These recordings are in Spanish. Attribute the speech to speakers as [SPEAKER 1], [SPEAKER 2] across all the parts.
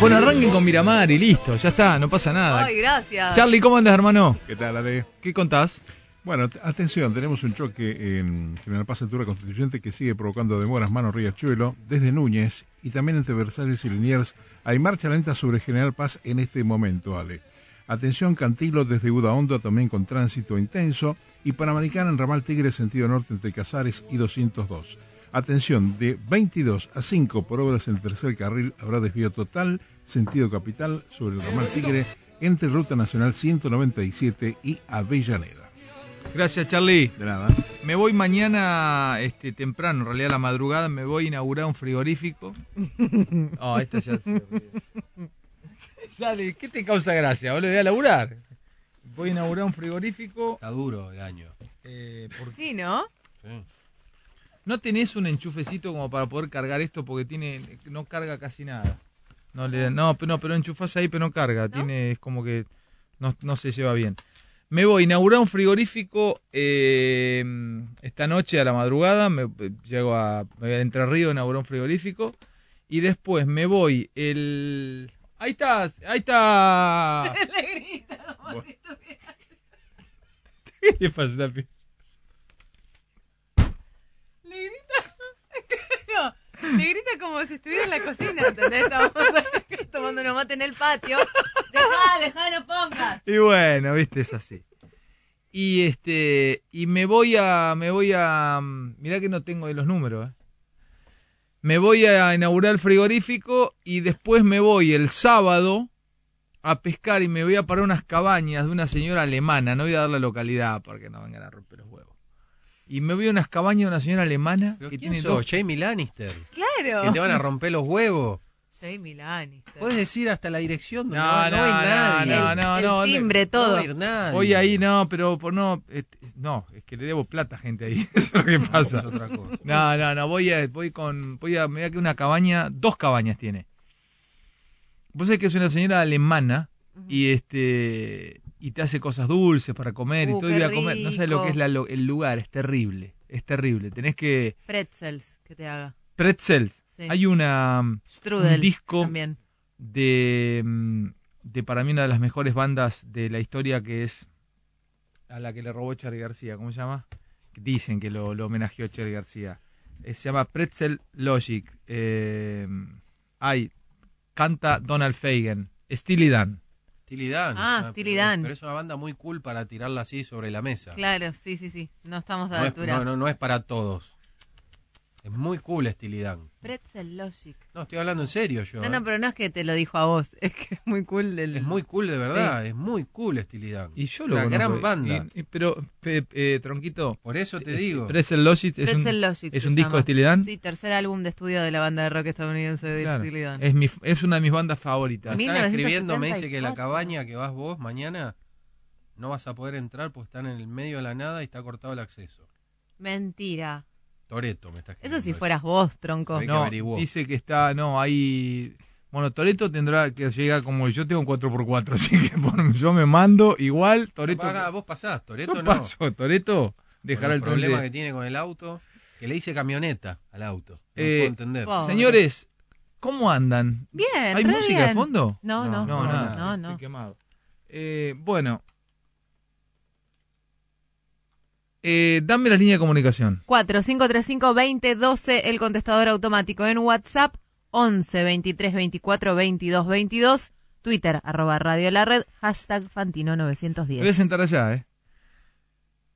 [SPEAKER 1] Bueno, arranquen con Miramar y listo, ya está, no pasa nada.
[SPEAKER 2] Ay, gracias.
[SPEAKER 1] Charlie, ¿cómo andas, hermano?
[SPEAKER 3] ¿Qué tal, Ade?
[SPEAKER 1] ¿Qué contás?
[SPEAKER 3] Bueno, t- atención, tenemos un choque en General Paz Altura Constituyente que sigue provocando demoras Mano Riachuelo desde Núñez y también entre Versalles y Liniers. Hay marcha lenta sobre General Paz en este momento, Ale. Atención, Cantilo desde Udaondo también con tránsito intenso y Panamericana en Ramal Tigre sentido norte entre Casares y 202. Atención, de 22 a 5 por obras en tercer carril habrá desvío total, sentido capital sobre el Ramal Tigre entre Ruta Nacional 197 y Avellaneda.
[SPEAKER 1] Gracias, Charlie.
[SPEAKER 3] De nada.
[SPEAKER 1] Me voy mañana este, temprano, en realidad a la madrugada, me voy a inaugurar un frigorífico. Oh, esta ya se ríe. Sale, ¿qué te causa gracia? ¿Vos le voy a laburar? Voy a inaugurar un frigorífico.
[SPEAKER 4] Está duro el año.
[SPEAKER 1] eh, porque-
[SPEAKER 2] Sí, ¿no?
[SPEAKER 4] Sí.
[SPEAKER 1] ¿No tenés un enchufecito como para poder cargar esto? Porque tiene no carga casi nada. No, le, no, pero, no, pero enchufás ahí, pero no carga. Tiene, es como que no, no se lleva bien. Me voy a inaugurar un frigorífico eh, esta noche a la madrugada. Me, eh, llego a, me voy a Entre Ríos a inaugurar un frigorífico. Y después me voy el... Ahí estás, ahí está.
[SPEAKER 2] Le grita como
[SPEAKER 3] Bueno.
[SPEAKER 2] si estuviera-
[SPEAKER 1] ¿Qué le pasa, Tapi?
[SPEAKER 2] Le grita. Claro, Le grita como si estuviera en la cocina, ¿entendés? Estábamos tomando unos mate en el patio. Dejá, dejá, no pongas.
[SPEAKER 1] Y bueno, viste, es así. Y este, y me voy a, me voy a, mm, mirá que no tengo ahí los números, eh. Me voy a inaugurar el frigorífico y después me voy el sábado a pescar y me voy a parar a unas cabañas de una señora alemana, no voy a dar la localidad para que no vengan a romper los huevos. Y me voy a unas cabañas de una señora alemana
[SPEAKER 4] ¿Pero
[SPEAKER 1] que
[SPEAKER 4] quién
[SPEAKER 1] tiene
[SPEAKER 4] sos?
[SPEAKER 1] dos...
[SPEAKER 4] Jamie Lannister. Que te
[SPEAKER 2] Claro.
[SPEAKER 4] van a romper los huevos.
[SPEAKER 2] Jamie Lannister.
[SPEAKER 4] Puedes decir hasta la dirección donde
[SPEAKER 1] No,
[SPEAKER 4] va, no,
[SPEAKER 1] no,
[SPEAKER 4] hay
[SPEAKER 1] no,
[SPEAKER 4] nadie.
[SPEAKER 1] no, no,
[SPEAKER 2] el
[SPEAKER 1] no,
[SPEAKER 2] timbre, todo.
[SPEAKER 4] va a ir nadie.
[SPEAKER 1] Voy ahí, no, pero por no, este, no, es que le debo plata a gente ahí, eso es lo que
[SPEAKER 4] pues Es
[SPEAKER 1] pasa.
[SPEAKER 4] otra cosa.
[SPEAKER 1] No, no, no, voy a, voy con, voy a, me voy a quedar una cabaña, dos cabañas tiene. Vos sabés que es una señora alemana y este, y te hace cosas dulces para comer y
[SPEAKER 2] Uh,
[SPEAKER 1] todo,
[SPEAKER 2] qué
[SPEAKER 1] y voy a comer. No sabes lo
[SPEAKER 2] rico.
[SPEAKER 1] que es la lo- el lugar, es terrible, es terrible. Tenés que,
[SPEAKER 2] Pretzels, que te haga.
[SPEAKER 1] pretzels,
[SPEAKER 2] Sí.
[SPEAKER 1] hay una mm,
[SPEAKER 2] Strudel.
[SPEAKER 1] un disco.
[SPEAKER 2] También.
[SPEAKER 1] de, mm, de para mí una de las mejores bandas de la historia que es a la que le robó Charlie García, ¿cómo se llama? Dicen que lo, lo homenajeó Charlie García. Eh, se llama Pretzel Logic. Eh, ay, canta Donald Fagan, Steely Dan.
[SPEAKER 4] Steely Dan.
[SPEAKER 2] Ah,
[SPEAKER 4] pero-
[SPEAKER 2] Steely Dan.
[SPEAKER 4] Pero es una banda muy cool para tirarla así sobre la mesa.
[SPEAKER 2] Claro, sí, sí, sí. No estamos a
[SPEAKER 4] No
[SPEAKER 2] la
[SPEAKER 4] es,
[SPEAKER 2] altura.
[SPEAKER 4] no, no, no es para todos. Es muy cool Steely Dan.
[SPEAKER 2] Pretzel Logic.
[SPEAKER 4] No, estoy hablando en serio yo.
[SPEAKER 2] No,
[SPEAKER 4] eh.
[SPEAKER 2] no, pero no es que te lo dijo a vos. Es que es muy cool. El...
[SPEAKER 4] Es muy cool de verdad. Es muy cool Steely Dan.
[SPEAKER 1] Y yo lo
[SPEAKER 4] Una
[SPEAKER 1] conozco.
[SPEAKER 4] gran banda.
[SPEAKER 1] Y- y- pero, pe- eh, Tronquito,
[SPEAKER 4] Por eso te
[SPEAKER 1] eh,
[SPEAKER 4] digo.
[SPEAKER 1] Pretzel Logic es un,
[SPEAKER 2] Pretzel Logic.
[SPEAKER 1] es
[SPEAKER 2] se
[SPEAKER 1] un disco
[SPEAKER 2] llama.
[SPEAKER 1] de Steely Dan.
[SPEAKER 2] Sí, tercer álbum de estudio de la banda de rock estadounidense de
[SPEAKER 1] Claro,
[SPEAKER 2] Steely Dan.
[SPEAKER 1] es, mi- es una de mis bandas favoritas.
[SPEAKER 2] Mi-
[SPEAKER 4] Están escribiendo, me dice que la
[SPEAKER 2] 1974.
[SPEAKER 4] cabaña que vas vos mañana no vas a poder entrar porque están en el medio de la nada y está cortado el acceso.
[SPEAKER 2] Mentira.
[SPEAKER 4] Toreto me estás
[SPEAKER 2] Eso
[SPEAKER 4] escribiendo
[SPEAKER 2] si fueras vos, tronco.
[SPEAKER 4] Hay que
[SPEAKER 1] No,
[SPEAKER 4] averiguar.
[SPEAKER 1] dice que está, no, hay... Bueno, Toreto tendrá que llegar como yo tengo un 4x4, así que por- yo me mando igual, Toreto...
[SPEAKER 4] Apaga, vos pasás, Toreto
[SPEAKER 1] yo
[SPEAKER 4] no.
[SPEAKER 1] paso, Toreto
[SPEAKER 4] Con
[SPEAKER 1] dejará el
[SPEAKER 4] el problema que
[SPEAKER 1] tren
[SPEAKER 4] tiene con el auto, que le hice camioneta al auto. No
[SPEAKER 1] Eh,
[SPEAKER 4] puedo entender.
[SPEAKER 2] vos.
[SPEAKER 1] de- Señores, ¿cómo andan?
[SPEAKER 2] Bien,
[SPEAKER 1] ¿Hay
[SPEAKER 2] re
[SPEAKER 1] música de
[SPEAKER 2] bien.
[SPEAKER 1] fondo?
[SPEAKER 2] No, no,
[SPEAKER 1] No,
[SPEAKER 2] no,
[SPEAKER 1] nada.
[SPEAKER 2] no.
[SPEAKER 1] Estoy quemado. Eh, bueno. Eh, dame la línea de comunicación.
[SPEAKER 2] 4535-2012, el contestador automático en WhatsApp, 11 23 24 22 22, Twitter, arroba Radio La Red, hashtag
[SPEAKER 1] Me voy a
[SPEAKER 2] Fantino910.
[SPEAKER 1] sentar allá, ¿eh?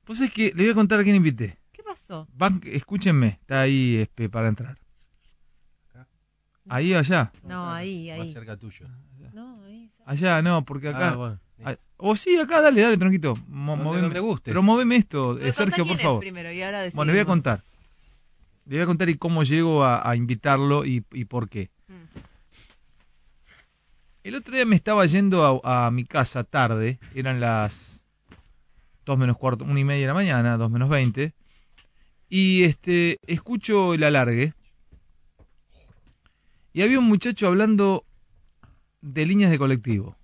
[SPEAKER 1] Pues es que le voy a contar a quién invité.
[SPEAKER 2] ¿Qué pasó?
[SPEAKER 1] Van- escúchenme, está ahí este, para entrar. Ahí o allá.
[SPEAKER 2] No, ahí,
[SPEAKER 4] Más
[SPEAKER 2] ahí.
[SPEAKER 4] cerca tuyo.
[SPEAKER 2] No,
[SPEAKER 1] Eh,
[SPEAKER 2] ahí.
[SPEAKER 1] Allá no, porque acá.
[SPEAKER 4] Ah, bueno.
[SPEAKER 1] Ah, o sí, acá, dale, dale, tronquito. Mo-
[SPEAKER 4] Donde-
[SPEAKER 1] moveme.
[SPEAKER 4] donde gustes.
[SPEAKER 1] Pero moveme esto, eh,
[SPEAKER 2] Voy a contar
[SPEAKER 1] Sergio, por
[SPEAKER 2] quién es
[SPEAKER 1] favor.
[SPEAKER 2] Primero, y ahora
[SPEAKER 1] Bueno, les voy a
[SPEAKER 2] decidimos.
[SPEAKER 1] contar. Le voy a contar y cómo llego a, a invitarlo y, y por qué.
[SPEAKER 2] Mm.
[SPEAKER 1] El otro día me estaba yendo a, a mi casa tarde, eran las 2 menos cuarto, 1 y media de la mañana, 2 menos 20, y este, escucho el alargue, y había un muchacho hablando de líneas de colectivo.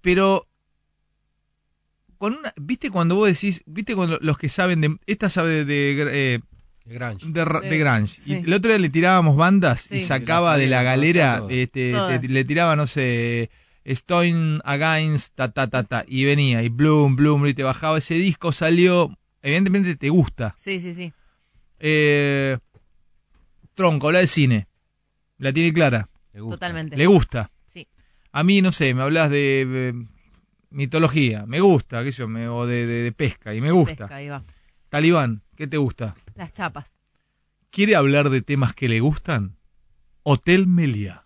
[SPEAKER 1] Pero con una, ¿viste cuando vos decís, viste cuando los que saben de esta sabe de, de, eh,
[SPEAKER 4] Grange.
[SPEAKER 1] de, ra-
[SPEAKER 2] De-
[SPEAKER 1] de Grange?
[SPEAKER 2] sí.
[SPEAKER 1] Y el otro día le tirábamos bandas y
[SPEAKER 2] Sí.
[SPEAKER 1] sacaba
[SPEAKER 4] Y
[SPEAKER 1] de la
[SPEAKER 4] las sabía, las
[SPEAKER 1] galera,
[SPEAKER 4] conocía
[SPEAKER 1] este,
[SPEAKER 2] todas.
[SPEAKER 1] te- le tiraba, no sé, Stone Against, ta, ta, ta, ta, y venía, y Bloom, Bloom, y te bajaba ese disco, salió, evidentemente te gusta.
[SPEAKER 2] Sí, sí, sí.
[SPEAKER 1] Eh, tronco, habla de cine, la tiene clara,
[SPEAKER 4] Le gusta.
[SPEAKER 2] Totalmente.
[SPEAKER 1] le gusta.
[SPEAKER 2] Sí.
[SPEAKER 1] A mí, no sé, me hablas de... eh, mitología, me gusta, qué sé yo, me- o de, de- de pesca, y me gusta.
[SPEAKER 2] Pesca, ahí va.
[SPEAKER 1] Talibán, ¿qué te gusta?
[SPEAKER 2] Las chapas.
[SPEAKER 1] ¿Quiere hablar de temas que le gustan? Hotel Melia.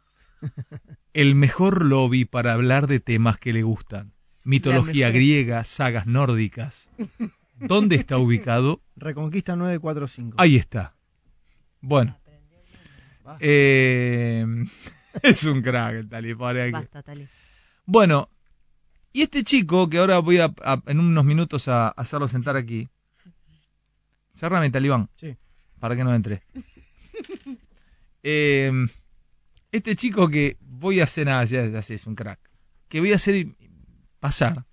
[SPEAKER 1] El mejor lobby para hablar de temas que le gustan. Mitología
[SPEAKER 5] La mejor.
[SPEAKER 1] griega, sagas nórdicas. ¿Dónde está ubicado?
[SPEAKER 5] Reconquista 945.
[SPEAKER 1] Ahí está. Bueno. Eh, es un crack el talibán. hay que-
[SPEAKER 2] Basta, Tali.
[SPEAKER 1] Bueno, y este chico, que ahora voy a, a- en unos minutos a, hacerlo sentar aquí. Cerrame, talibán.
[SPEAKER 5] Sí.
[SPEAKER 1] Para que no entre. Eh, este chico que voy a hacer, nada, ya, ya sé, es un crack. Que voy a hacer pasar.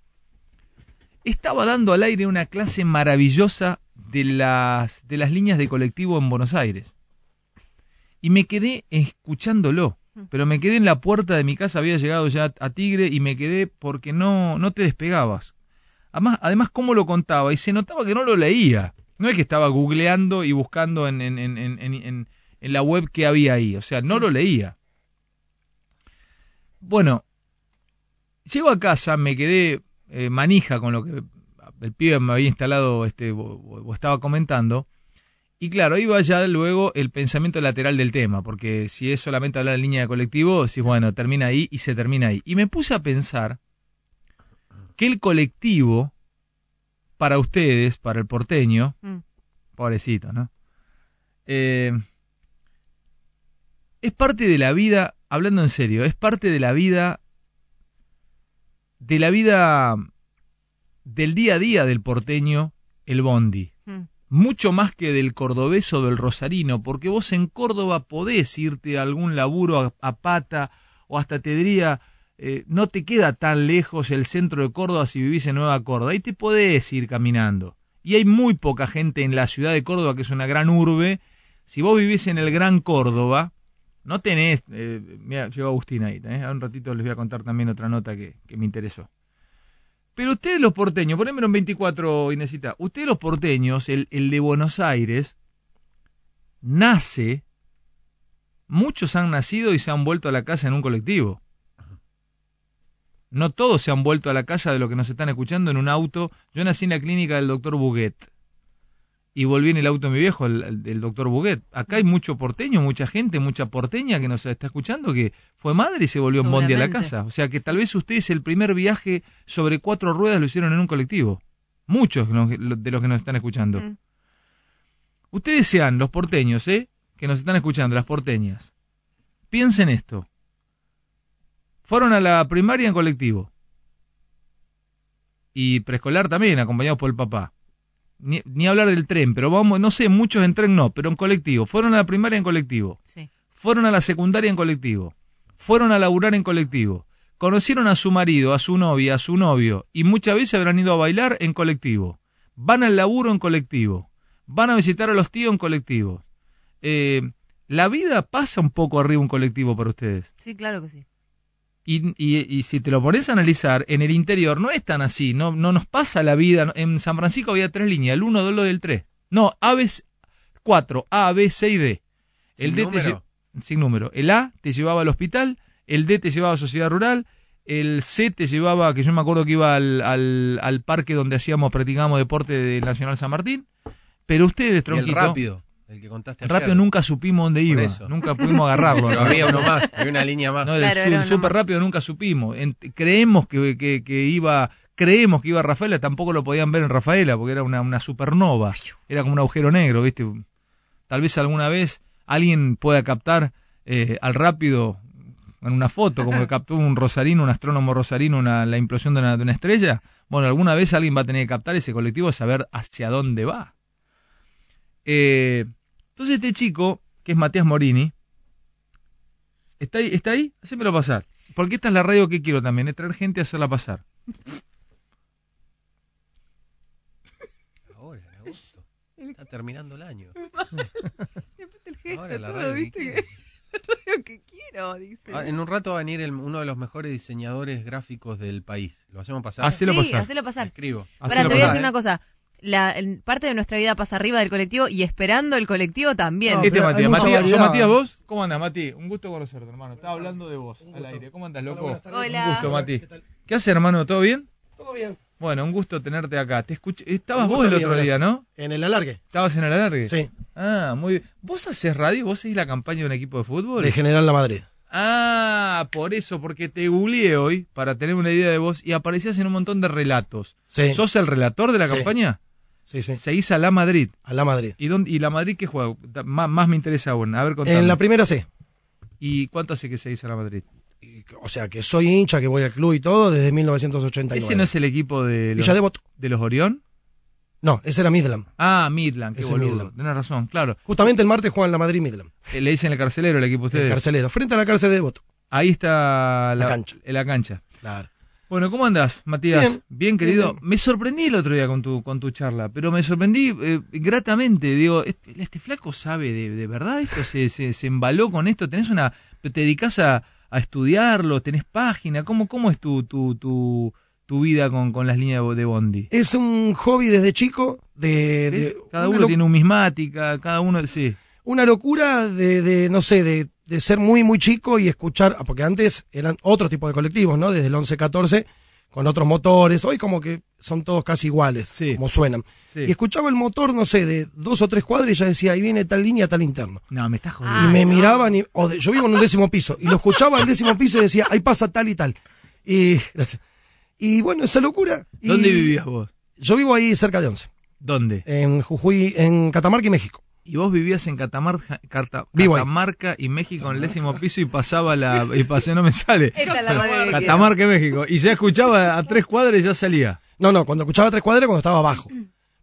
[SPEAKER 1] Estaba dando al aire una clase maravillosa de las, de las líneas de colectivo en Buenos Aires. Y me quedé escuchándolo pero me quedé en la puerta de mi casa, había llegado ya a Tigre y me quedé porque no, no te despegabas. Además, además, cómo lo contaba, y se notaba que no lo leía. No es que estaba googleando y buscando en, en- en- en- en- en- en la web que había ahí, o sea, no lo leía. Bueno, llego a casa, me quedé eh, manija con lo que el pibe me había instalado este, o- o o estaba comentando. Y claro, ahí va ya luego el pensamiento lateral del tema, porque si es solamente hablar en línea de colectivo, decís, bueno, termina ahí y se termina ahí. Y me puse a pensar que el colectivo, para ustedes, para el porteño,
[SPEAKER 2] Mm.
[SPEAKER 1] pobrecito, ¿no? Eh, es parte de la vida, hablando en serio, es parte de la vida, de la vida del día a día del porteño, el bondi
[SPEAKER 2] Mm.
[SPEAKER 1] mucho más que del cordobés o del rosarino, porque vos en Córdoba podés irte a algún laburo a, a pata, o hasta te diría, eh, no te queda tan lejos el centro de Córdoba si vivís en Nueva Córdoba, y te podés ir caminando. Y hay muy poca gente en la ciudad de Córdoba, que es una gran urbe. Si vos vivís en el Gran Córdoba, no tenés... Eh, mira, llegó Agustín ahí, ¿eh? Ahora un ratito les voy a contar también otra nota que, que me interesó. Pero ustedes los porteños, ponémelo en 24, Inesita. Ustedes los porteños, el, el de Buenos Aires, nace. Muchos han nacido y se han vuelto a la casa en un colectivo. No todos se han vuelto a la casa de lo que nos están escuchando en un auto. Yo nací en la clínica del doctor Buguet. Y volví en el auto de mi viejo, el, el del doctor Buguet. Acá hay mucho porteño, mucha gente, mucha porteña que nos está escuchando que fue madre y se volvió en bondi a la
[SPEAKER 2] Seguramente.
[SPEAKER 1] casa. O sea que tal vez ustedes el primer viaje sobre cuatro ruedas lo hicieron en un colectivo. Muchos lo- lo- de los que nos están escuchando.
[SPEAKER 2] Mm.
[SPEAKER 1] Ustedes sean los porteños, ¿eh? Que nos están escuchando, las porteñas. Piensen esto. Fueron a la primaria en colectivo. Y preescolar también, acompañados por el papá. Ni, ni hablar del tren, pero vamos, no sé, muchos en tren no, pero en colectivo. Fueron a la primaria en colectivo
[SPEAKER 2] Sí.
[SPEAKER 1] fueron a la secundaria en colectivo, fueron a laburar en colectivo, conocieron a su marido, a su novia, a su novio, y muchas veces habrán ido a bailar en colectivo, van al laburo en colectivo, van a visitar a los tíos en colectivo. Eh, la vida pasa un poco arriba un colectivo para ustedes.
[SPEAKER 2] Sí, claro que sí.
[SPEAKER 1] Y, y- y si te lo pones a analizar, en el interior no es tan así, no, no nos pasa la vida. En San Francisco había tres líneas, el 1, 2, del 3. No, A, B, 4, A, B, C y D. El
[SPEAKER 4] Sin
[SPEAKER 1] D te
[SPEAKER 4] número.
[SPEAKER 1] lle- sin número. El A te llevaba al hospital, el D te llevaba a sociedad rural, el C te llevaba, que yo me acuerdo que iba al, al- al parque donde hacíamos, practicábamos deporte del Nacional San Martín, pero ustedes,
[SPEAKER 4] Y el
[SPEAKER 1] tronquito,
[SPEAKER 4] rápido, el que contaste
[SPEAKER 1] el
[SPEAKER 4] ayer.
[SPEAKER 1] rápido nunca supimos dónde iba,
[SPEAKER 4] eso.
[SPEAKER 1] nunca pudimos agarrarlo.
[SPEAKER 4] Pero había uno más, había una línea más.
[SPEAKER 1] No,
[SPEAKER 2] Claro,
[SPEAKER 1] el
[SPEAKER 2] era
[SPEAKER 1] sur,
[SPEAKER 2] uno
[SPEAKER 1] súper
[SPEAKER 2] más.
[SPEAKER 1] rápido nunca supimos. En- creemos que, que- que iba creemos que iba a Rafaela, tampoco lo podían ver en Rafaela, porque era una, una supernova, era como un agujero negro, ¿viste? Tal vez alguna vez alguien pueda captar eh, al rápido en una foto, como que captó un rosarino, un astrónomo rosarino, una, la implosión de una, de una estrella. Bueno, alguna vez alguien va a tener que captar ese colectivo a saber hacia dónde va. Eh, entonces este chico, que es Matías Morini, ¿está ahí? ¿Está ahí? Hacémelo pasar. Porque esta es la radio que quiero también, es traer gente a hacerla pasar.
[SPEAKER 4] Ahora, en agosto. Está terminando el año.
[SPEAKER 2] Después el gesto,
[SPEAKER 4] Ahora la
[SPEAKER 2] todo,
[SPEAKER 4] radio.
[SPEAKER 2] ¿viste?
[SPEAKER 4] que
[SPEAKER 2] Que, lo que quiero, dice.
[SPEAKER 4] Ah, en un rato va a venir el- uno de los mejores diseñadores gráficos del país. ¿Lo hacemos pasar?
[SPEAKER 1] Hacelo
[SPEAKER 2] sí,
[SPEAKER 1] pasar.
[SPEAKER 2] hacelo pasar.
[SPEAKER 4] Escribo.
[SPEAKER 2] Pará,
[SPEAKER 1] Hacelo
[SPEAKER 2] te voy a
[SPEAKER 1] pasar,
[SPEAKER 2] decir una cosa. La, en parte de nuestra vida pasa arriba del colectivo y esperando el colectivo también.
[SPEAKER 5] No,
[SPEAKER 1] Este es
[SPEAKER 5] pero hay
[SPEAKER 1] Matías.
[SPEAKER 5] mucha
[SPEAKER 1] Matías, ¿yo
[SPEAKER 5] variedad.
[SPEAKER 1] Matías vos? ¿Cómo andas, Mati? Un gusto conocerte, hermano. Estaba hablando de vos al aire. ¿Cómo andas, loco?
[SPEAKER 2] Hola.
[SPEAKER 1] Un gusto, Mati. ¿Qué haces, hermano? ¿Todo bien?
[SPEAKER 6] Todo bien.
[SPEAKER 1] Bueno, un gusto tenerte acá. Te escuché- Estabas
[SPEAKER 6] Un
[SPEAKER 1] vos el
[SPEAKER 6] gusto,
[SPEAKER 1] otro día,
[SPEAKER 6] gracias.
[SPEAKER 1] ¿no?
[SPEAKER 6] En el alargue.
[SPEAKER 1] ¿Estabas en el alargue?
[SPEAKER 6] Sí.
[SPEAKER 1] Ah, muy bien. ¿Vos haces radio? ¿Vos seguís la campaña de un equipo de fútbol?
[SPEAKER 6] De General La Madrid.
[SPEAKER 1] Ah, por eso, porque te googleé hoy para tener una idea de vos y aparecías en un montón de relatos.
[SPEAKER 6] Sí.
[SPEAKER 1] ¿Sos el relator de la
[SPEAKER 6] Sí.
[SPEAKER 1] campaña?
[SPEAKER 6] Sí, sí.
[SPEAKER 1] Seguís a La Madrid.
[SPEAKER 6] A La Madrid.
[SPEAKER 1] ¿Y, dónde, y La Madrid qué juega? Da- Más, más me interesa aún. A ver, contame.
[SPEAKER 6] En la primera sí.
[SPEAKER 1] ¿Y cuánto hace que seguís a La Madrid?
[SPEAKER 6] Y- O sea, que soy hincha, que voy al club y todo desde 1989.
[SPEAKER 1] ¿Ese no es el equipo de los,
[SPEAKER 6] Villa Devot.
[SPEAKER 1] de los Orión?
[SPEAKER 6] No, ese era Midland.
[SPEAKER 1] Ah, Midland, qué
[SPEAKER 6] Ese
[SPEAKER 1] boludo.
[SPEAKER 6] Midland.
[SPEAKER 1] Tenés razón, claro.
[SPEAKER 6] Justamente el martes juegan La Madrid Midland.
[SPEAKER 1] Eh, Le dicen el carcelero el equipo a
[SPEAKER 6] El
[SPEAKER 1] ustedes.
[SPEAKER 6] carcelero. Frente a la cárcel de Devoto.
[SPEAKER 1] Ahí está la,
[SPEAKER 6] La cancha.
[SPEAKER 1] en la cancha.
[SPEAKER 6] Claro.
[SPEAKER 1] Bueno, ¿cómo andás, Matías?
[SPEAKER 6] Bien.
[SPEAKER 1] querido.
[SPEAKER 6] Bien,
[SPEAKER 1] Me sorprendí el otro día con tu, con tu charla, pero me sorprendí eh, gratamente. Digo, este, este flaco sabe de, de verdad esto, se, se, se embaló con esto. ¿Tenés una, te dedicas a, a estudiarlo? ¿Tenés página? ¿Cómo, cómo es tu, tu, tu, tu vida con, con las líneas de Bondi?
[SPEAKER 6] Es un hobby desde chico. De,
[SPEAKER 1] ¿Ves?
[SPEAKER 6] de-
[SPEAKER 1] Cada
[SPEAKER 6] una
[SPEAKER 1] uno
[SPEAKER 6] lo-
[SPEAKER 1] tiene un mismática, cada uno, sí.
[SPEAKER 6] Una locura de, de, no sé, de, de ser muy, muy chico y escuchar. ah, Porque antes eran otro tipo de colectivos, ¿no? Desde el 11-14, con otros motores. Hoy, como que son todos casi iguales,
[SPEAKER 1] Sí.
[SPEAKER 6] como suenan.
[SPEAKER 1] sí.
[SPEAKER 6] Y escuchaba el motor, no sé, de dos o tres cuadras y ya decía, ahí viene tal línea, tal interno.
[SPEAKER 1] Ah, No, me estás
[SPEAKER 6] y
[SPEAKER 1] jodiendo.
[SPEAKER 6] me miraban, y, o de- yo vivo en un décimo piso, y lo escuchaba al décimo piso y decía, ahí pasa tal y tal. Y, gracias. Y bueno, esa locura. Y
[SPEAKER 1] ¿Dónde vivías vos?
[SPEAKER 6] Yo vivo ahí cerca de Once,
[SPEAKER 1] ¿Dónde?
[SPEAKER 6] en Jujuy, en Catamarca y México.
[SPEAKER 1] Y vos vivías en Catamarca, Carta-
[SPEAKER 6] Vivo ahí.
[SPEAKER 1] Catamarca y México en el décimo piso y pasaba la. Y pasé, no me sale.
[SPEAKER 2] Esta es la radio que quiero.
[SPEAKER 1] Catamarca y México. Y ya escuchaba a tres cuadras y ya salía.
[SPEAKER 6] No, no, cuando escuchaba tres cuadras, cuando estaba abajo.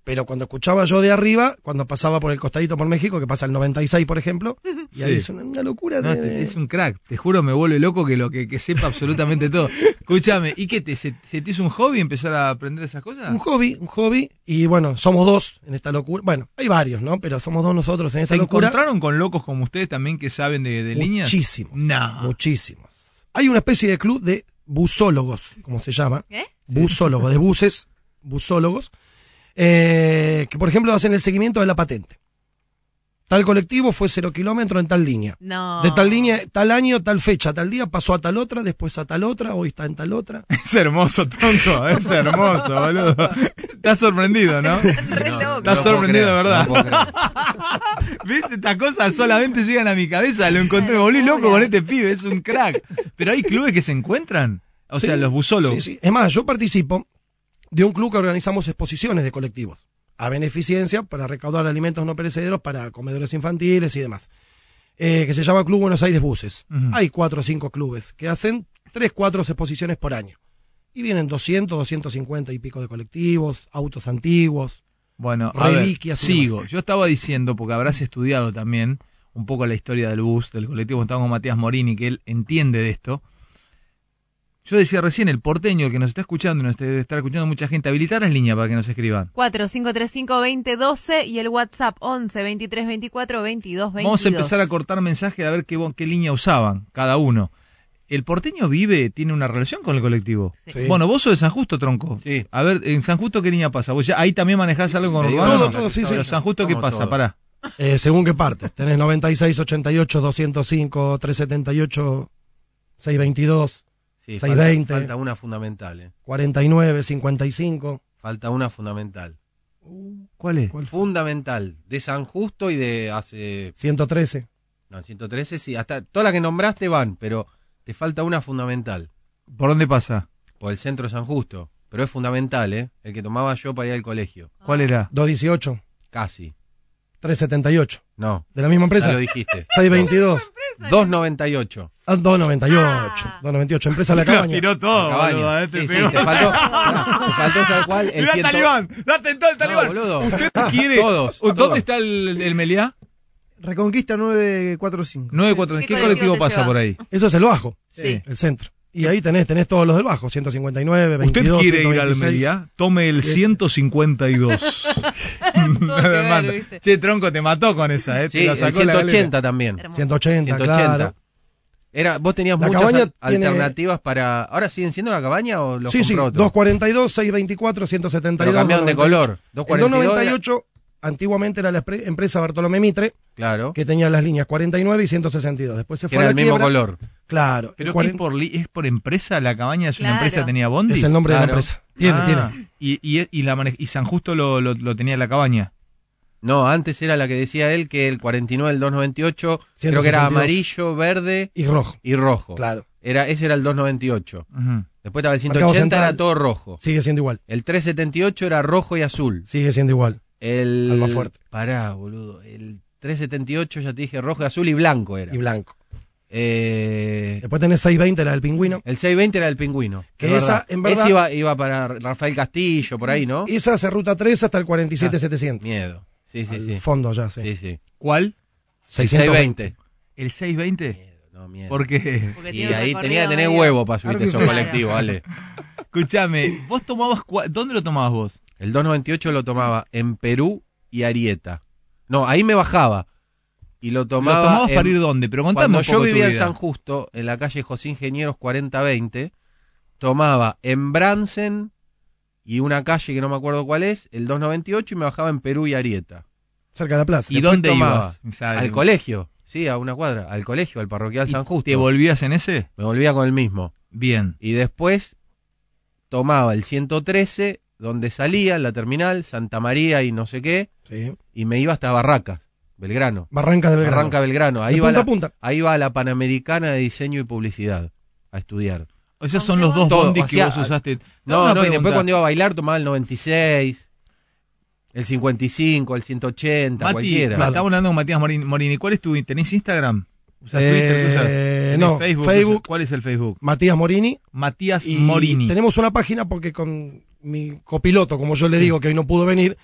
[SPEAKER 6] Pero cuando escuchaba yo de arriba, cuando pasaba por el costadito por México, que pasa el 96, por ejemplo, y ahí
[SPEAKER 1] Sí.
[SPEAKER 6] es una, una locura
[SPEAKER 1] No,
[SPEAKER 6] de-
[SPEAKER 1] este- es un crack. Te juro, me vuelve loco que lo que, que sepa absolutamente todo. Escúchame, ¿y qué te, se, se te hizo un hobby empezar a aprender esas cosas?
[SPEAKER 6] Un hobby, un hobby, y bueno, somos dos en esta locura. Bueno, hay varios, ¿no? Pero somos dos nosotros en esta
[SPEAKER 1] ¿Se
[SPEAKER 6] locura.
[SPEAKER 1] encontraron con locos como ustedes también que saben de, de líneas?
[SPEAKER 6] Muchísimos.
[SPEAKER 1] No.
[SPEAKER 6] Muchísimos. Hay una especie de club de busólogos, como se llama.
[SPEAKER 2] ¿Eh?
[SPEAKER 6] Busólogos, de buses, busólogos, eh, que por ejemplo hacen el seguimiento de la patente. Tal colectivo fue cero kilómetro en tal línea.
[SPEAKER 2] No.
[SPEAKER 6] De tal línea, tal año, tal fecha, tal día, pasó a tal otra, después a tal otra, hoy está en tal otra.
[SPEAKER 1] Es hermoso, tonto. Es hermoso, boludo. Estás sorprendido, ¿no?
[SPEAKER 2] Re loco.
[SPEAKER 1] Estás
[SPEAKER 4] puedo creer,
[SPEAKER 1] sorprendido, de verdad.
[SPEAKER 4] no puedo creer.
[SPEAKER 1] ¿Ves? Estas cosas solamente llegan a mi cabeza. Lo encontré, me volví loco con este pibe, es un crack. Pero hay clubes que se encuentran. O sea,
[SPEAKER 6] Sí,
[SPEAKER 1] los busólogos.
[SPEAKER 6] Sí, sí. Es más, yo participo de un club que organizamos exposiciones de colectivos a beneficencia para recaudar alimentos no perecederos para comedores infantiles y demás, eh, que se llama Club Buenos Aires Buses.
[SPEAKER 1] Ujú.
[SPEAKER 6] Hay cuatro o cinco clubes que hacen tres, cuatro exposiciones por año. Y vienen 200, 250 y pico de colectivos, autos antiguos.
[SPEAKER 1] Bueno, a ver,
[SPEAKER 6] Reliquias y
[SPEAKER 1] sigo.
[SPEAKER 6] demás.
[SPEAKER 1] Yo estaba diciendo, porque habrás estudiado también un poco la historia del bus, del colectivo, estaba con Matías Morini, que él entiende de esto. Yo decía recién, el porteño, el que nos está escuchando, y nos debe estar escuchando mucha gente, habilitar las líneas para que nos escriban.
[SPEAKER 2] 4535-2012 y el WhatsApp 11 23 24 22 22.
[SPEAKER 1] Vamos a empezar a cortar mensajes a ver qué, bo- qué línea usaban cada uno. ¿El porteño vive, tiene una relación con el colectivo?
[SPEAKER 6] Sí.
[SPEAKER 1] Bueno, vos sos de San Justo, tronco.
[SPEAKER 4] Sí.
[SPEAKER 1] A ver, en San Justo, ¿qué línea pasa? ¿Vos ya ahí también manejás algo con
[SPEAKER 4] Te digo,
[SPEAKER 1] Urbano?
[SPEAKER 6] todo,
[SPEAKER 1] no?
[SPEAKER 6] todo, sí,
[SPEAKER 1] Pero
[SPEAKER 6] sí.
[SPEAKER 1] San Justo, ¿qué
[SPEAKER 4] Como
[SPEAKER 1] pasa?
[SPEAKER 4] todo.
[SPEAKER 1] Pará.
[SPEAKER 6] Eh, según qué parte. Tenés 96, 88, 205, 378, 622,
[SPEAKER 4] Sí,
[SPEAKER 6] 620.
[SPEAKER 4] falta, falta una fundamental, eh.
[SPEAKER 6] 49, 55.
[SPEAKER 4] Falta una fundamental.
[SPEAKER 1] ¿Cuál es?
[SPEAKER 4] Fundamental. De San Justo y de hace.
[SPEAKER 6] 113.
[SPEAKER 4] No, 113, sí. Hasta todas las que nombraste van, pero te falta una fundamental.
[SPEAKER 1] ¿Por dónde pasa?
[SPEAKER 4] Por el centro de San Justo. Pero es fundamental, ¿eh? El que tomaba yo para ir al colegio.
[SPEAKER 1] ¿Cuál era?
[SPEAKER 6] 218,
[SPEAKER 4] Casi.
[SPEAKER 6] 378.
[SPEAKER 4] No.
[SPEAKER 6] De la misma
[SPEAKER 4] Ya
[SPEAKER 6] empresa.
[SPEAKER 4] lo dijiste.
[SPEAKER 6] 622.
[SPEAKER 4] 2.98.
[SPEAKER 6] Ah, 298.
[SPEAKER 2] Ah.
[SPEAKER 6] 298. Empresa de la cabaña.
[SPEAKER 1] Tiró todo,
[SPEAKER 4] Cabaña.
[SPEAKER 1] boludo, a
[SPEAKER 4] Sí,
[SPEAKER 1] este
[SPEAKER 4] sí,
[SPEAKER 1] pegó.
[SPEAKER 4] te faltó. te faltó tal cual. El
[SPEAKER 1] Mirá,
[SPEAKER 4] ciento-
[SPEAKER 1] talibán, date todo
[SPEAKER 4] No,
[SPEAKER 1] el talibán.
[SPEAKER 4] boludo.
[SPEAKER 1] ¿Usted quiere?
[SPEAKER 4] Todos,
[SPEAKER 1] ¿Dónde
[SPEAKER 4] todos.
[SPEAKER 1] está el, el Meliá?
[SPEAKER 5] Reconquista 945.
[SPEAKER 1] 943. ¿Qué,
[SPEAKER 2] ¿Qué colectivo
[SPEAKER 1] colectivo
[SPEAKER 2] te
[SPEAKER 1] pasa
[SPEAKER 2] lleva?
[SPEAKER 1] por ahí?
[SPEAKER 6] Eso es el bajo,
[SPEAKER 1] Sí.
[SPEAKER 6] el centro. Y ahí tenés, tenés todos los del bajo, 159, 22,
[SPEAKER 1] ¿Usted quiere ir al
[SPEAKER 6] 126.
[SPEAKER 1] Meliá? Tome el 152.
[SPEAKER 2] Todo que ver,
[SPEAKER 1] Hermano.
[SPEAKER 2] ¿viste?
[SPEAKER 1] che, Tronco, te mató con esa, ¿eh? Te
[SPEAKER 4] Sí,
[SPEAKER 1] la
[SPEAKER 4] el
[SPEAKER 1] sacó la galera.
[SPEAKER 4] 180 también.
[SPEAKER 2] Hermoso.
[SPEAKER 6] 180,
[SPEAKER 4] 180.
[SPEAKER 6] claro.
[SPEAKER 4] Era, vos tenías
[SPEAKER 6] La
[SPEAKER 4] muchas
[SPEAKER 6] cabaña
[SPEAKER 4] al-
[SPEAKER 6] tiene-
[SPEAKER 4] alternativas para. ¿Ahora siguen siendo la cabaña o los
[SPEAKER 6] sí, sí,
[SPEAKER 4] compró otro?
[SPEAKER 6] 242, 624,
[SPEAKER 4] Pero
[SPEAKER 6] 172.
[SPEAKER 4] cambiaron de
[SPEAKER 6] 298.
[SPEAKER 4] color. 2.48.
[SPEAKER 6] El 298 antiguamente era la espre- empresa Bartolomé Mitre,
[SPEAKER 4] Claro.
[SPEAKER 6] que tenía las líneas 49 y 162. Después se
[SPEAKER 4] Que
[SPEAKER 6] fue a
[SPEAKER 4] era
[SPEAKER 6] la
[SPEAKER 4] el mismo
[SPEAKER 6] quiebra.
[SPEAKER 4] color.
[SPEAKER 6] Claro.
[SPEAKER 1] ¿Pero
[SPEAKER 6] el
[SPEAKER 1] qué es
[SPEAKER 6] 40
[SPEAKER 1] por, li- es por empresa? ¿La cabaña es una
[SPEAKER 2] Claro.
[SPEAKER 1] empresa que tenía Bondi?
[SPEAKER 6] es el nombre de la
[SPEAKER 4] Claro.
[SPEAKER 6] empresa. Tiene,
[SPEAKER 1] Ah,
[SPEAKER 6] tiene.
[SPEAKER 1] Y, y, y la mane- y San Justo lo, lo, lo tenía la cabaña.
[SPEAKER 4] No, antes era la que decía él que el 49, el 298, creo que
[SPEAKER 6] 162.
[SPEAKER 4] era amarillo, verde
[SPEAKER 6] Y rojo.
[SPEAKER 4] y rojo.
[SPEAKER 6] Claro.
[SPEAKER 4] Era, ese era el 298.
[SPEAKER 1] Ujú.
[SPEAKER 4] Después estaba el
[SPEAKER 6] Mercado
[SPEAKER 4] 180, era
[SPEAKER 6] Central.
[SPEAKER 4] todo rojo.
[SPEAKER 6] Sigue siendo igual.
[SPEAKER 4] El 378 era rojo y azul.
[SPEAKER 6] Sigue siendo igual.
[SPEAKER 4] El.
[SPEAKER 6] Alma fuerte.
[SPEAKER 4] Pará, boludo. El 378, ya te dije, rojo y azul y blanco era.
[SPEAKER 6] Y blanco.
[SPEAKER 4] Eh,
[SPEAKER 6] Después tenés 620, la del pingüino.
[SPEAKER 4] el 620 era el pingüino.
[SPEAKER 6] Que
[SPEAKER 4] es
[SPEAKER 6] esa,
[SPEAKER 4] verdad.
[SPEAKER 6] en verdad-
[SPEAKER 4] Ese iba, iba para Rafael Castillo, por ahí, ¿no? Ah,
[SPEAKER 6] Esa hace ruta 3 hasta el 47700.
[SPEAKER 4] Miedo. Sí, sí,
[SPEAKER 6] al
[SPEAKER 4] sí.
[SPEAKER 6] fondo ya, sí.
[SPEAKER 4] Sí, sí.
[SPEAKER 1] ¿Cuál?
[SPEAKER 4] El 620.
[SPEAKER 1] ¿El 620?
[SPEAKER 4] No, miedo.
[SPEAKER 1] Porque,
[SPEAKER 2] Porque
[SPEAKER 4] Y
[SPEAKER 2] tiene un
[SPEAKER 4] ahí
[SPEAKER 2] recorrido
[SPEAKER 4] tenía que tener
[SPEAKER 2] medio-
[SPEAKER 4] huevo para subirte esos
[SPEAKER 2] Claro.
[SPEAKER 4] colectivos, Ale.
[SPEAKER 1] escúchame, vos tomabas, cua- ¿dónde lo tomabas vos?
[SPEAKER 4] El 298 lo tomaba en Perú y Arieta. No, ahí me bajaba. Y lo tomaba.
[SPEAKER 1] ¿Lo tomabas
[SPEAKER 4] en-
[SPEAKER 1] para ir dónde? Pero contame
[SPEAKER 4] Cuando
[SPEAKER 1] un
[SPEAKER 4] yo
[SPEAKER 1] poco
[SPEAKER 4] vivía
[SPEAKER 1] tu
[SPEAKER 4] en
[SPEAKER 1] vida.
[SPEAKER 4] San Justo, en la calle José Ingenieros 4020, tomaba en Bransen y una calle que no me acuerdo cuál es, el 298, y me bajaba en Perú y Arieta.
[SPEAKER 6] Cerca de la plaza.
[SPEAKER 1] ¿Y
[SPEAKER 4] Después
[SPEAKER 1] dónde
[SPEAKER 4] tomaba
[SPEAKER 1] ibas? O sea,
[SPEAKER 4] Al colegio, sí, a una cuadra, al colegio, al parroquial
[SPEAKER 1] ¿Y
[SPEAKER 4] San Justo.
[SPEAKER 1] ¿Te volvías en ese?
[SPEAKER 4] me volvía con el mismo.
[SPEAKER 1] Bien.
[SPEAKER 4] Y después tomaba el 113, donde salía, en la terminal, Santa María y no sé qué,
[SPEAKER 6] Sí.
[SPEAKER 4] y me iba hasta Barracas, Belgrano.
[SPEAKER 6] Barrancas de Belgrano.
[SPEAKER 4] Barranca Belgrano,
[SPEAKER 6] De
[SPEAKER 4] ahí va,
[SPEAKER 6] punta
[SPEAKER 4] la,
[SPEAKER 6] a punta.
[SPEAKER 4] ahí va la Panamericana de Diseño y Publicidad a estudiar.
[SPEAKER 1] Esos son los dos
[SPEAKER 4] Todo,
[SPEAKER 1] bondis
[SPEAKER 4] o
[SPEAKER 1] que
[SPEAKER 4] sea,
[SPEAKER 1] vos usaste.
[SPEAKER 4] No,
[SPEAKER 1] Una
[SPEAKER 4] no, y después
[SPEAKER 1] pregunta.
[SPEAKER 4] cuando iba a bailar tomaba el 96, el 55, el 180,
[SPEAKER 1] Mati,
[SPEAKER 4] cualquiera.
[SPEAKER 1] claro, estamos hablando con Matías Morin- Morini. ¿Cuál es tu ¿Tenés Instagram? ¿Usás
[SPEAKER 6] Eh,
[SPEAKER 1] Twitter? ¿Qué usás? ¿Tenés
[SPEAKER 6] no,
[SPEAKER 1] Facebook?
[SPEAKER 6] Facebook.
[SPEAKER 1] ¿Cuál es el Facebook?
[SPEAKER 6] Matías Morini.
[SPEAKER 1] Matías
[SPEAKER 6] Y
[SPEAKER 1] Morini.
[SPEAKER 6] Tenemos una página porque con mi copiloto, como yo le digo, que hoy no pudo venir,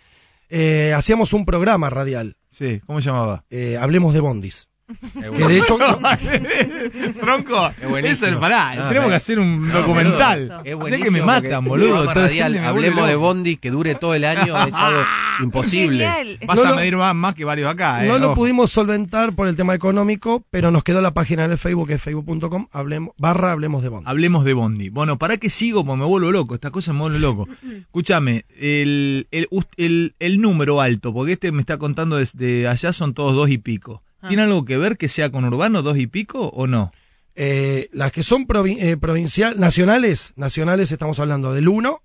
[SPEAKER 6] eh, hacíamos un programa radial.
[SPEAKER 1] Sí, ¿cómo se llamaba?
[SPEAKER 6] eh, hablemos de Bondis.
[SPEAKER 4] Eh,
[SPEAKER 6] Que de hecho,
[SPEAKER 1] eh, Tronco,
[SPEAKER 4] Es buenísimo.
[SPEAKER 1] eso es pará,
[SPEAKER 4] No,
[SPEAKER 1] tenemos
[SPEAKER 4] no.
[SPEAKER 1] que hacer un documental.
[SPEAKER 4] Es
[SPEAKER 1] Sé
[SPEAKER 4] buenísimo
[SPEAKER 1] que me
[SPEAKER 4] porque
[SPEAKER 1] matan, boludo.
[SPEAKER 4] programa
[SPEAKER 1] toda la
[SPEAKER 4] radial,
[SPEAKER 1] gente me vuelve
[SPEAKER 4] hablemos de
[SPEAKER 1] loco.
[SPEAKER 4] Bondi que dure todo el año, es algo imposible.
[SPEAKER 2] Genial.
[SPEAKER 1] Vas
[SPEAKER 6] No
[SPEAKER 1] a
[SPEAKER 6] lo-
[SPEAKER 1] medir más, más que varios acá, ¿eh?
[SPEAKER 6] no lo
[SPEAKER 1] Ojo.
[SPEAKER 6] pudimos solventar por el tema económico, pero nos quedó la página en el Facebook, que es facebook.com, hablemos, barra hablemos de Bondis.
[SPEAKER 1] Hablemos de Bondi. Bueno, ¿para qué sigo? Porque me vuelvo loco. Esta cosa me vuelve loco. Escúchame, el, el, us- el- el número alto, porque este me está contando desde allá son todos dos y pico. ¿Tiene algo que ver que sea con urbano dos y pico o no?
[SPEAKER 6] Eh, las que son provi- eh, provincial, nacionales, nacionales estamos hablando del 1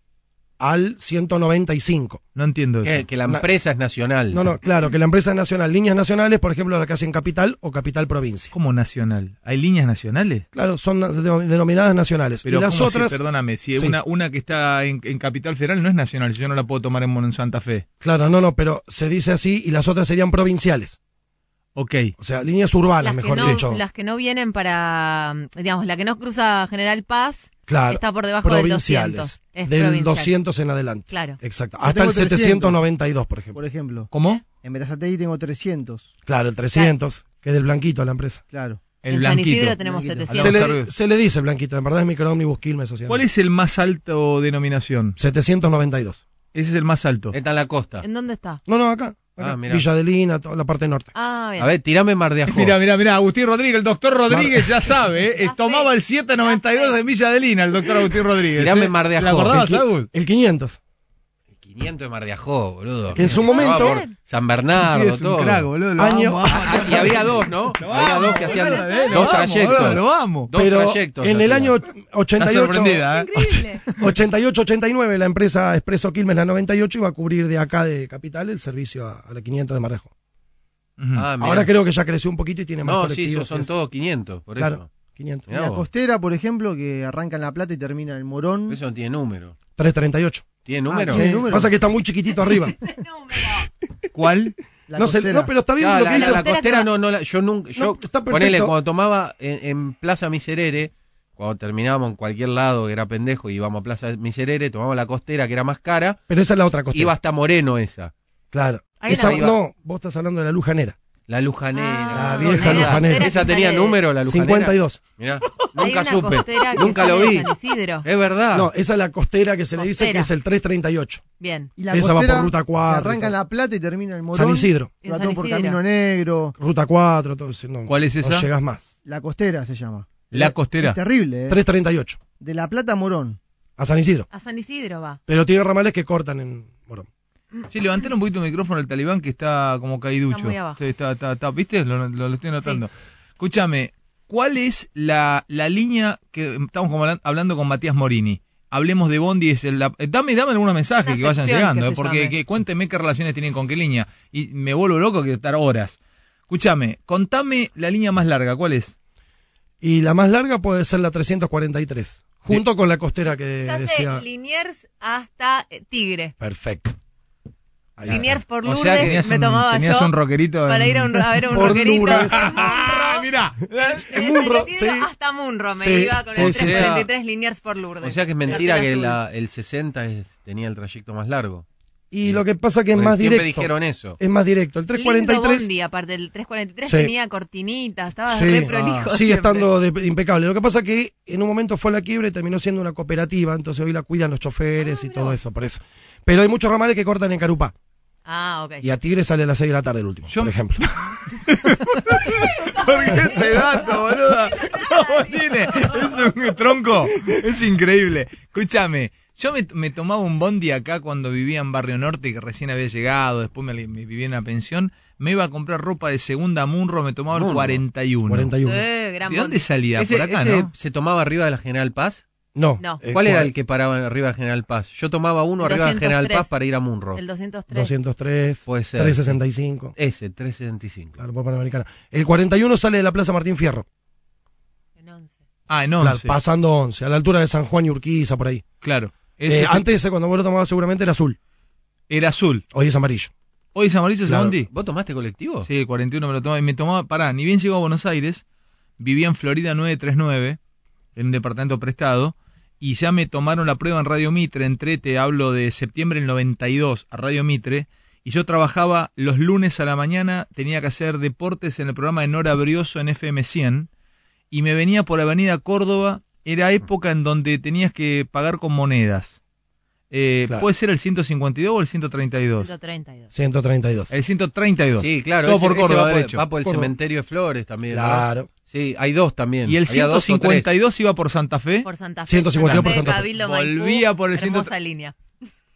[SPEAKER 6] al 195.
[SPEAKER 1] No entiendo
[SPEAKER 4] Que,
[SPEAKER 1] eso.
[SPEAKER 4] que la
[SPEAKER 6] Na-
[SPEAKER 4] empresa es nacional.
[SPEAKER 6] No, no, claro, que la empresa es nacional, líneas nacionales, por ejemplo, la que hacen capital o capital provincia.
[SPEAKER 1] ¿Cómo nacional? ¿Hay líneas nacionales?
[SPEAKER 6] Claro, son na- denom- denominadas nacionales.
[SPEAKER 1] Pero
[SPEAKER 6] y las
[SPEAKER 1] ¿cómo si-
[SPEAKER 6] otras,
[SPEAKER 1] perdóname, si
[SPEAKER 6] Sí.
[SPEAKER 1] una, una que está en, en Capital Federal no es nacional, si yo no la puedo tomar en, Mon- en Santa Fe.
[SPEAKER 6] claro, no, no, pero se dice así y las otras serían provinciales.
[SPEAKER 1] Ok.
[SPEAKER 6] O sea, líneas urbanas,
[SPEAKER 2] Las que,
[SPEAKER 6] mejor
[SPEAKER 2] no,
[SPEAKER 6] dicho.
[SPEAKER 2] las que no vienen para, digamos, la que no cruza General Paz
[SPEAKER 6] Claro.
[SPEAKER 2] está por debajo del 200.
[SPEAKER 6] provinciales.
[SPEAKER 2] Es
[SPEAKER 6] Del
[SPEAKER 2] provincial.
[SPEAKER 6] 200 en adelante.
[SPEAKER 2] Claro.
[SPEAKER 6] Exacto.
[SPEAKER 5] Yo
[SPEAKER 6] Hasta
[SPEAKER 5] tengo
[SPEAKER 6] el 792, por ejemplo.
[SPEAKER 5] Por ejemplo,
[SPEAKER 1] ¿Cómo?
[SPEAKER 5] en Berazategui tengo 300.
[SPEAKER 6] Claro, el 300, que es del blanquito la empresa.
[SPEAKER 5] Claro.
[SPEAKER 1] El
[SPEAKER 2] en San
[SPEAKER 1] blanquito.
[SPEAKER 2] Isidro tenemos
[SPEAKER 5] Blanquito.
[SPEAKER 2] 700.
[SPEAKER 6] Se
[SPEAKER 1] Vamos a
[SPEAKER 6] le,
[SPEAKER 1] ver.
[SPEAKER 6] se le dice blanquito, en verdad es microómnibus Quilmes Social.
[SPEAKER 1] ¿Cuál es el más alto denominación?
[SPEAKER 6] 792.
[SPEAKER 1] Ese es el más alto.
[SPEAKER 4] Está en la costa.
[SPEAKER 2] ¿En dónde está?
[SPEAKER 6] No, no, acá.
[SPEAKER 4] Ah,
[SPEAKER 6] acá.
[SPEAKER 4] mirá.
[SPEAKER 6] Villa de Lina, toda la parte norte.
[SPEAKER 2] Ah, bien.
[SPEAKER 4] A ver, tirame Mar de Ajó.
[SPEAKER 1] Mira, mira, mira, Agustín Rodríguez, el doctor Rodríguez ya sabe, eh,
[SPEAKER 2] La fe.
[SPEAKER 1] tomaba el 792 en Villa de Lina, el doctor Agustín Rodríguez.
[SPEAKER 4] Tirame
[SPEAKER 1] eh.
[SPEAKER 4] Mar de
[SPEAKER 1] ¿Te
[SPEAKER 4] Ajó.
[SPEAKER 1] acordabas,
[SPEAKER 6] el, qui-
[SPEAKER 1] Agus?
[SPEAKER 6] el 500.
[SPEAKER 4] El 500 de Mar de Ajó, boludo.
[SPEAKER 6] Que en su momento-
[SPEAKER 4] Estaba por San Bernardo,
[SPEAKER 1] Es un
[SPEAKER 4] todo.
[SPEAKER 1] crack, boludo, lo
[SPEAKER 6] Año-
[SPEAKER 1] amo, amo.
[SPEAKER 4] Ah, y había dos, ¿no? había dos que hacían
[SPEAKER 1] Eh, lo
[SPEAKER 4] dos
[SPEAKER 1] amo, boludo,
[SPEAKER 4] trayectos.
[SPEAKER 1] Lo amo.
[SPEAKER 4] dos
[SPEAKER 6] pero
[SPEAKER 4] trayectos.
[SPEAKER 6] en el
[SPEAKER 4] hacían.
[SPEAKER 6] año
[SPEAKER 1] Está
[SPEAKER 6] 88,
[SPEAKER 1] sorprendida, ¿eh?
[SPEAKER 2] Increíble.
[SPEAKER 6] 88, 89, la empresa Expreso Quilmes, la 98, iba a cubrir de acá de Capital el servicio a, a la 500 de Marejo.
[SPEAKER 1] Ujú.
[SPEAKER 4] Ah, mirá.
[SPEAKER 6] Ahora creo que ya creció un poquito y tiene más
[SPEAKER 4] No, sí,
[SPEAKER 6] colectivos.
[SPEAKER 4] esos son
[SPEAKER 6] es-
[SPEAKER 4] todos 500, por
[SPEAKER 6] Claro.
[SPEAKER 4] eso.
[SPEAKER 6] 500.
[SPEAKER 4] Mirá
[SPEAKER 5] la
[SPEAKER 4] vos.
[SPEAKER 5] costera, por ejemplo, que arranca en La Plata y termina en Morón.
[SPEAKER 4] Eso no tiene número.
[SPEAKER 6] 338.
[SPEAKER 4] ¿Tiene número?
[SPEAKER 5] sí. ¿Tiene número?
[SPEAKER 6] Ah, Pasa que está muy chiquitito arriba.
[SPEAKER 2] Ese número.
[SPEAKER 1] ¿Cuál?
[SPEAKER 5] La
[SPEAKER 6] no, sé,
[SPEAKER 5] costera.
[SPEAKER 6] no, pero está bien
[SPEAKER 4] Claro,
[SPEAKER 6] lo
[SPEAKER 4] la,
[SPEAKER 6] que
[SPEAKER 4] la-
[SPEAKER 6] hizo.
[SPEAKER 4] la costera no, no, la- yo nunca, yo,
[SPEAKER 6] está perfecto.
[SPEAKER 4] ponele, cuando tomaba en, en Plaza Miserere, cuando terminábamos en cualquier lado que era pendejo y íbamos a Plaza Miserere, tomábamos la costera que era más cara,
[SPEAKER 6] Pero esa es la otra costera.
[SPEAKER 4] iba hasta Moreno esa,
[SPEAKER 6] Claro.
[SPEAKER 2] Ahí
[SPEAKER 6] Esa-
[SPEAKER 4] la vi.
[SPEAKER 6] no, vos estás hablando de la lujanera.
[SPEAKER 4] Ah. la Lujanera.
[SPEAKER 6] Ah, La vieja
[SPEAKER 4] Claro.
[SPEAKER 6] Lujanera.
[SPEAKER 4] ¿Esa tenía número, la Lujanera?
[SPEAKER 6] 52.
[SPEAKER 4] Mirá,
[SPEAKER 2] Hay
[SPEAKER 4] nunca
[SPEAKER 2] una
[SPEAKER 4] supe,
[SPEAKER 2] costera que
[SPEAKER 4] nunca lo
[SPEAKER 2] sale de
[SPEAKER 4] vi.
[SPEAKER 2] San Isidro.
[SPEAKER 4] Es verdad.
[SPEAKER 6] No, esa es la costera que se le dice que
[SPEAKER 2] Costera.
[SPEAKER 6] es el 338.
[SPEAKER 2] Bien.
[SPEAKER 5] Y la
[SPEAKER 6] Esa va
[SPEAKER 5] costera
[SPEAKER 6] por ruta 4.
[SPEAKER 5] Arranca en La Plata y termina en Morón.
[SPEAKER 6] San Isidro.
[SPEAKER 2] En
[SPEAKER 5] va
[SPEAKER 2] San
[SPEAKER 5] todo por
[SPEAKER 2] Isidro.
[SPEAKER 5] Camino Negro.
[SPEAKER 6] Ruta 4, todo eso. No,
[SPEAKER 1] ¿Cuál es
[SPEAKER 6] No
[SPEAKER 1] esa?
[SPEAKER 6] llegas más.
[SPEAKER 5] La costera se llama.
[SPEAKER 1] La costera.
[SPEAKER 5] Es terrible, ¿eh?
[SPEAKER 6] 338.
[SPEAKER 5] De La Plata a Morón.
[SPEAKER 6] A San Isidro.
[SPEAKER 2] A San Isidro va.
[SPEAKER 6] Pero tiene ramales que cortan en Morón.
[SPEAKER 1] Sí, levantar un poquito el micrófono al talibán que está como caiducho.
[SPEAKER 2] Está muy abajo.
[SPEAKER 1] Sí, está- está- está- ¿Viste? Lo, lo- lo estoy notando. Escúchame, ¿cuál es la, la línea que estamos como hablan- hablando con Matías Morini? Hablemos de Bondi. Es el- la- eh, dame, dame algunos mensajes
[SPEAKER 2] Una
[SPEAKER 1] que vayan
[SPEAKER 2] sección
[SPEAKER 1] llegando,
[SPEAKER 2] que
[SPEAKER 1] eh,
[SPEAKER 2] se
[SPEAKER 1] porque
[SPEAKER 2] llame.
[SPEAKER 1] que, cuénteme qué relaciones tienen con qué línea. Y me vuelvo loco que estar horas. Escúchame, contame la línea más larga, ¿cuál es?
[SPEAKER 6] Y la más larga puede ser la 343. Junto con la costera que
[SPEAKER 2] Ya
[SPEAKER 6] Eh, decía.
[SPEAKER 2] sé, Liniers hasta eh, Tigre.
[SPEAKER 6] Perfecto. Ahí
[SPEAKER 2] Liniers por
[SPEAKER 4] O
[SPEAKER 2] Lourdes
[SPEAKER 4] sea que
[SPEAKER 1] Tenías
[SPEAKER 2] me
[SPEAKER 1] un,
[SPEAKER 2] tomaba
[SPEAKER 1] tenías
[SPEAKER 2] yo
[SPEAKER 1] un rockerito.
[SPEAKER 2] para
[SPEAKER 1] en-
[SPEAKER 2] ir a, un- a ver a un
[SPEAKER 6] Por
[SPEAKER 2] rockerito.
[SPEAKER 6] Lourdes.
[SPEAKER 2] en Munro.
[SPEAKER 1] Ah, mirá.
[SPEAKER 2] Desde San
[SPEAKER 6] Munro,
[SPEAKER 2] Isidro
[SPEAKER 6] sí.
[SPEAKER 2] hasta Munro me
[SPEAKER 6] Sí,
[SPEAKER 2] iba con
[SPEAKER 6] sí,
[SPEAKER 2] el
[SPEAKER 4] sí.
[SPEAKER 2] 343 Liniers por Lourdes.
[SPEAKER 4] O sea que es mentira
[SPEAKER 2] Cartera
[SPEAKER 4] que
[SPEAKER 2] azul.
[SPEAKER 4] la- el 60 es- tenía el trayecto más largo.
[SPEAKER 6] Y lo que pasa que es
[SPEAKER 4] Porque
[SPEAKER 6] más
[SPEAKER 4] siempre
[SPEAKER 6] directo.
[SPEAKER 4] dijeron eso.
[SPEAKER 6] Es más directo. El
[SPEAKER 2] Lindo
[SPEAKER 6] 343
[SPEAKER 2] bondi, aparte el 343
[SPEAKER 6] Sí.
[SPEAKER 2] tenía cortinitas, estaba
[SPEAKER 6] Sí.
[SPEAKER 2] re prolijo.
[SPEAKER 6] sigue
[SPEAKER 2] siempre.
[SPEAKER 6] estando de- impecable. Lo que pasa que en un momento fue a la quiebra y terminó siendo una cooperativa, entonces hoy la cuidan los choferes y todo eso, por eso. Pero hay muchos ramales que cortan en Carupá.
[SPEAKER 2] Ah, ok.
[SPEAKER 6] Y a Tigre sale a las 6 de la tarde el último,
[SPEAKER 1] Yo-
[SPEAKER 6] por ejemplo.
[SPEAKER 1] ¿Por qué ese dato, boluda? No, tiene. Es un tronco. Es increíble. Escúchame. Yo me, me tomaba un bondi acá cuando vivía en Barrio Norte, que recién había llegado, después me, me vivía en la pensión. Me iba a comprar ropa de segunda a Munro, me tomaba el
[SPEAKER 4] Munro.
[SPEAKER 1] 41.
[SPEAKER 6] 41.
[SPEAKER 2] Eh, gran
[SPEAKER 1] ¿De dónde
[SPEAKER 2] bondi.
[SPEAKER 1] salía?
[SPEAKER 4] Ese-
[SPEAKER 1] Por acá,
[SPEAKER 4] ese
[SPEAKER 1] ¿no?
[SPEAKER 4] se tomaba arriba de la General Paz.
[SPEAKER 6] No.
[SPEAKER 2] No.
[SPEAKER 6] Eh,
[SPEAKER 4] ¿Cuál era el que paraba arriba de General Paz? Yo tomaba uno arriba de General
[SPEAKER 2] 203.
[SPEAKER 4] Paz para ir a Munro.
[SPEAKER 2] El 203.
[SPEAKER 6] 203,
[SPEAKER 4] Puede ser.
[SPEAKER 6] 365.
[SPEAKER 4] Ese, 365.
[SPEAKER 6] Claro, por Panamericana. El 41 sale de la Plaza Martín Fierro,
[SPEAKER 2] En 11.
[SPEAKER 1] Ah, en
[SPEAKER 6] claro,
[SPEAKER 1] 11. Claro.
[SPEAKER 6] pasando 11, a la altura de San Juan y Urquiza, por ahí.
[SPEAKER 1] Ese
[SPEAKER 6] Eh, antes, ese, cuando vos lo tomabas, seguramente era azul.
[SPEAKER 1] era azul.
[SPEAKER 6] Hoy es amarillo.
[SPEAKER 1] Hoy San Mauricio es
[SPEAKER 6] Claro.
[SPEAKER 1] bondi.
[SPEAKER 4] ¿Vos tomaste colectivo?
[SPEAKER 1] Sí, el 41 me lo tomaba. Y me tomaba, pará, ni bien llego a Buenos Aires, vivía en Florida 939, en un departamento prestado, y ya me tomaron la prueba en Radio Mitre, entré, te hablo de septiembre del 92 a Radio Mitre, y yo trabajaba los lunes a la mañana, tenía que hacer deportes en el programa de Nora Brioso en FM 100, y me venía por Avenida Córdoba, era época en donde tenías que pagar con monedas. Eh,
[SPEAKER 6] Claro.
[SPEAKER 1] ¿Puede ser el 152 o el 132?
[SPEAKER 2] 132.
[SPEAKER 6] 132.
[SPEAKER 1] El 132.
[SPEAKER 4] Sí, claro.
[SPEAKER 1] Todo
[SPEAKER 4] ese-
[SPEAKER 1] por
[SPEAKER 4] ese
[SPEAKER 1] Córdoba,
[SPEAKER 4] va, por,
[SPEAKER 1] derecho.
[SPEAKER 4] va por el
[SPEAKER 6] Córdoba.
[SPEAKER 4] cementerio de Flores también. ¿no?
[SPEAKER 6] Claro.
[SPEAKER 4] Sí, hay dos también.
[SPEAKER 1] Y el
[SPEAKER 4] Había dos o tres.
[SPEAKER 1] 152 iba por Santa Fe.
[SPEAKER 2] Por Santa Fe.
[SPEAKER 6] 152 por
[SPEAKER 2] Fe,
[SPEAKER 6] Santa Fe.
[SPEAKER 2] Cabildo,
[SPEAKER 1] Volvía por el
[SPEAKER 2] Hermosa
[SPEAKER 1] 130.
[SPEAKER 2] línea.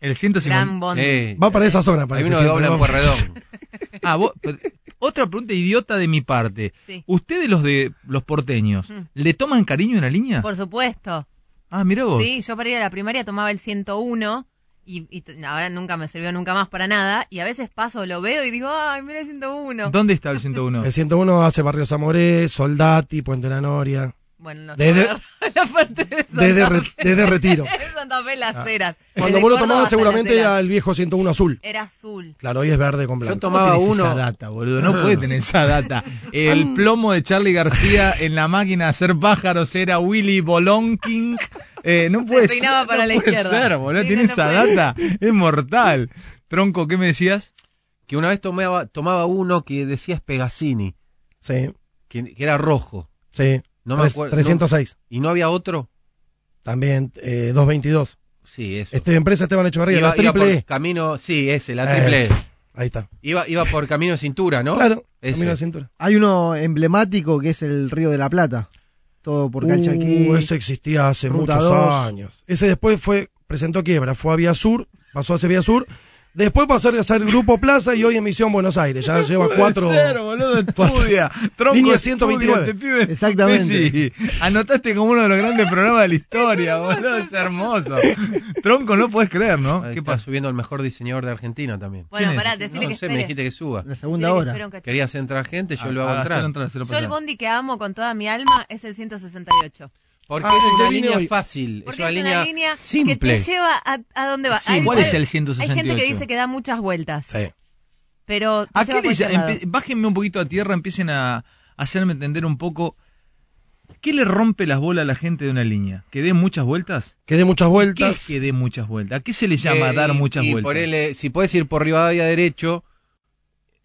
[SPEAKER 1] El 150.
[SPEAKER 2] Gran bondi.
[SPEAKER 4] Sí.
[SPEAKER 6] Va para esa zona,
[SPEAKER 4] Hay
[SPEAKER 6] parece.
[SPEAKER 4] uno que
[SPEAKER 6] sí,
[SPEAKER 4] dobla
[SPEAKER 6] pero
[SPEAKER 4] en
[SPEAKER 6] vos-
[SPEAKER 4] Puerredón.
[SPEAKER 1] Ah, vos- pero- otra pregunta idiota de mi parte.
[SPEAKER 2] Sí.
[SPEAKER 1] ¿Ustedes los de los porteños
[SPEAKER 2] Mm.
[SPEAKER 1] le toman cariño en la línea?
[SPEAKER 2] Por supuesto.
[SPEAKER 1] Ah, mira vos.
[SPEAKER 2] Sí, yo para ir a la primaria tomaba el 101 y, y t- ahora nunca me sirvió nunca más para nada. Y a veces paso, lo veo y digo, ay, mira el 101.
[SPEAKER 1] ¿Dónde está el 101?
[SPEAKER 6] El 101 hace Barrio Zamoré, Soldati, Puente La Noria.
[SPEAKER 2] bueno, no
[SPEAKER 6] Desde-
[SPEAKER 2] sé. La parte de Santa
[SPEAKER 6] Desde,
[SPEAKER 2] Fe.
[SPEAKER 6] re- desde Retiro.
[SPEAKER 2] Santa Fe, las ceras.
[SPEAKER 6] Ah. Cuando
[SPEAKER 2] Desde
[SPEAKER 6] vos lo
[SPEAKER 2] Córdoba
[SPEAKER 6] tomabas,
[SPEAKER 2] hasta
[SPEAKER 6] seguramente
[SPEAKER 2] Las
[SPEAKER 6] era
[SPEAKER 2] Heras.
[SPEAKER 6] el viejo 101 azul.
[SPEAKER 2] Era azul.
[SPEAKER 6] Claro, hoy es verde con
[SPEAKER 4] Yo
[SPEAKER 6] blanco.
[SPEAKER 4] tomaba
[SPEAKER 1] ¿Cómo tenés esa
[SPEAKER 4] uno.
[SPEAKER 1] data, boludo. No puede tener esa data. El plomo de Charlie García en la máquina de hacer pájaros era Willy Bolonking. Eh, no puede ser.
[SPEAKER 2] peinaba para
[SPEAKER 1] no
[SPEAKER 2] la
[SPEAKER 1] puede
[SPEAKER 2] izquierda.
[SPEAKER 1] ser, boludo.
[SPEAKER 2] Sí,
[SPEAKER 1] Tiene
[SPEAKER 2] no, no
[SPEAKER 1] esa
[SPEAKER 2] puede.
[SPEAKER 1] data. Es mortal. Tronco, ¿qué me decías?
[SPEAKER 4] Que una vez tomaba, tomaba uno que decía Pegasini,
[SPEAKER 6] Sí,
[SPEAKER 4] que, que era rojo.
[SPEAKER 6] sí.
[SPEAKER 4] No me
[SPEAKER 6] Tres-
[SPEAKER 4] acuerdo.
[SPEAKER 6] 306.
[SPEAKER 4] ¿Y no había otro?
[SPEAKER 6] También, eh, 222.
[SPEAKER 4] Sí, eso.
[SPEAKER 6] Este, empresa Esteban Echevarría, la
[SPEAKER 4] por
[SPEAKER 6] triple E.
[SPEAKER 4] camino, sí, ese, la triple E.
[SPEAKER 6] Eso. Ahí está.
[SPEAKER 4] Iba, iba por camino de cintura, ¿no?
[SPEAKER 6] Claro,
[SPEAKER 4] Ese.
[SPEAKER 6] camino de cintura.
[SPEAKER 5] Hay uno emblemático que es el Río de la Plata. Todo por Calchaquí.
[SPEAKER 6] Uh, ese existía hace
[SPEAKER 5] Ruta
[SPEAKER 6] muchos
[SPEAKER 5] dos.
[SPEAKER 6] años. Ese después fue, presentó quiebra, fue a Vía Sur, pasó a ser Vía Sur, después pasó a ser Grupo Plaza y hoy en Misión Buenos Aires. Ya lleva cuatro.
[SPEAKER 1] Cero, boludo, estudia. Tronco
[SPEAKER 6] Línea
[SPEAKER 1] estudia,
[SPEAKER 6] 129.
[SPEAKER 1] este pibe.
[SPEAKER 5] Exactamente.
[SPEAKER 1] Sí, anotaste como uno de los grandes programas de la historia, boludo, es hermoso. Tronco, no puedes creer, ¿no?
[SPEAKER 4] Ahí
[SPEAKER 1] ¿Qué
[SPEAKER 4] está
[SPEAKER 1] pasó?
[SPEAKER 4] subiendo el mejor diseñador de Argentina también.
[SPEAKER 1] ¿Quién
[SPEAKER 2] Bueno,
[SPEAKER 1] es?
[SPEAKER 2] pará, decirle
[SPEAKER 4] no
[SPEAKER 2] que
[SPEAKER 4] sé,
[SPEAKER 2] espere.
[SPEAKER 4] me dijiste que suba.
[SPEAKER 5] En la
[SPEAKER 2] Decile
[SPEAKER 5] segunda
[SPEAKER 2] que
[SPEAKER 5] hora.
[SPEAKER 2] espere un cachito.
[SPEAKER 4] Querías entrar gente, yo lo hago
[SPEAKER 1] Ah, hacelo
[SPEAKER 4] entrar.
[SPEAKER 1] hacelo
[SPEAKER 2] Yo el
[SPEAKER 1] pasar.
[SPEAKER 2] bondi que amo con toda mi alma es el 168.
[SPEAKER 4] Porque
[SPEAKER 6] Ah,
[SPEAKER 4] es
[SPEAKER 6] el que
[SPEAKER 4] una
[SPEAKER 6] vine
[SPEAKER 4] línea
[SPEAKER 6] hoy.
[SPEAKER 4] fácil, es
[SPEAKER 2] Porque
[SPEAKER 4] una línea,
[SPEAKER 2] que te
[SPEAKER 4] simple.
[SPEAKER 2] lleva a, a dónde va.
[SPEAKER 4] Sí,
[SPEAKER 2] Hay-
[SPEAKER 1] ¿Cuál
[SPEAKER 2] hay-
[SPEAKER 1] es el
[SPEAKER 2] Hay
[SPEAKER 1] 168?
[SPEAKER 2] gente que dice que da muchas vueltas,
[SPEAKER 6] Sí.
[SPEAKER 2] pero te
[SPEAKER 1] ¿A
[SPEAKER 2] lleva
[SPEAKER 1] Ah, qué
[SPEAKER 2] a
[SPEAKER 1] les-
[SPEAKER 2] cualquier lado.
[SPEAKER 1] empe- bájenme un poquito a tierra, empiecen a a hacerme entender un poco. ¿Qué le rompe las bolas a la gente de una línea? ¿Que dé muchas vueltas?
[SPEAKER 6] Que dé muchas
[SPEAKER 1] ¿Qué
[SPEAKER 6] vueltas.
[SPEAKER 1] es que dé muchas vueltas? ¿A qué se le llama
[SPEAKER 4] Eh,
[SPEAKER 1] dar
[SPEAKER 4] y-
[SPEAKER 1] muchas
[SPEAKER 4] y
[SPEAKER 1] vueltas?
[SPEAKER 4] ponele, si puedes ir por Rivadavia derecho,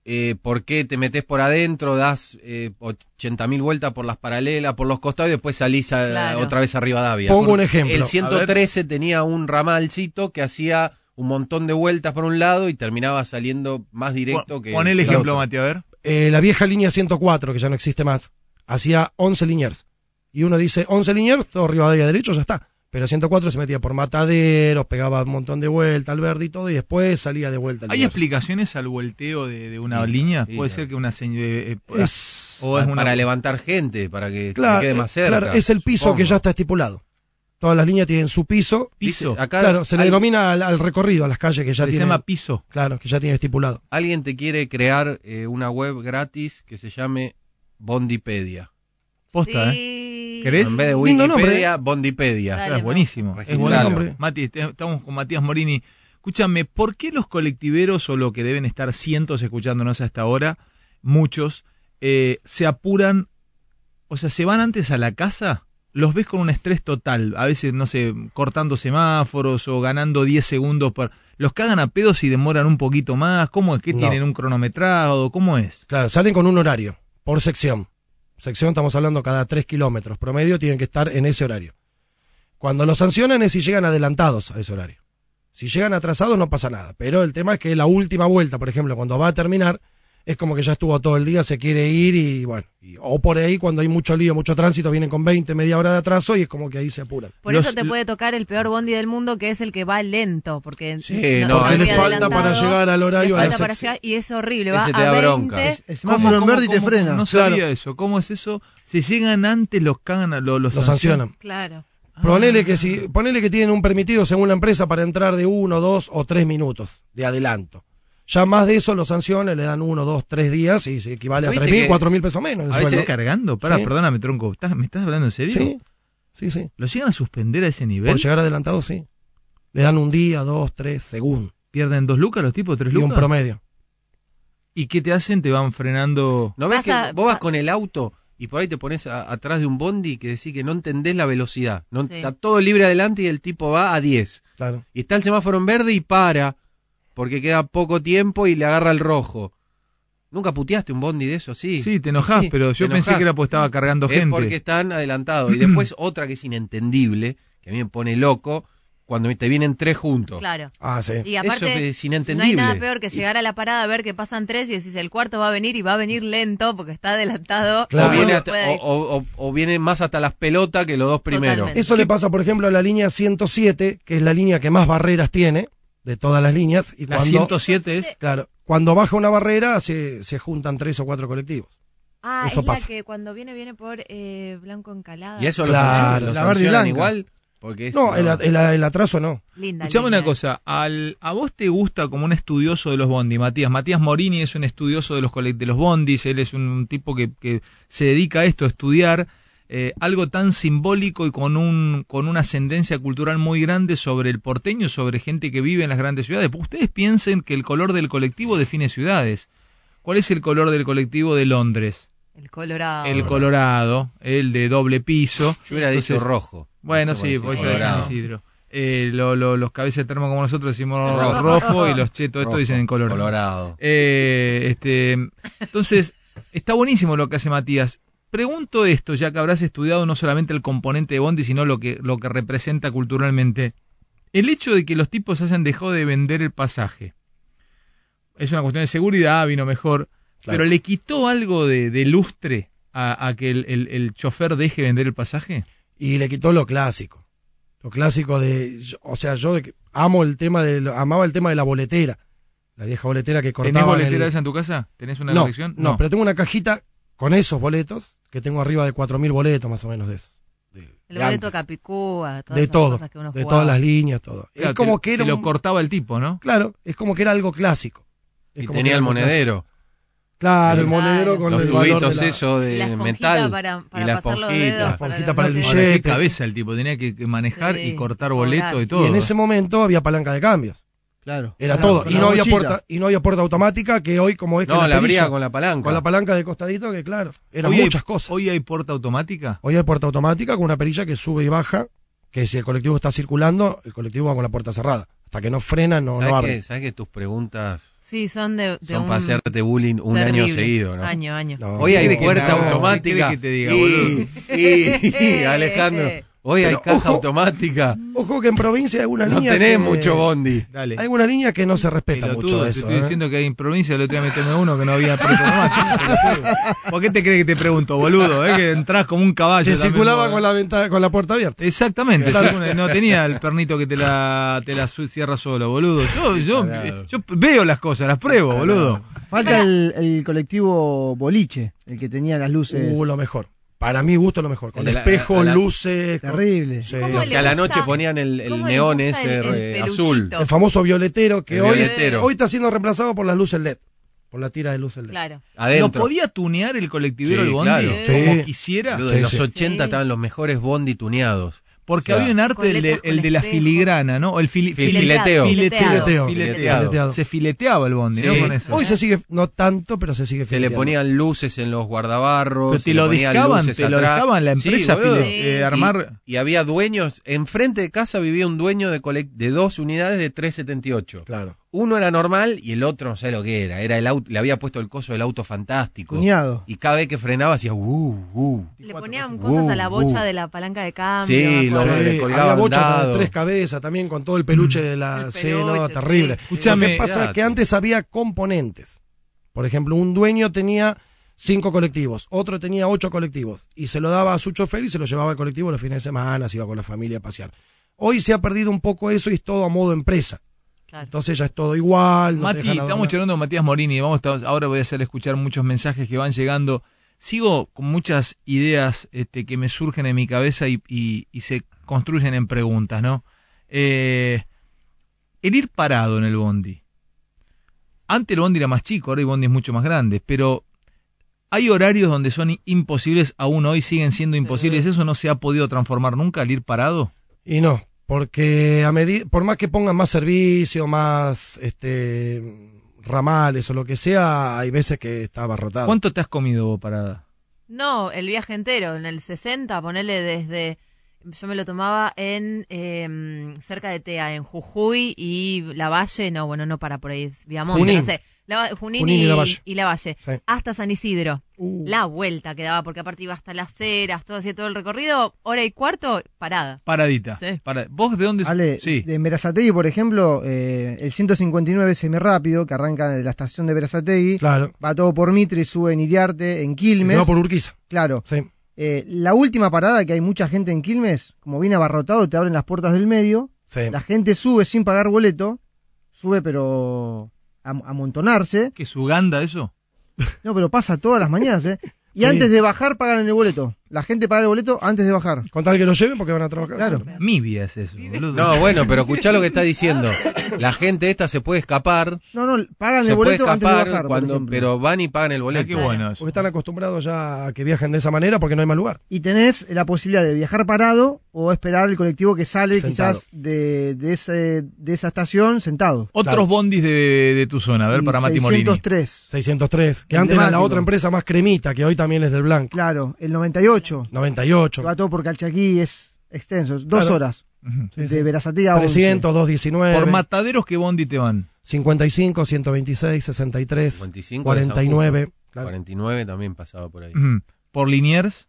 [SPEAKER 4] eh, ¿por qué te metes por adentro, das eh, 80.000 vueltas por las paralelas, por los costados y después salís a-
[SPEAKER 2] Claro.
[SPEAKER 4] otra vez a Rivadavia?
[SPEAKER 6] Pongo un
[SPEAKER 4] Por-
[SPEAKER 6] ejemplo.
[SPEAKER 4] El 113 tenía un ramalcito que hacía un montón de vueltas por un lado y terminaba saliendo más directo
[SPEAKER 1] Pon-
[SPEAKER 4] que...
[SPEAKER 1] Pon el
[SPEAKER 4] que
[SPEAKER 1] ejemplo,
[SPEAKER 4] otro.
[SPEAKER 1] Mati, a ver.
[SPEAKER 6] Eh, la vieja línea 104, que ya no existe más, hacía 11 linears. Y uno dice 11 linears, todo Rivadavia derecho, ya está. Pero 104 se metía por mataderos, pegaba un montón de vueltas al verde y todo, y después salía de vuelta al
[SPEAKER 1] ¿Hay
[SPEAKER 6] Liniers.
[SPEAKER 1] explicaciones al volteo de, de una
[SPEAKER 4] Sí,
[SPEAKER 1] línea?
[SPEAKER 4] sí,
[SPEAKER 1] Puede
[SPEAKER 4] claro.
[SPEAKER 1] ser que una señal.
[SPEAKER 6] Es-
[SPEAKER 1] o es
[SPEAKER 4] Pa-
[SPEAKER 1] una-
[SPEAKER 4] Para levantar gente, para que te
[SPEAKER 6] Claro,
[SPEAKER 4] quede más
[SPEAKER 6] eh,
[SPEAKER 4] cerca.
[SPEAKER 6] claro, es el piso
[SPEAKER 4] supongo.
[SPEAKER 6] que ya está estipulado. Todas las líneas tienen su piso.
[SPEAKER 4] Dice-
[SPEAKER 1] piso.
[SPEAKER 4] acá
[SPEAKER 6] Claro, se le
[SPEAKER 4] hay-
[SPEAKER 6] denomina al, al recorrido, a las calles que ya
[SPEAKER 1] Se le
[SPEAKER 6] tienen.
[SPEAKER 1] llama piso.
[SPEAKER 6] Claro, que ya tiene estipulado.
[SPEAKER 4] alguien te quiere crear eh, una web gratis que se llame Bondipedia.
[SPEAKER 1] Posta, ¿eh?
[SPEAKER 2] Sí.
[SPEAKER 1] ¿Querés?
[SPEAKER 4] En vez de
[SPEAKER 6] Lindo nombre,
[SPEAKER 4] Wikipedia, Bondipedia.
[SPEAKER 2] Dale,
[SPEAKER 1] Claro, es
[SPEAKER 2] Mau.
[SPEAKER 1] buenísimo. Es
[SPEAKER 4] Registralo.
[SPEAKER 1] buenísimo. Mati, te- estamos con Matías Morini. Escúchame, ¿por qué los colectiveros o lo que deben estar cientos escuchándonos hasta ahora, muchos, eh, se apuran, o sea, se van antes a la casa? Los ves con un estrés total, a veces, no sé, cortando semáforos o ganando 10 segundos. Por... ¿Los cagan a pedos y demoran un poquito más? ¿Cómo es? ¿Qué
[SPEAKER 6] No.
[SPEAKER 1] tienen? ¿Un cronometrado? ¿Cómo es?
[SPEAKER 6] Claro, salen con un horario, por sección. Sección estamos hablando cada 3 kilómetros. Promedio tienen que estar en ese horario. Cuando los sancionan es si llegan adelantados a ese horario. Si llegan atrasados no pasa nada. Pero el tema es que la última vuelta, por ejemplo, cuando va a terminar, es como que ya estuvo todo el día, se quiere ir y bueno. y- o por ahí cuando hay mucho lío, mucho tránsito, vienen con 20, media hora de atraso y es como que ahí se apuran.
[SPEAKER 2] Por
[SPEAKER 1] Los-
[SPEAKER 2] eso te puede tocar el peor bondi del mundo, que es el que va lento, porque
[SPEAKER 4] Sí,
[SPEAKER 2] no,
[SPEAKER 4] no,
[SPEAKER 2] va
[SPEAKER 6] Porque
[SPEAKER 4] ahí
[SPEAKER 6] les
[SPEAKER 2] muy
[SPEAKER 4] sí.
[SPEAKER 6] falta para
[SPEAKER 2] adelantado,
[SPEAKER 6] llegar al
[SPEAKER 2] le
[SPEAKER 6] horario a la
[SPEAKER 2] falta para
[SPEAKER 6] sección.
[SPEAKER 2] llegar y es horrible, va
[SPEAKER 4] Ese te
[SPEAKER 2] a
[SPEAKER 4] da
[SPEAKER 2] 20.
[SPEAKER 4] bronca. Es-
[SPEAKER 5] El semáforo en verde y te frena.
[SPEAKER 1] No sabía
[SPEAKER 6] Claro.
[SPEAKER 1] eso. ¿Cómo es eso? Si llegan antes, los cagan a los, los
[SPEAKER 6] Los sancionan.
[SPEAKER 2] Claro.
[SPEAKER 4] Ah.
[SPEAKER 6] Ponele que, si, ponele que tienen un permitido según la empresa para entrar de uno, dos o tres minutos de adelanto. Ya más de eso los sanciones le dan uno, dos, tres días y se equivale a
[SPEAKER 4] Viste
[SPEAKER 6] tres mil,
[SPEAKER 4] que
[SPEAKER 6] cuatro mil pesos menos. el
[SPEAKER 4] a veces-
[SPEAKER 1] ¿Estás
[SPEAKER 6] sueldo.
[SPEAKER 1] cargando? Pará,
[SPEAKER 6] Sí.
[SPEAKER 1] perdóname, tronco. ¿Estás- ¿Me estás hablando en serio?
[SPEAKER 6] Sí, sí, sí.
[SPEAKER 1] ¿Lo llegan a suspender a ese nivel?
[SPEAKER 6] Por llegar adelantado, sí. Le dan un día, dos, tres, según.
[SPEAKER 1] ¿Pierden dos lucas los tipos? ¿Tres
[SPEAKER 6] Y un
[SPEAKER 1] lucas?
[SPEAKER 6] promedio.
[SPEAKER 1] ¿Y qué te hacen? Te van frenando.
[SPEAKER 4] ¿No ves que
[SPEAKER 2] Pasa-
[SPEAKER 4] vos vas
[SPEAKER 2] pa-
[SPEAKER 4] con el auto y por ahí te pones a- atrás de un bondi que decís que no entendés la velocidad? No,
[SPEAKER 2] Sí.
[SPEAKER 4] Está todo libre adelante y el tipo va a 10.
[SPEAKER 6] Claro.
[SPEAKER 4] Y está el semáforo en verde y para porque queda poco tiempo y le agarra el rojo. ¿Nunca puteaste un bondi de eso? Sí,
[SPEAKER 1] Sí, te enojás,
[SPEAKER 4] Sí,
[SPEAKER 1] pero
[SPEAKER 4] te
[SPEAKER 1] yo pensé
[SPEAKER 4] enojás.
[SPEAKER 1] que era porque estaba cargando
[SPEAKER 4] es
[SPEAKER 1] gente.
[SPEAKER 4] porque están adelantados. Y después otra que es inentendible, que a mí me pone loco, cuando te vienen tres juntos.
[SPEAKER 2] Claro.
[SPEAKER 6] Ah, sí.
[SPEAKER 2] Y
[SPEAKER 4] Eso
[SPEAKER 2] aparte,
[SPEAKER 4] es
[SPEAKER 2] no hay
[SPEAKER 4] inentendible.
[SPEAKER 2] nada peor que llegar a la parada a ver que pasan tres y decís el cuarto va a venir y va a venir lento porque está adelantado.
[SPEAKER 6] Claro.
[SPEAKER 4] o,
[SPEAKER 2] No
[SPEAKER 4] viene
[SPEAKER 2] se
[SPEAKER 4] hasta-
[SPEAKER 2] puede ir.
[SPEAKER 4] o- o- o- o viene más hasta las pelotas que los dos primeros.
[SPEAKER 2] Totalmente.
[SPEAKER 6] Eso le pasa, por ejemplo, a la línea 107, que es la línea que más barreras tiene de todas las líneas. Y
[SPEAKER 1] La
[SPEAKER 6] cuando,
[SPEAKER 1] 107 es.
[SPEAKER 6] Claro. Cuando baja una barrera, se, se juntan tres o cuatro colectivos.
[SPEAKER 2] ah,
[SPEAKER 6] eso
[SPEAKER 2] es
[SPEAKER 6] pasa.
[SPEAKER 2] la que cuando viene, viene por eh, Blanco Encalada.
[SPEAKER 4] Y eso lo sancionan,
[SPEAKER 6] Claro,
[SPEAKER 4] lo
[SPEAKER 5] la verde y
[SPEAKER 4] sancionan
[SPEAKER 5] blanca.
[SPEAKER 4] igual. Porque es-
[SPEAKER 6] No, el, el- el atraso no.
[SPEAKER 2] Linda.
[SPEAKER 1] Escuchame
[SPEAKER 2] linda,
[SPEAKER 1] una
[SPEAKER 2] eh.
[SPEAKER 1] cosa, al, a vos te gusta como un estudioso de los bondis, Matías. Matías Morini es un estudioso de los, cole- de los bondis, él es un, tipo que, que se dedica a esto, a estudiar eh, algo tan simbólico y con, un, con una ascendencia cultural muy grande sobre el porteño, sobre gente que vive en las grandes ciudades. Ustedes piensen que el color del colectivo define ciudades. ¿Cuál es el color del colectivo de Londres?
[SPEAKER 2] El Colorado.
[SPEAKER 1] el Colorado, el de doble piso.
[SPEAKER 4] Yo hubiera dicho
[SPEAKER 1] Entonces,
[SPEAKER 4] rojo.
[SPEAKER 1] Bueno,
[SPEAKER 4] No sé,
[SPEAKER 1] sí,
[SPEAKER 4] por
[SPEAKER 1] pues
[SPEAKER 4] decir
[SPEAKER 1] ya de San
[SPEAKER 4] colorado.
[SPEAKER 1] Isidro. Eh, lo- lo- los cabezas de termo como nosotros decimos
[SPEAKER 4] Rojo.
[SPEAKER 1] rojo, y los chetos esto
[SPEAKER 4] Rojo,
[SPEAKER 1] dicen en color.
[SPEAKER 4] Colorado.
[SPEAKER 1] Eh, este, entonces, está buenísimo lo que hace Matías. Pregunto esto, ya que habrás estudiado no solamente el componente de Bondi, sino lo que, lo que representa culturalmente. El hecho de que los tipos hayan dejado de vender el pasaje es una cuestión de seguridad, vino mejor,
[SPEAKER 6] Claro.
[SPEAKER 1] pero le quitó algo de, de lustre a, a que el, el- el chofer deje vender el pasaje.
[SPEAKER 6] Y le quitó lo clásico. Lo clásico de. yo- O sea, yo de que- amo el tema de, lo- amaba el tema de la boletera. La vieja boletera que cortaba.
[SPEAKER 1] ¿Tenés boletera esa en tu casa? ¿Tenés una
[SPEAKER 6] no,
[SPEAKER 1] colección?
[SPEAKER 6] no, pero tengo una cajita con esos boletos que tengo arriba de 4.000 boletos más o menos de esos. De,
[SPEAKER 2] El
[SPEAKER 6] de
[SPEAKER 2] boleto
[SPEAKER 6] antes.
[SPEAKER 2] Capicúa. Todas
[SPEAKER 6] De
[SPEAKER 2] esas
[SPEAKER 6] todo.
[SPEAKER 2] cosas que uno
[SPEAKER 6] De
[SPEAKER 2] jugaba.
[SPEAKER 6] todas las líneas, todo.
[SPEAKER 1] Claro,
[SPEAKER 6] es como
[SPEAKER 1] te
[SPEAKER 6] que
[SPEAKER 1] lo-
[SPEAKER 6] era.
[SPEAKER 1] te lo
[SPEAKER 6] un-
[SPEAKER 1] cortaba el tipo, ¿no?
[SPEAKER 6] claro, es como que era algo clásico. Es
[SPEAKER 4] Y
[SPEAKER 6] como que
[SPEAKER 4] tenía
[SPEAKER 6] era
[SPEAKER 4] el
[SPEAKER 6] algo clásico.
[SPEAKER 4] monedero.
[SPEAKER 6] Claro, el
[SPEAKER 4] Sí.
[SPEAKER 6] monedero con
[SPEAKER 4] Los
[SPEAKER 6] el valor
[SPEAKER 4] tubitos
[SPEAKER 6] de la-
[SPEAKER 4] eso
[SPEAKER 2] Y la
[SPEAKER 4] de
[SPEAKER 2] esponjita
[SPEAKER 4] metal.
[SPEAKER 2] para, para
[SPEAKER 4] y la
[SPEAKER 2] pasar los
[SPEAKER 4] esponjita.
[SPEAKER 2] dedos.
[SPEAKER 6] La esponjita para el
[SPEAKER 2] los
[SPEAKER 1] Ahora,
[SPEAKER 6] billete.
[SPEAKER 1] qué
[SPEAKER 6] Chepe.
[SPEAKER 1] cabeza el tipo, tenía que que manejar
[SPEAKER 2] Sí,
[SPEAKER 1] y cortar
[SPEAKER 2] cobrar.
[SPEAKER 1] boletos y
[SPEAKER 6] Y
[SPEAKER 1] todo.
[SPEAKER 6] en ese momento había palanca de cambios.
[SPEAKER 5] Claro.
[SPEAKER 6] Era
[SPEAKER 5] Claro,
[SPEAKER 6] todo.
[SPEAKER 5] con
[SPEAKER 6] Y
[SPEAKER 5] la
[SPEAKER 6] no, había
[SPEAKER 5] mochila.
[SPEAKER 6] puerta, y no había puerta automática, que hoy como es que
[SPEAKER 4] No, la abría
[SPEAKER 6] perilla,
[SPEAKER 4] con la palanca.
[SPEAKER 6] con la palanca de costadito, que claro, eran
[SPEAKER 1] Hoy hay-
[SPEAKER 6] muchas cosas.
[SPEAKER 1] Hoy hay puerta automática.
[SPEAKER 6] Hoy hay puerta automática con una perilla que sube y baja, que si el colectivo está circulando, el colectivo va con la puerta cerrada. Hasta que no frena, no,
[SPEAKER 4] ¿Sabes,
[SPEAKER 6] no
[SPEAKER 4] que,
[SPEAKER 6] abre.
[SPEAKER 4] sabes que tus preguntas
[SPEAKER 2] Sí, son de, de
[SPEAKER 4] son
[SPEAKER 2] un
[SPEAKER 4] para hacerte bullying un año
[SPEAKER 2] terrible.
[SPEAKER 4] seguido, ¿no?
[SPEAKER 2] Año, año.
[SPEAKER 6] No,
[SPEAKER 4] Hoy hay
[SPEAKER 1] ¿Qué
[SPEAKER 4] puerta
[SPEAKER 1] querés que te haga?
[SPEAKER 4] automática.
[SPEAKER 1] ¿Qué querés que te diga,
[SPEAKER 4] y, y- y, Alejandro,
[SPEAKER 2] Eh,
[SPEAKER 4] hoy hay
[SPEAKER 6] Pero,
[SPEAKER 4] caja
[SPEAKER 6] ojo.
[SPEAKER 4] automática.
[SPEAKER 6] Ojo que en provincia hay alguna
[SPEAKER 4] No
[SPEAKER 6] línea.
[SPEAKER 4] tenés
[SPEAKER 6] que-
[SPEAKER 4] mucho bondi.
[SPEAKER 1] Dale.
[SPEAKER 6] Hay una línea que no se respeta
[SPEAKER 1] Pelotudo,
[SPEAKER 6] mucho de
[SPEAKER 1] te
[SPEAKER 6] eso.
[SPEAKER 1] estoy
[SPEAKER 6] ¿eh?
[SPEAKER 1] diciendo que hay en provincia, el otro día me tomé uno que no había preso más. Pelotudo. ¿Por qué te crees que te pregunto, boludo? eh? Que entras como un caballo.
[SPEAKER 6] Que
[SPEAKER 1] también,
[SPEAKER 6] circulaba
[SPEAKER 1] vos.
[SPEAKER 6] con la, ventana, con la puerta abierta.
[SPEAKER 1] Exactamente,
[SPEAKER 6] Claro.
[SPEAKER 1] sí, una- no tenía el pernito que te la, te la su- cierra solo, boludo. Yo, yo,
[SPEAKER 4] Tarado.
[SPEAKER 1] yo veo las cosas, las pruebo, boludo.
[SPEAKER 5] Falta el, el colectivo boliche, el que tenía las luces.
[SPEAKER 6] Uh, lo mejor. Para mi gusto, lo mejor. Con
[SPEAKER 4] El de la-
[SPEAKER 6] espejo,
[SPEAKER 4] a la-
[SPEAKER 6] luces. con-
[SPEAKER 5] Terrible.
[SPEAKER 6] Sí.
[SPEAKER 2] ¿Cómo le
[SPEAKER 4] Que a la
[SPEAKER 2] gusta?
[SPEAKER 4] noche ponían el, el
[SPEAKER 2] ¿Cómo le
[SPEAKER 4] neón
[SPEAKER 2] gusta
[SPEAKER 4] ese
[SPEAKER 2] el- el
[SPEAKER 4] eh,
[SPEAKER 2] peluchito?
[SPEAKER 4] azul.
[SPEAKER 6] El famoso violetero que
[SPEAKER 4] El
[SPEAKER 6] hoy,
[SPEAKER 4] violetero.
[SPEAKER 6] hoy está siendo reemplazado por las luces LED. Por la tira de luces LED.
[SPEAKER 2] Claro.
[SPEAKER 1] ¿Lo
[SPEAKER 4] Adentro.
[SPEAKER 1] podía tunear el colectivero
[SPEAKER 4] Sí,
[SPEAKER 1] el bondi
[SPEAKER 4] claro.
[SPEAKER 1] como
[SPEAKER 6] Sí.
[SPEAKER 1] quisiera?
[SPEAKER 4] Boludo,
[SPEAKER 6] Sí,
[SPEAKER 4] en los
[SPEAKER 6] sí.
[SPEAKER 4] 80
[SPEAKER 2] Sí.
[SPEAKER 4] estaban los mejores bondi tuneados.
[SPEAKER 1] Porque
[SPEAKER 4] O sea,
[SPEAKER 1] había un
[SPEAKER 2] con
[SPEAKER 1] arte, el de,
[SPEAKER 2] letras,
[SPEAKER 1] el
[SPEAKER 2] con
[SPEAKER 1] de la
[SPEAKER 2] espejo.
[SPEAKER 1] filigrana, ¿no? O el fili-
[SPEAKER 4] Fil-
[SPEAKER 1] fili-
[SPEAKER 4] fileteo.
[SPEAKER 2] Fileteado.
[SPEAKER 6] Fileteo.
[SPEAKER 1] fileteado.
[SPEAKER 6] Fileteado.
[SPEAKER 1] Se fileteaba el bondi,
[SPEAKER 4] Sí.
[SPEAKER 1] ¿no? Con eso.
[SPEAKER 6] Hoy se sigue, no tanto, pero se sigue
[SPEAKER 4] Se le
[SPEAKER 6] fileteando.
[SPEAKER 4] ponían luces en los guardabarros.
[SPEAKER 1] Pero
[SPEAKER 4] se
[SPEAKER 1] te
[SPEAKER 4] le
[SPEAKER 1] lo
[SPEAKER 4] ponían
[SPEAKER 1] dejaban,
[SPEAKER 4] luces
[SPEAKER 1] te lo
[SPEAKER 4] atrás.
[SPEAKER 1] dejaban la
[SPEAKER 4] Sí,
[SPEAKER 1] empresa
[SPEAKER 4] boludo.
[SPEAKER 1] file- eh,
[SPEAKER 2] Sí.
[SPEAKER 1] armar.
[SPEAKER 4] Y había dueños, enfrente de casa vivía un dueño de, colec- de dos unidades de 378.
[SPEAKER 6] Claro.
[SPEAKER 4] Uno era normal y el otro no sé lo que era. era el auto, le había puesto el coso del auto fantástico.
[SPEAKER 5] Cuñado.
[SPEAKER 4] Y cada vez que frenaba hacía uh, uh.
[SPEAKER 2] Le ponían cosas a la
[SPEAKER 4] Uh,
[SPEAKER 2] bocha
[SPEAKER 4] uh.
[SPEAKER 2] de la palanca de cambio.
[SPEAKER 4] Sí,
[SPEAKER 2] me
[SPEAKER 4] lo-
[SPEAKER 2] acuerdo.
[SPEAKER 4] le
[SPEAKER 6] Sí,
[SPEAKER 4] colgaba
[SPEAKER 6] había bocha
[SPEAKER 4] andado.
[SPEAKER 6] de tres cabezas también con todo el peluche de la
[SPEAKER 2] El
[SPEAKER 6] sí, no,
[SPEAKER 2] peluche,
[SPEAKER 6] terrible.
[SPEAKER 2] sí.
[SPEAKER 4] Escuchame,
[SPEAKER 6] Lo que pasa es
[SPEAKER 4] mirate.
[SPEAKER 6] que antes había componentes. Por ejemplo, un dueño tenía cinco colectivos, otro tenía ocho colectivos y se lo daba a su chofer y se lo llevaba al colectivo los fines de semana, se iba con la familia a pasear. Hoy se ha perdido un poco eso y es todo a modo empresa.
[SPEAKER 2] Claro.
[SPEAKER 6] Entonces ya es todo igual. no
[SPEAKER 1] Mati,
[SPEAKER 6] te dejan
[SPEAKER 1] estamos
[SPEAKER 6] adornar.
[SPEAKER 1] charlando con Matías Morini. Vamos, a- ahora voy a hacer escuchar muchos mensajes que van llegando. Sigo con muchas ideas este, que me surgen en mi cabeza y, y- y se construyen en preguntas, ¿no? Eh, el ir parado en el bondi. Antes el bondi era más chico, ahora el bondi es mucho más grande, pero hay horarios donde son imposibles, aún hoy siguen siendo imposibles. ¿Eso no se ha podido transformar nunca, el ir parado?
[SPEAKER 6] Y no, porque a medi- por más que pongan más servicio, más este ramales o lo que sea, hay veces que está abarrotado.
[SPEAKER 1] ¿Cuánto te has comido vos parada?
[SPEAKER 2] No, el viaje entero, en el 60, ponele desde... Yo me lo tomaba en eh, cerca de Tea, en Jujuy y La Valle, no, bueno, no para por ahí, es Viamonte,
[SPEAKER 6] Junín.
[SPEAKER 2] no sé. La- Junín,
[SPEAKER 6] Junín y
[SPEAKER 2] y,
[SPEAKER 6] La Valle.
[SPEAKER 2] y La Valle.
[SPEAKER 6] Sí.
[SPEAKER 2] Hasta San Isidro.
[SPEAKER 6] Uh.
[SPEAKER 2] La vuelta que daba, porque aparte iba hasta las ceras, todo así, todo el recorrido, hora y cuarto, parada.
[SPEAKER 1] Paradita.
[SPEAKER 2] Sí.
[SPEAKER 1] Para- ¿Vos de dónde?
[SPEAKER 5] Ale,
[SPEAKER 1] sí.
[SPEAKER 5] de Berazategui, por ejemplo, eh, el 159 semirápido que arranca de la estación de Berazategui,
[SPEAKER 6] Claro.
[SPEAKER 5] va todo por Mitre, sube en Iriarte, en
[SPEAKER 6] Y
[SPEAKER 5] Quilmes.
[SPEAKER 6] va por Urquiza.
[SPEAKER 5] Claro.
[SPEAKER 6] Sí.
[SPEAKER 5] Eh, la última parada que hay mucha gente en Quilmes, como viene abarrotado, te abren las puertas del medio,
[SPEAKER 6] sí.
[SPEAKER 5] la gente sube sin pagar boleto, sube pero a, a amontonarse.
[SPEAKER 1] ¿Qué es Uganda eso?
[SPEAKER 5] No, pero pasa todas las mañanas, ¿eh? Y
[SPEAKER 6] Sí.
[SPEAKER 5] antes de bajar pagan el boleto. La gente paga el boleto antes de bajar.
[SPEAKER 6] Con tal que lo lleven porque van a trabajar.
[SPEAKER 5] Claro.
[SPEAKER 1] Mibia es eso, boludo.
[SPEAKER 4] No, bueno, pero escuchá lo que está diciendo. La gente esta se puede escapar,
[SPEAKER 5] No, no, pagan
[SPEAKER 4] se
[SPEAKER 5] el
[SPEAKER 4] puede
[SPEAKER 5] boleto antes de
[SPEAKER 4] escapar
[SPEAKER 5] bajar. por
[SPEAKER 4] cuando,
[SPEAKER 5] ejemplo.
[SPEAKER 4] pero van y pagan el
[SPEAKER 1] Mirá Ah, qué
[SPEAKER 4] boleto.
[SPEAKER 1] bueno eso.
[SPEAKER 6] Porque están acostumbrados ya a que viajen de esa manera porque no hay más lugar.
[SPEAKER 5] Y tenés la posibilidad de viajar parado o esperar el colectivo que sale
[SPEAKER 6] Sentado.
[SPEAKER 5] quizás de, de, ese- de esa estación sentado.
[SPEAKER 1] Otros
[SPEAKER 6] Claro.
[SPEAKER 1] bondis de, de tu zona, a ver,
[SPEAKER 5] Y
[SPEAKER 1] para Mati Morini.
[SPEAKER 5] 603,
[SPEAKER 6] 603, que antes era la
[SPEAKER 5] Emblemático.
[SPEAKER 6] otra empresa más cremita, que hoy también es del Blanco.
[SPEAKER 5] claro. El 98, que
[SPEAKER 6] 98.
[SPEAKER 5] va todo por Calchaquí, es extenso. Dos
[SPEAKER 6] Claro.
[SPEAKER 5] horas.
[SPEAKER 1] Ujú.
[SPEAKER 6] Sí, sí.
[SPEAKER 5] De Verazategui a
[SPEAKER 6] 300, 219.
[SPEAKER 1] Por mataderos, ¿qué bondi te van?
[SPEAKER 6] 55, 126, 63,
[SPEAKER 4] 55 de San
[SPEAKER 6] 49. claro.
[SPEAKER 4] 49 también pasaba por ahí.
[SPEAKER 1] Ujú. ¿Por Liniers?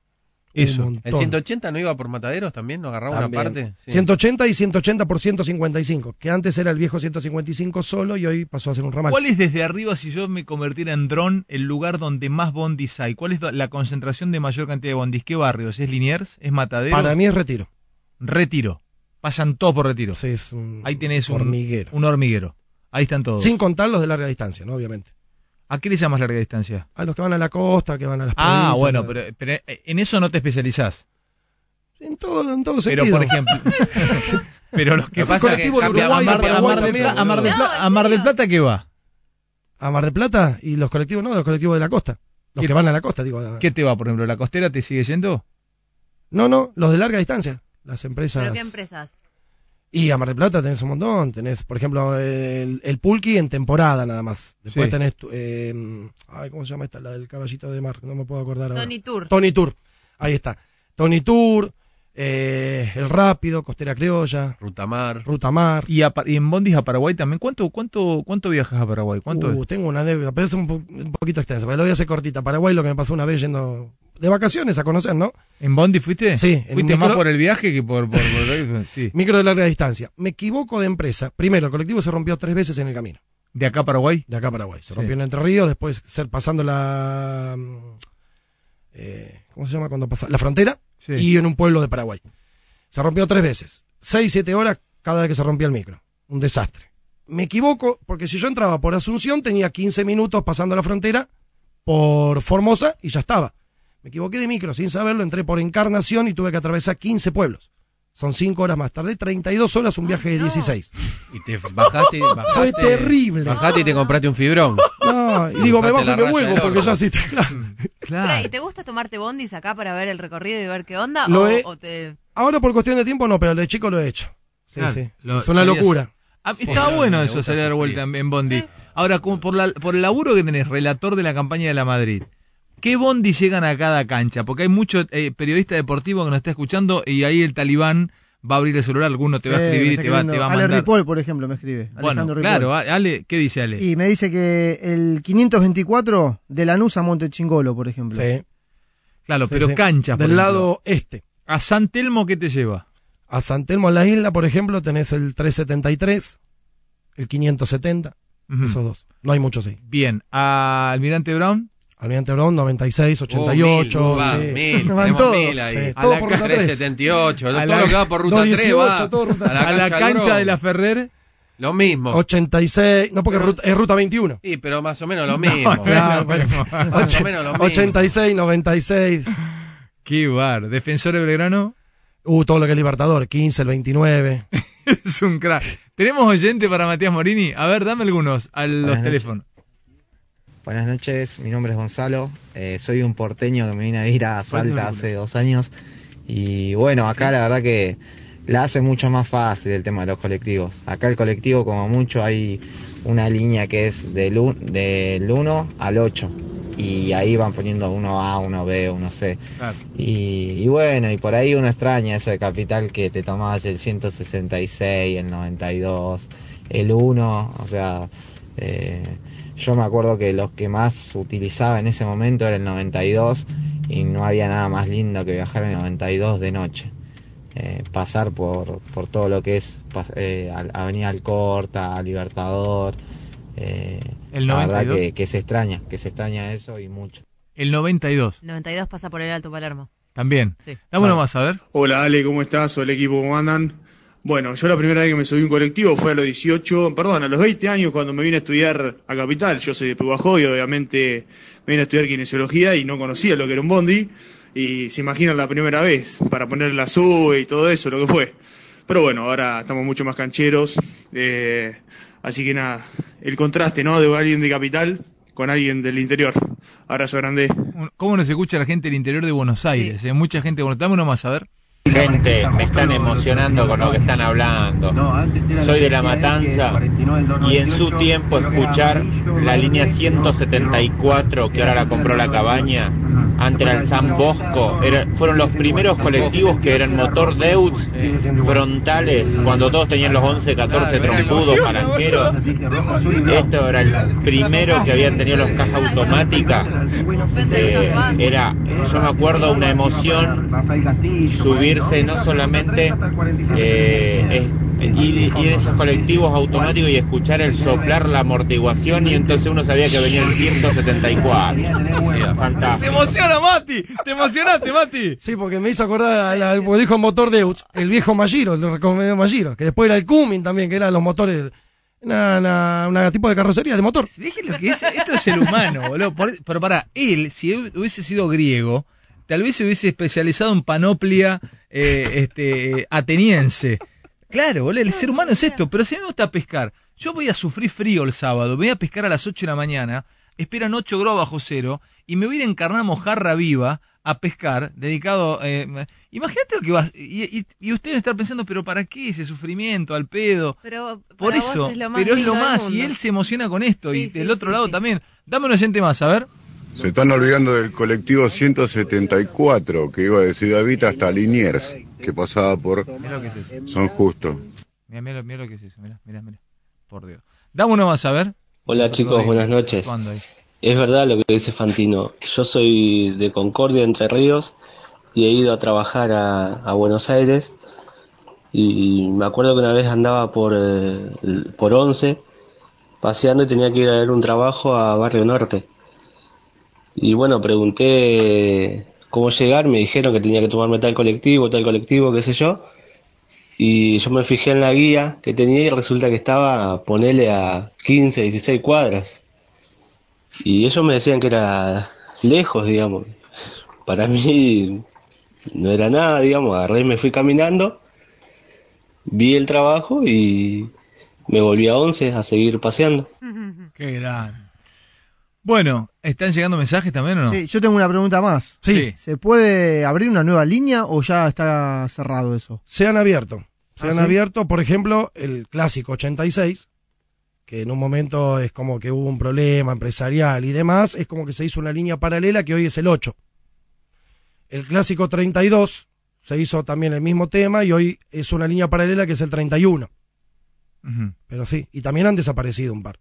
[SPEAKER 1] Eso. Eh,
[SPEAKER 6] Un
[SPEAKER 4] ¿El
[SPEAKER 6] montón.
[SPEAKER 4] 180 no iba por mataderos también? ¿No agarraba
[SPEAKER 6] También.
[SPEAKER 4] una parte? Sí.
[SPEAKER 6] 180 y 180 por 155, que antes era el viejo 155 solo y hoy pasó a ser un ramal.
[SPEAKER 1] ¿Cuál es desde arriba, si yo me convertiera en dron, el lugar donde más bondis hay? ¿Cuál es do- la concentración de mayor cantidad de bondis? ¿Qué barrios? ¿Es Liniers? ¿Es Mataderos?
[SPEAKER 6] Para mí es retiro.
[SPEAKER 1] Retiro. Pasan todos por retiro.
[SPEAKER 6] O sea, es un
[SPEAKER 1] Ahí tenés un-
[SPEAKER 6] hormiguero.
[SPEAKER 1] Un hormiguero. Ahí están todos.
[SPEAKER 6] Sin contar los de larga distancia, ¿no? Obviamente.
[SPEAKER 1] ¿A qué le llamas larga distancia?
[SPEAKER 6] A los que van a la costa, que van a las
[SPEAKER 1] Ah,
[SPEAKER 6] provincias,
[SPEAKER 1] bueno,
[SPEAKER 6] tal.
[SPEAKER 1] pero, pero, eh, en eso no te especializás.
[SPEAKER 6] En todo, en todo
[SPEAKER 1] Pero,
[SPEAKER 6] sentido.
[SPEAKER 1] por ejemplo... pero los que
[SPEAKER 4] Lo que pasa es que
[SPEAKER 6] colectivo de
[SPEAKER 4] cambia-
[SPEAKER 6] Uruguay,
[SPEAKER 1] a Mar,
[SPEAKER 4] cambia
[SPEAKER 1] a Mar
[SPEAKER 6] Uruguay
[SPEAKER 1] del
[SPEAKER 4] bastante,
[SPEAKER 6] también,
[SPEAKER 1] Plata, a Mar del
[SPEAKER 4] boludo.
[SPEAKER 1] Pla- a Mar del Plata, ¿qué va?
[SPEAKER 6] a Mar de Plata y los colectivos no, los colectivos de la costa. Los
[SPEAKER 1] ¿Qué-
[SPEAKER 6] que van a la costa, digo. a-
[SPEAKER 1] ¿Qué te va, por ejemplo? ¿La costera te sigue yendo?
[SPEAKER 6] No, no, los de larga distancia. Las empresas.
[SPEAKER 2] ¿Pero em- qué empresas?
[SPEAKER 6] Y a Mar del Plata tenés un montón. Tenés, por ejemplo, el, el Pulqui en temporada nada más. Después
[SPEAKER 1] Sí.
[SPEAKER 6] tenés. tu- eh, ay, ¿cómo se llama esta? La del caballito de mar. No me puedo acordar ahora.
[SPEAKER 2] Tony Tour.
[SPEAKER 6] Tony Tour. Ahí está. Tony Tour, eh, El Rápido, Costera Criolla,
[SPEAKER 4] Rutamar.
[SPEAKER 6] Ruta Mar.
[SPEAKER 1] ¿Y, a Pa- y en Bondis a Paraguay también? ¿Cuánto, cuánto, cuánto viajas a Paraguay? ¿Cuánto
[SPEAKER 6] Uh,
[SPEAKER 1] es?
[SPEAKER 6] Tengo una anécdota, pero es un, po- un poquito extensa. Pero lo voy a hacer cortita. Paraguay, lo que me pasó una vez yendo de vacaciones a conocer, ¿no?
[SPEAKER 1] ¿En Bondi fuiste?
[SPEAKER 6] Sí, en
[SPEAKER 1] Fuiste
[SPEAKER 6] micro-
[SPEAKER 1] más por el viaje que por... por, por- sí.
[SPEAKER 6] Micro de larga distancia. Me equivoco de empresa. Primero, el colectivo se rompió tres veces en el camino.
[SPEAKER 1] ¿De acá a Paraguay?
[SPEAKER 6] de acá a Paraguay. Se
[SPEAKER 1] Sí.
[SPEAKER 6] rompió en Entre Ríos, después ser pasando la. mm, eh, ¿Cómo se llama cuando pasa? La frontera
[SPEAKER 1] Sí.
[SPEAKER 6] y en un pueblo de Paraguay. Se rompió tres veces. Seis, siete horas cada vez que se rompía el micro. Un desastre. Me equivoco porque si yo entraba por Asunción tenía 15 minutos pasando la frontera por Formosa y ya estaba. Me equivoqué de micro, sin saberlo, entré por Encarnación y tuve que atravesar 15 pueblos. Son 5 horas más. Tardé 32 horas un viaje de
[SPEAKER 2] no.
[SPEAKER 6] 16.
[SPEAKER 4] Y te bajaste, bajaste.
[SPEAKER 6] Fue terrible.
[SPEAKER 4] Bajaste y te compraste un fibrón.
[SPEAKER 6] No, y digo, me
[SPEAKER 4] Cruzaste
[SPEAKER 6] bajo
[SPEAKER 4] la
[SPEAKER 6] y me
[SPEAKER 4] raya
[SPEAKER 6] vuelvo
[SPEAKER 4] del
[SPEAKER 6] porque
[SPEAKER 4] horno.
[SPEAKER 6] ya así está claro.
[SPEAKER 5] Mm,
[SPEAKER 2] Pará, ¿Y
[SPEAKER 1] Claro.
[SPEAKER 2] te gusta tomarte bondis acá para ver el recorrido y ver qué onda?
[SPEAKER 6] Lo
[SPEAKER 2] o,
[SPEAKER 6] he-
[SPEAKER 2] o te...
[SPEAKER 6] Ahora por cuestión de tiempo no, pero el de chico lo he hecho. Sí,
[SPEAKER 1] Claro,
[SPEAKER 6] sí.
[SPEAKER 1] lo-
[SPEAKER 6] es una
[SPEAKER 1] sabías-
[SPEAKER 6] locura.
[SPEAKER 1] Ah, estaba
[SPEAKER 4] Sí,
[SPEAKER 1] bueno
[SPEAKER 4] me
[SPEAKER 1] eso,
[SPEAKER 4] gusta
[SPEAKER 1] salir a dar
[SPEAKER 4] sufrir.
[SPEAKER 1] vuelta en, en Bondi.
[SPEAKER 2] Sí.
[SPEAKER 1] Ahora, como por, la- por el laburo que tenés, relator de la campaña de la Madrid, ¿qué Bondi llegan a cada cancha? Porque hay mucho eh, periodista deportivo que nos está escuchando y ahí el talibán va a abrir el celular, alguno te va a
[SPEAKER 5] Sí, me
[SPEAKER 1] escribir y
[SPEAKER 5] está
[SPEAKER 1] te va,
[SPEAKER 5] escribiendo
[SPEAKER 1] te va a
[SPEAKER 5] Ale
[SPEAKER 1] mandar.
[SPEAKER 5] Ripoll, por ejemplo, me escribe.
[SPEAKER 1] bueno,
[SPEAKER 5] Alejandro Ripoll.
[SPEAKER 1] claro, a- Ale, ¿qué dice Ale?
[SPEAKER 5] Y me dice que el 524 de Lanús a Monte Chingolo, por ejemplo.
[SPEAKER 6] Sí,
[SPEAKER 1] claro,
[SPEAKER 6] sí,
[SPEAKER 1] pero
[SPEAKER 6] sí.
[SPEAKER 1] canchas. por
[SPEAKER 6] Del
[SPEAKER 1] ejemplo.
[SPEAKER 6] lado este.
[SPEAKER 1] ¿A San Telmo qué te lleva?
[SPEAKER 6] A San Telmo en la isla, por ejemplo, tenés el 373, el 570,
[SPEAKER 1] Ujú.
[SPEAKER 6] esos dos. No hay muchos ahí.
[SPEAKER 1] Bien, a Almirante Brown,
[SPEAKER 6] Almirante Brown, 96, 88.
[SPEAKER 4] Oh, mil, va,
[SPEAKER 6] sí.
[SPEAKER 4] mil,
[SPEAKER 5] Van
[SPEAKER 4] tenemos
[SPEAKER 5] todos,
[SPEAKER 4] mil ahí.
[SPEAKER 6] sí.
[SPEAKER 4] A
[SPEAKER 6] Todo
[SPEAKER 4] la
[SPEAKER 6] por
[SPEAKER 4] cancha
[SPEAKER 6] ruta tres.
[SPEAKER 4] 378,
[SPEAKER 1] A
[SPEAKER 4] todo
[SPEAKER 1] la-
[SPEAKER 4] lo que va por ruta 3
[SPEAKER 6] 218,
[SPEAKER 4] va.
[SPEAKER 6] todo ruta
[SPEAKER 4] a la
[SPEAKER 1] a
[SPEAKER 4] cancha,
[SPEAKER 1] la cancha
[SPEAKER 4] Grove.
[SPEAKER 1] de la Ferrer.
[SPEAKER 4] Lo mismo.
[SPEAKER 6] 86, no porque es ruta, es ruta 21.
[SPEAKER 4] Sí, pero más o menos lo mismo.
[SPEAKER 6] Claro, bueno.
[SPEAKER 4] Más o menos lo mismo.
[SPEAKER 6] 86, 96.
[SPEAKER 1] Qué bar. Defensor de Belgrano.
[SPEAKER 6] Uh, todo lo que es Libertador, 15, el 29.
[SPEAKER 1] es un crack. Tenemos oyente para Matías Morini. A ver, dame algunos a los
[SPEAKER 7] Buenas noches.
[SPEAKER 1] teléfonos.
[SPEAKER 7] Buenas noches, mi nombre es Gonzalo, eh, soy un porteño que me vine a ir a Salta hace dos años y bueno, acá la verdad que la hace mucho más fácil el tema de los colectivos. Acá el colectivo como mucho hay una línea que es del, un- del 1 al 8 y ahí van poniendo 1A, 1B, 1C.
[SPEAKER 1] Claro.
[SPEAKER 7] Y, y bueno, y por ahí uno extraña eso de Capital que te tomabas el 166, el 92, el 1, o sea, eh, yo me acuerdo que los que más utilizaba en ese momento era el 92 y no había nada más lindo que viajar en el 92 de noche. Eh, pasar por, por todo lo que es pas- eh, al- Avenida Alcorta, Libertador. eh,
[SPEAKER 1] El
[SPEAKER 7] la verdad
[SPEAKER 1] 92.
[SPEAKER 7] que, que se extraña, que se extraña eso y mucho.
[SPEAKER 1] El 92,
[SPEAKER 2] 92 pasa por el Alto Palermo.
[SPEAKER 1] también.
[SPEAKER 2] Sí.
[SPEAKER 1] Dame uno más, a ver.
[SPEAKER 8] Hola Ale, ¿cómo estás? Hola equipo, ¿cómo andan? Bueno, yo la primera vez que me subí a un colectivo fue a los 18, perdón, a los 20 años cuando me vine a estudiar a Capital. Yo soy de Pehuajó y obviamente me vine a estudiar kinesiología y no conocía lo que era un bondi. Y se imaginan la primera vez, para poner la sube y todo eso, lo que fue. Pero bueno, ahora estamos mucho más cancheros. eh, así que nada, el contraste, ¿no? De alguien de Capital con alguien del interior. Abrazo grande.
[SPEAKER 1] Un- ¿Cómo nos escucha la gente del interior de Buenos Aires? eh? Mucha gente. Bueno, dame uno más, a ver.
[SPEAKER 9] Gente, me están emocionando con lo que están hablando. Soy de La Matanza y en su tiempo escuchar la línea 174 que ahora la compró la cabaña, antes era el San Bosco, era- fueron los primeros colectivos que eran motor Deutz, frontales, cuando todos tenían los 11, 14
[SPEAKER 4] Claro, me
[SPEAKER 9] trompudos,
[SPEAKER 4] emociona,
[SPEAKER 9] palanqueros. Esto era el primero que habían tenido los cajas automáticas. Eh, era, yo me acuerdo, una emoción subirse no solamente eh, es- ir, ir en esos colectivos automáticos y escuchar el soplar la amortiguación y entonces uno sabía que venía el 174.
[SPEAKER 1] ¡Se
[SPEAKER 9] Fantástico.
[SPEAKER 1] emociona, Mati! ¡Te emocionaste, Mati!
[SPEAKER 6] Sí, porque me hizo acordar, a la- porque dijo motor de el viejo Magiro, el recomendó Magiro, que después era el Cumming también, que eran los motores, una, una, una tipo de carrocería de motor.
[SPEAKER 1] Deje lo que es. Esto es el humano, boludo. Por- Pero para él, si hubiese sido griego, tal vez se hubiese especializado en panoplia eh, este, eh, ateniense. Claro, boludo, el ser humano es esto. Pero si a mí me gusta pescar, Yo voy a sufrir frío el sábado, voy a pescar a las 8 de la mañana, esperan 8 grados bajo cero, y me voy a ir a encarnar mojarra viva a pescar, dedicado... eh, imagínate lo que vas... Y, y, y ustedes están pensando, pero ¿para qué ese sufrimiento al pedo?
[SPEAKER 2] Pero para
[SPEAKER 1] Por
[SPEAKER 2] vos
[SPEAKER 1] eso,
[SPEAKER 2] es lo más
[SPEAKER 1] pero es
[SPEAKER 2] lindo
[SPEAKER 1] lo
[SPEAKER 2] del
[SPEAKER 1] más, y
[SPEAKER 2] mundo.
[SPEAKER 1] él se emociona con esto, y
[SPEAKER 2] Sí, sí,
[SPEAKER 1] del otro
[SPEAKER 2] sí,
[SPEAKER 1] lado
[SPEAKER 2] sí.
[SPEAKER 1] también. Dame un oyente más, a ver.
[SPEAKER 10] Se están olvidando del colectivo 174 que iba de Ciudad Vita hasta Liniers, que pasaba por
[SPEAKER 1] Mirá lo que es eso.
[SPEAKER 10] Son Justo.
[SPEAKER 1] Mirá, mirá lo- mirá lo que es eso, mirá, mirá, mirá. Por Dios. Dame uno más, a ver.
[SPEAKER 11] Hola chicos, buenas noches.
[SPEAKER 1] ¿Cuándo hay?
[SPEAKER 11] Es verdad lo que dice Fantino. Yo soy de Concordia, Entre Ríos, y he ido a trabajar a, a Buenos Aires. Y me acuerdo que una vez andaba por, eh, el- por Once, paseando y tenía que ir a ver un trabajo a Barrio Norte. Y bueno, pregunté cómo llegar, me dijeron que tenía que tomarme tal colectivo, tal colectivo, qué sé yo. Y yo me fijé en la guía que tenía y resulta que estaba, ponele a 15, 16 cuadras. Y ellos me decían que era lejos, digamos. Para mí no era nada, digamos. Agarré y me fui caminando, vi el trabajo y me volví a 11 a seguir paseando.
[SPEAKER 1] Qué gran. Bueno, ¿están llegando mensajes también o no?
[SPEAKER 5] Sí, yo tengo una pregunta más.
[SPEAKER 1] Sí.
[SPEAKER 5] ¿Se puede abrir una nueva línea o ya está cerrado eso?
[SPEAKER 6] Se han abierto. Se
[SPEAKER 5] Ah,
[SPEAKER 6] han
[SPEAKER 5] ¿sí?
[SPEAKER 6] abierto, por ejemplo, el clásico 86, que en un momento es como que hubo un problema empresarial y demás, es como que se hizo una línea paralela que hoy es el 8. El clásico 32 se hizo también el mismo tema y hoy es una línea paralela que es el 31.
[SPEAKER 1] Ujú.
[SPEAKER 6] Pero sí, y también han desaparecido un par.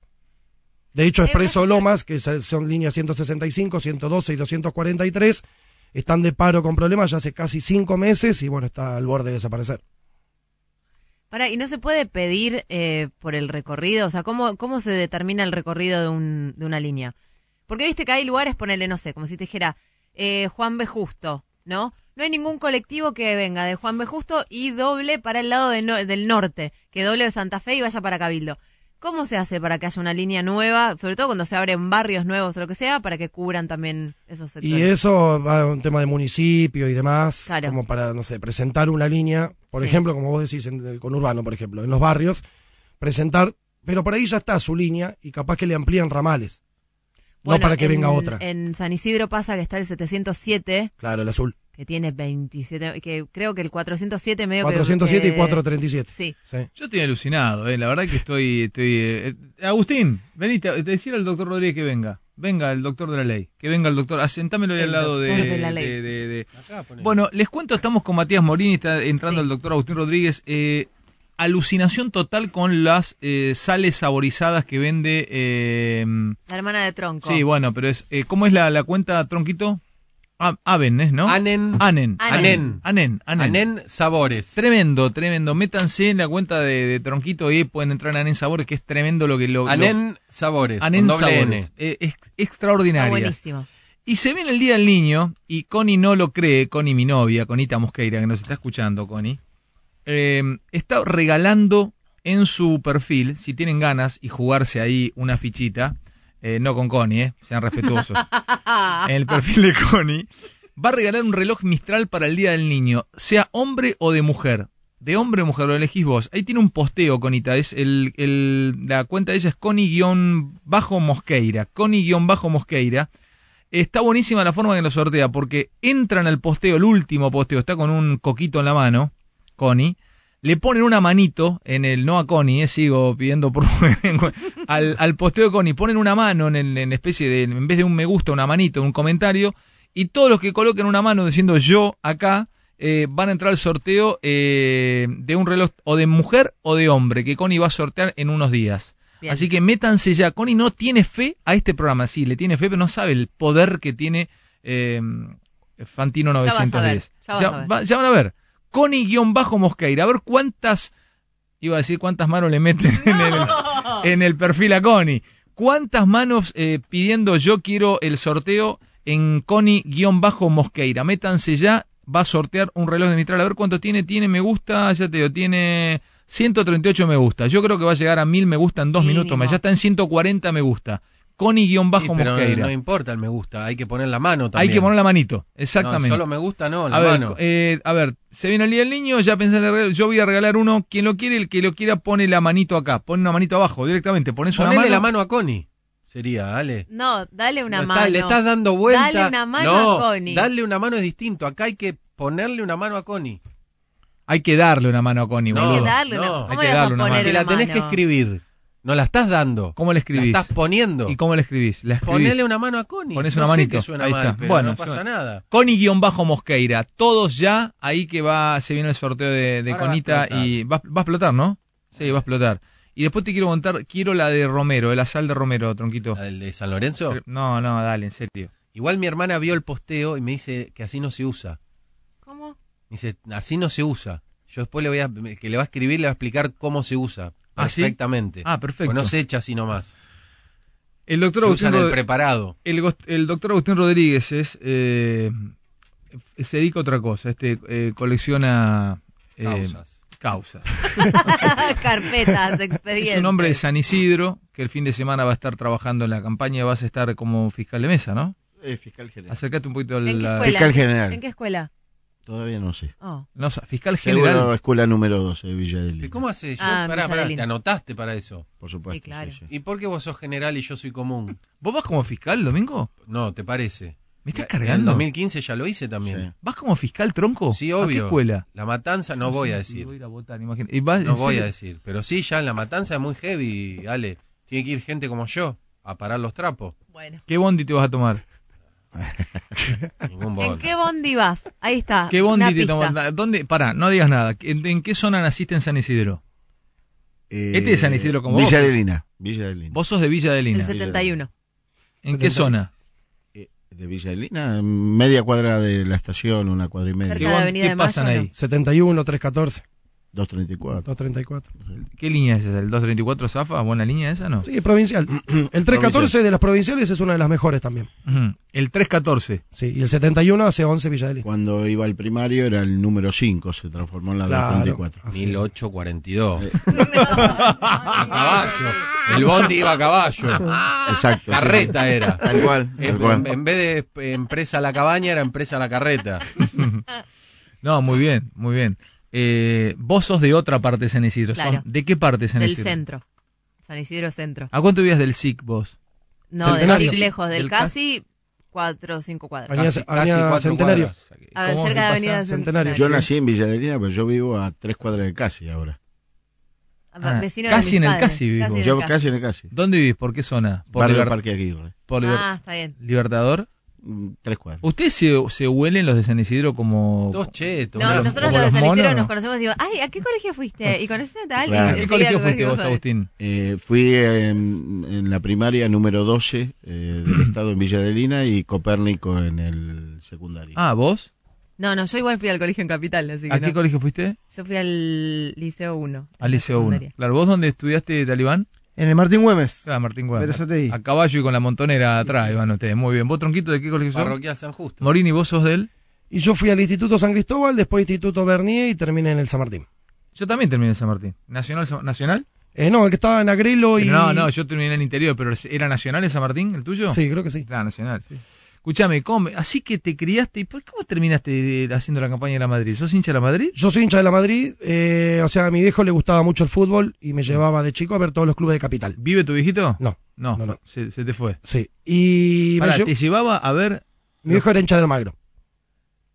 [SPEAKER 6] De hecho, Expreso Lomas, que se- son líneas 165, 112 y 243, están de paro con problemas ya hace casi cinco meses y bueno, está al borde de desaparecer.
[SPEAKER 2] Pará, ¿y no se puede pedir eh, por el recorrido? O sea, ¿cómo, cómo se determina el recorrido de, un, de una línea? Porque viste que hay lugares, ponele, no sé, como si te dijera eh, Juan B. Justo, ¿no? No hay ningún colectivo que venga de Juan B. Justo y doble para el lado de no- del norte, que doble de Santa Fe y vaya para Cabildo. ¿Cómo se hace para que haya una línea nueva, sobre todo cuando se abren barrios nuevos o lo que sea, para que cubran también esos sectores?
[SPEAKER 6] Y eh, eso va a un tema de municipio y demás,
[SPEAKER 2] Claro.
[SPEAKER 6] como para, no sé, presentar una línea, por
[SPEAKER 2] Sí.
[SPEAKER 6] ejemplo, como vos decís, en el conurbano, por ejemplo, en los barrios, presentar, pero por ahí ya está su línea y capaz que le amplían ramales,
[SPEAKER 2] Bueno,
[SPEAKER 6] no para que
[SPEAKER 2] en- eh,
[SPEAKER 6] venga otra.
[SPEAKER 2] En San Isidro pasa que está el 707,
[SPEAKER 6] Claro, el azul.
[SPEAKER 2] que tiene 27, que creo que el 407 medio que-
[SPEAKER 6] 407 y
[SPEAKER 2] que-
[SPEAKER 6] 437.
[SPEAKER 2] Sí.
[SPEAKER 6] Sí.
[SPEAKER 1] Yo estoy alucinado, eh, la verdad que estoy... estoy eh, eh, Agustín, venite, eh, decir al doctor Rodríguez que venga. Venga el doctor de la ley, que venga el doctor, asentámelo ahí
[SPEAKER 2] El
[SPEAKER 1] al lado de...
[SPEAKER 2] doctor de la ley.
[SPEAKER 1] de- de- de- Bueno, les cuento, estamos con Matías Morini, está entrando
[SPEAKER 2] Sí.
[SPEAKER 1] el doctor Agustín Rodríguez. eh, alucinación total con las eh, sales saborizadas que vende... eh,
[SPEAKER 2] La hermana de Tronco.
[SPEAKER 1] Sí, bueno, pero es. eh, ¿Cómo es la, la cuenta, Tronquito? A- Aven, ¿es, ¿no?
[SPEAKER 4] Anen,
[SPEAKER 1] Anen.
[SPEAKER 4] Anen.
[SPEAKER 1] Anen. Anen.
[SPEAKER 4] Anen Sabores.
[SPEAKER 1] Tremendo, tremendo. Métanse en la cuenta de, de Tronquito y pueden entrar en Anen Sabores, que es tremendo lo que lo. lo-
[SPEAKER 4] Anen Sabores. con
[SPEAKER 1] Anen
[SPEAKER 4] doble
[SPEAKER 1] Sabores.
[SPEAKER 4] N.
[SPEAKER 1] Eh, es
[SPEAKER 2] Está
[SPEAKER 1] extraordinaria.
[SPEAKER 2] buenísimo.
[SPEAKER 1] Y se viene el Día del Niño, y Connie no lo cree, Connie mi novia, Conita Mosqueira, que nos está escuchando, Connie, eh, está regalando en su perfil, si tienen ganas y jugarse ahí una fichita, eh, no con Connie, eh, sean respetuosos, en el perfil de Connie, va a regalar un reloj Mistral para el Día del Niño, sea hombre o de mujer. De hombre o mujer, lo elegís vos. Ahí tiene un posteo, Conita. Es el, el- la cuenta de ella es Connie-Mosqueira. Connie-Mosqueira. Está buenísima la forma en que lo sortea, porque entran al posteo, el último posteo, está con un coquito en la mano, Connie, le ponen una manito en el, no a Connie, eh, sigo pidiendo por al, al posteo de Connie, ponen una mano en, el- en especie de, en vez de un me gusta, una manito, un comentario, y todos los que coloquen una mano diciendo yo acá, eh, van a entrar al sorteo eh, de un reloj o de mujer o de hombre, que Connie va a sortear en unos días.
[SPEAKER 2] Bien.
[SPEAKER 1] Así que métanse ya. Connie no tiene fe a este programa. Sí, le tiene fe, pero no sabe el poder que tiene eh, Fantino
[SPEAKER 2] Ya vas a
[SPEAKER 1] 910.
[SPEAKER 2] ver, ya vas a ver.
[SPEAKER 1] va- ya van a ver. Connie-Mosqueira. A ver cuántas. Iba a decir cuántas manos le meten en, el, en el perfil a Connie. ¿Cuántas manos eh, pidiendo yo quiero el sorteo en Connie-Mosqueira? Métanse ya. Va a sortear un reloj de Mitral. A ver cuánto tiene. Tiene me gusta. Ya te digo, tiene 138 me gusta. Yo creo que va a llegar a 1000 me gusta en dos
[SPEAKER 2] Mínimo.
[SPEAKER 1] minutos más. Ya está en 140 me gusta.
[SPEAKER 4] Sí,
[SPEAKER 1] Connie-Bajo
[SPEAKER 4] pero
[SPEAKER 1] Mosqueira.
[SPEAKER 4] no importa el me gusta, hay que poner la mano también.
[SPEAKER 1] Hay que poner la manito, exactamente.
[SPEAKER 4] No, solo me gusta, no, la
[SPEAKER 1] a ver,
[SPEAKER 4] mano.
[SPEAKER 1] eh, a ver, se viene el día del niño, ya pensé en el regalo, yo voy a regalar uno, quien lo quiere, el que lo quiera pone la manito acá, pone una manito abajo, directamente, pones una
[SPEAKER 4] Ponele
[SPEAKER 1] mano.
[SPEAKER 4] la mano a Connie. Sería, Ale.
[SPEAKER 2] No, dale una
[SPEAKER 4] No, está-
[SPEAKER 2] mano.
[SPEAKER 4] le estás dando vuelta.
[SPEAKER 2] Dale una mano
[SPEAKER 4] No,
[SPEAKER 2] a Connie.
[SPEAKER 4] Darle una mano es distinto. Acá hay que ponerle una mano a Connie.
[SPEAKER 1] Hay que darle una mano a Connie,
[SPEAKER 4] No,
[SPEAKER 1] boludo.
[SPEAKER 4] hay que darle una-
[SPEAKER 1] No,
[SPEAKER 4] ¿cómo
[SPEAKER 1] hay
[SPEAKER 4] le
[SPEAKER 1] que
[SPEAKER 4] vas a
[SPEAKER 1] darle una
[SPEAKER 4] poner
[SPEAKER 1] mano.
[SPEAKER 4] Si la una tenés que mano? escribir, no la estás dando.
[SPEAKER 1] ¿Cómo la escribís?
[SPEAKER 4] La estás poniendo.
[SPEAKER 1] ¿Y cómo la escribís? La escribís.
[SPEAKER 4] Ponele una mano a Connie.
[SPEAKER 1] Pones
[SPEAKER 4] No
[SPEAKER 1] una
[SPEAKER 4] sé
[SPEAKER 1] manito.
[SPEAKER 4] que suena
[SPEAKER 1] Ahí
[SPEAKER 4] mal,
[SPEAKER 1] está.
[SPEAKER 4] pero
[SPEAKER 1] bueno,
[SPEAKER 4] no pasa
[SPEAKER 1] suena-
[SPEAKER 4] nada.
[SPEAKER 1] Connie-Bajo Mosqueira. Todos ya, ahí que va, se viene el sorteo de,
[SPEAKER 4] Ahora
[SPEAKER 1] de
[SPEAKER 4] va a
[SPEAKER 1] Conita
[SPEAKER 4] explotar.
[SPEAKER 1] y va, va a explotar, ¿no? Sí, va a explotar. Y después te quiero contar, quiero la de Romero, la sal de Romero, tronquito. ¿La
[SPEAKER 4] de San Lorenzo?
[SPEAKER 1] No, no, dale, en serio.
[SPEAKER 4] Igual mi hermana vio el posteo y me dice que así no se usa.
[SPEAKER 2] ¿Cómo?
[SPEAKER 4] Me dice, así no se usa. Yo después le voy a, el que le va a escribir, le va a explicar cómo se usa.
[SPEAKER 1] ¿Ah, sí?
[SPEAKER 4] Perfectamente.
[SPEAKER 1] Ah, perfecto.
[SPEAKER 4] Pues no se echa así nomás.
[SPEAKER 1] El doctor
[SPEAKER 4] Se
[SPEAKER 1] Agustín
[SPEAKER 4] usan el
[SPEAKER 1] Rod-
[SPEAKER 4] preparado.
[SPEAKER 1] El, gos- el doctor Agustín Rodríguez es, eh, se dedica a otra cosa. Este eh, colecciona eh,
[SPEAKER 4] Causas.
[SPEAKER 1] causas.
[SPEAKER 2] Carpetas,
[SPEAKER 1] Es
[SPEAKER 2] expedientes.
[SPEAKER 1] un hombre de San Isidro que el fin de semana va a estar trabajando en la campaña. Vas a estar como fiscal de mesa, ¿no?
[SPEAKER 12] Eh, fiscal general.
[SPEAKER 1] Acércate un poquito
[SPEAKER 2] ¿En
[SPEAKER 1] al.
[SPEAKER 2] qué
[SPEAKER 1] la-
[SPEAKER 2] escuela?
[SPEAKER 12] Fiscal general.
[SPEAKER 2] ¿En qué escuela?
[SPEAKER 12] Todavía no sé.
[SPEAKER 2] Oh.
[SPEAKER 1] No, sa- fiscal
[SPEAKER 12] Seguro
[SPEAKER 1] general.
[SPEAKER 12] escuela número 12 de Villa del
[SPEAKER 4] ¿Y ¿Cómo haces? Yo-
[SPEAKER 2] Ah,
[SPEAKER 4] pará,
[SPEAKER 2] Villa
[SPEAKER 4] pará,
[SPEAKER 2] de Lima.
[SPEAKER 4] te anotaste para eso.
[SPEAKER 12] Por supuesto.
[SPEAKER 2] Sí, claro.
[SPEAKER 4] ¿Y por qué vos sos general y yo soy común?
[SPEAKER 1] ¿Vos vas como fiscal, Domingo?
[SPEAKER 4] No, ¿te parece?
[SPEAKER 1] ¿Me
[SPEAKER 4] En
[SPEAKER 1] estás
[SPEAKER 4] el
[SPEAKER 1] cargando?
[SPEAKER 4] 2015 ya lo hice también.
[SPEAKER 1] ¿Vas como fiscal, tronco?
[SPEAKER 4] Sí,
[SPEAKER 1] ¿A
[SPEAKER 4] obvio.
[SPEAKER 1] qué escuela?
[SPEAKER 4] La matanza no,
[SPEAKER 1] No sé
[SPEAKER 4] voy a
[SPEAKER 1] si
[SPEAKER 4] decir.
[SPEAKER 1] voy a ir a votar, imagínate. ¿Y vas-
[SPEAKER 4] no
[SPEAKER 1] en
[SPEAKER 4] voy
[SPEAKER 1] serio?
[SPEAKER 4] a decir. Pero sí, ya en la matanza es muy heavy, Ale. Tiene que ir gente como yo a parar los trapos.
[SPEAKER 2] Bueno.
[SPEAKER 1] ¿Qué bondi te vas a tomar?
[SPEAKER 4] Ningún
[SPEAKER 2] ¿En
[SPEAKER 4] bondi.
[SPEAKER 2] qué bondi vas? Ahí está.
[SPEAKER 1] ¿Qué
[SPEAKER 2] una
[SPEAKER 1] bondi te
[SPEAKER 2] pista.
[SPEAKER 1] tomas? Na- ¿Dónde? Pará, no digas nada. ¿En, en qué zona naciste en San Isidro? este es San Isidro como
[SPEAKER 12] Eh, Villa
[SPEAKER 1] vos.
[SPEAKER 12] de Lina. Villa de Lina.
[SPEAKER 1] Vos sos de Villa de
[SPEAKER 2] El
[SPEAKER 1] Lina.
[SPEAKER 2] 71.
[SPEAKER 1] ¿En
[SPEAKER 12] 70.
[SPEAKER 1] qué zona?
[SPEAKER 12] De Villa de Lina, media cuadra de la estación, una cuadra y media.
[SPEAKER 2] Cerca de la Avenida de Mayo, ¿no?
[SPEAKER 6] 71, 314,
[SPEAKER 12] 234.
[SPEAKER 6] 234.
[SPEAKER 1] ¿Qué línea es esa? ¿El 234 Zafa? ¿Buena línea esa, no?
[SPEAKER 6] Sí, provincial. El 314 de las provinciales es una de las mejores también.
[SPEAKER 1] Ujú. El 314.
[SPEAKER 6] Sí, y el 71 hace 11 Villa de Lima.
[SPEAKER 12] Cuando iba al primario era el número 5, se transformó en la
[SPEAKER 6] Claro.
[SPEAKER 12] 234.
[SPEAKER 4] 1842.
[SPEAKER 1] Ah,
[SPEAKER 4] A caballo. El bondi iba a caballo.
[SPEAKER 12] Exacto. sí,
[SPEAKER 4] Carreta
[SPEAKER 12] sí.
[SPEAKER 4] era.
[SPEAKER 12] Tal cual.
[SPEAKER 4] En,
[SPEAKER 12] Tal cual.
[SPEAKER 4] en- en vez de eh, empresa la cabaña, era empresa la carreta.
[SPEAKER 1] No, muy bien, muy bien. Eh, vos sos de otra parte de San Isidro. ¿Sos-
[SPEAKER 2] Claro.
[SPEAKER 1] ¿De qué parte de San
[SPEAKER 2] Del
[SPEAKER 1] Isidro?
[SPEAKER 2] centro. San Isidro Centro.
[SPEAKER 1] ¿A cuánto vivías del SIC vos?
[SPEAKER 2] No, de
[SPEAKER 1] Centenario.
[SPEAKER 2] casi lejos, del
[SPEAKER 1] Del
[SPEAKER 2] casi cuatro o cinco cuadras.
[SPEAKER 6] Avenida,
[SPEAKER 4] Casi- casi
[SPEAKER 6] Avenida
[SPEAKER 4] cuatro
[SPEAKER 6] Centenario.
[SPEAKER 2] A ver,
[SPEAKER 1] ¿Cómo
[SPEAKER 2] cerca de
[SPEAKER 1] que
[SPEAKER 2] Avenida
[SPEAKER 1] pasa?
[SPEAKER 2] Centenario.
[SPEAKER 12] Yo nací en Villa de Lina, pero yo vivo a tres cuadras de Casi ahora.
[SPEAKER 1] Ah,
[SPEAKER 2] vecino
[SPEAKER 1] casi
[SPEAKER 2] de mis
[SPEAKER 1] en el
[SPEAKER 2] padres.
[SPEAKER 1] casi vivo.
[SPEAKER 2] en el
[SPEAKER 12] Yo
[SPEAKER 2] casi.
[SPEAKER 12] casi en el Casi.
[SPEAKER 1] ¿Dónde vivís? ¿Por qué zona? ¿Por,
[SPEAKER 12] Barrio
[SPEAKER 1] Liber-
[SPEAKER 12] Parque Aguirre.
[SPEAKER 1] por Liber-
[SPEAKER 2] Ah, está bien.
[SPEAKER 1] Libertador?
[SPEAKER 12] Mm, Tres cuadras.
[SPEAKER 1] ¿Ustedes se, se huelen los de San Isidro como...
[SPEAKER 4] Dos chetos.
[SPEAKER 2] No,
[SPEAKER 4] una-
[SPEAKER 1] como
[SPEAKER 2] nosotros los de
[SPEAKER 1] los
[SPEAKER 2] San
[SPEAKER 1] monos,
[SPEAKER 2] Isidro
[SPEAKER 1] ¿no?
[SPEAKER 2] nos conocemos y digo, ay, ¿a qué colegio fuiste? Y conoces a tal. y
[SPEAKER 12] Claro.
[SPEAKER 1] ¿A qué
[SPEAKER 2] enseguida
[SPEAKER 1] colegio
[SPEAKER 2] me
[SPEAKER 1] fuiste
[SPEAKER 2] corrijo,
[SPEAKER 1] vos,
[SPEAKER 2] ¿sabes?
[SPEAKER 1] Agustín?
[SPEAKER 12] Eh, fui eh, en, en la primaria número 12 eh, del estado en Villa de Lina y Copérnico en el secundario.
[SPEAKER 1] Ah, ¿vos?
[SPEAKER 2] No, no, yo igual fui al colegio en Capital, así que
[SPEAKER 1] ¿A qué
[SPEAKER 2] no.
[SPEAKER 1] colegio fuiste?
[SPEAKER 2] Yo fui al Liceo 1.
[SPEAKER 1] Al Liceo 1. Claro, ¿vos dónde estudiaste, Talibán?
[SPEAKER 5] En el Martín Güemes.
[SPEAKER 1] Claro, Martín Guadalajara.
[SPEAKER 5] Pero eso te di.
[SPEAKER 1] A caballo y con la montonera atrás, iban ustedes. Muy bien. ¿Vos, Tronquito, de qué colegio sos?
[SPEAKER 4] Parroquial San Justo.
[SPEAKER 1] Morini, ¿vos sos del?
[SPEAKER 6] Y yo fui al Instituto San Cristóbal, después Instituto Bernier y terminé en el San Martín.
[SPEAKER 1] Yo también terminé en San Martín. ¿Nacional? San- ¿Nacional?
[SPEAKER 6] Eh, no, el que estaba en Agrelo y...
[SPEAKER 1] Pero Eh, No, no, yo terminé en el interior, pero ¿era nacional en San Martín, el tuyo?
[SPEAKER 6] Sí, creo que sí.
[SPEAKER 1] Claro, nacional. Escuchame, come. Así que te criaste. ¿Y por cómo terminaste eh, haciendo la campaña de la Madrid? ¿Sos hincha de la Madrid?
[SPEAKER 6] Yo soy hincha de la Madrid, eh, o sea, a mi viejo le gustaba mucho el fútbol y me llevaba de chico a ver todos los clubes de capital.
[SPEAKER 1] ¿Vive tu viejito?
[SPEAKER 6] No,
[SPEAKER 1] No,
[SPEAKER 6] no, no.
[SPEAKER 1] Se, se te fue.
[SPEAKER 6] Sí. Y me
[SPEAKER 1] Pará,
[SPEAKER 6] lle-
[SPEAKER 1] te llevaba a ver.
[SPEAKER 6] mi viejo era hincha del Magro.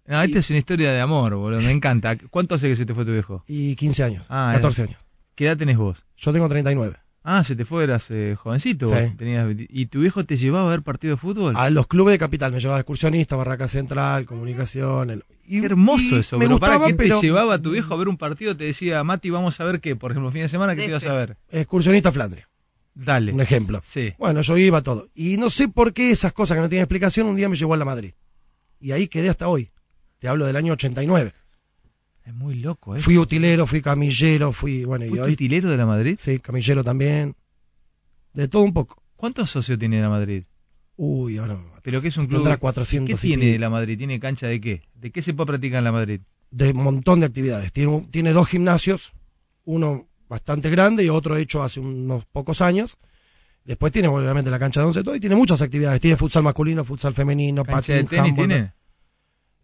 [SPEAKER 1] Ah, esta es una historia de amor, boludo. Me encanta. ¿Cuánto hace que se te fue tu viejo?
[SPEAKER 6] Y 15 años,
[SPEAKER 1] Ah,
[SPEAKER 6] 14 años.
[SPEAKER 1] ¿Qué edad tenés vos?
[SPEAKER 6] Yo tengo 39.
[SPEAKER 1] Ah, se te fue, eras eh, jovencito. vos.
[SPEAKER 6] Sí.
[SPEAKER 1] Tenías 20 ¿Y tu viejo te llevaba a ver partido de fútbol?
[SPEAKER 6] A los clubes de capital, me llevaba excursionista, Barraca Central, Comunicación. el- y-
[SPEAKER 1] Qué hermoso
[SPEAKER 6] y
[SPEAKER 1] eso,
[SPEAKER 6] me
[SPEAKER 1] bro. Pará,
[SPEAKER 6] gustaba,
[SPEAKER 1] ¿quién
[SPEAKER 6] pero
[SPEAKER 1] te llevaba a tu viejo a ver un partido? Te decía, Mati, vamos a ver qué. Por ejemplo, fin de semana, ¿qué te ibas a ver?
[SPEAKER 6] excursionista a Flandria.
[SPEAKER 1] Dale.
[SPEAKER 6] Un ejemplo.
[SPEAKER 1] Sí.
[SPEAKER 6] Bueno, yo iba a todo. Y no sé por qué esas cosas que no tienen explicación, un día me llevó a la Madrid. Y ahí quedé hasta hoy. Te hablo del año 89.
[SPEAKER 1] Es muy loco, ¿eh?
[SPEAKER 6] Fui utilero, fui camillero, fui. Bueno, y
[SPEAKER 1] ¿Fuiste
[SPEAKER 6] hoy.
[SPEAKER 1] utilero de la Madrid?
[SPEAKER 6] Sí, camillero también. De todo un poco.
[SPEAKER 1] ¿Cuántos socios tiene la Madrid?
[SPEAKER 6] Uy, ahora me mato.
[SPEAKER 1] Pero que es un club.
[SPEAKER 6] Tendrá 400
[SPEAKER 1] ¿Qué
[SPEAKER 6] y
[SPEAKER 1] tiene
[SPEAKER 6] pico.
[SPEAKER 1] la Madrid? ¿Tiene cancha de qué? ¿De qué se puede practicar en la Madrid?
[SPEAKER 6] De un montón de actividades. Tiene, un- tiene dos gimnasios. Uno bastante grande y otro hecho hace unos pocos años. Después tiene, obviamente, la cancha de once todo y tiene muchas actividades. Tiene futsal masculino, futsal femenino,
[SPEAKER 1] ¿Cancha
[SPEAKER 6] patín,
[SPEAKER 1] de tenis
[SPEAKER 6] handball.
[SPEAKER 1] tiene?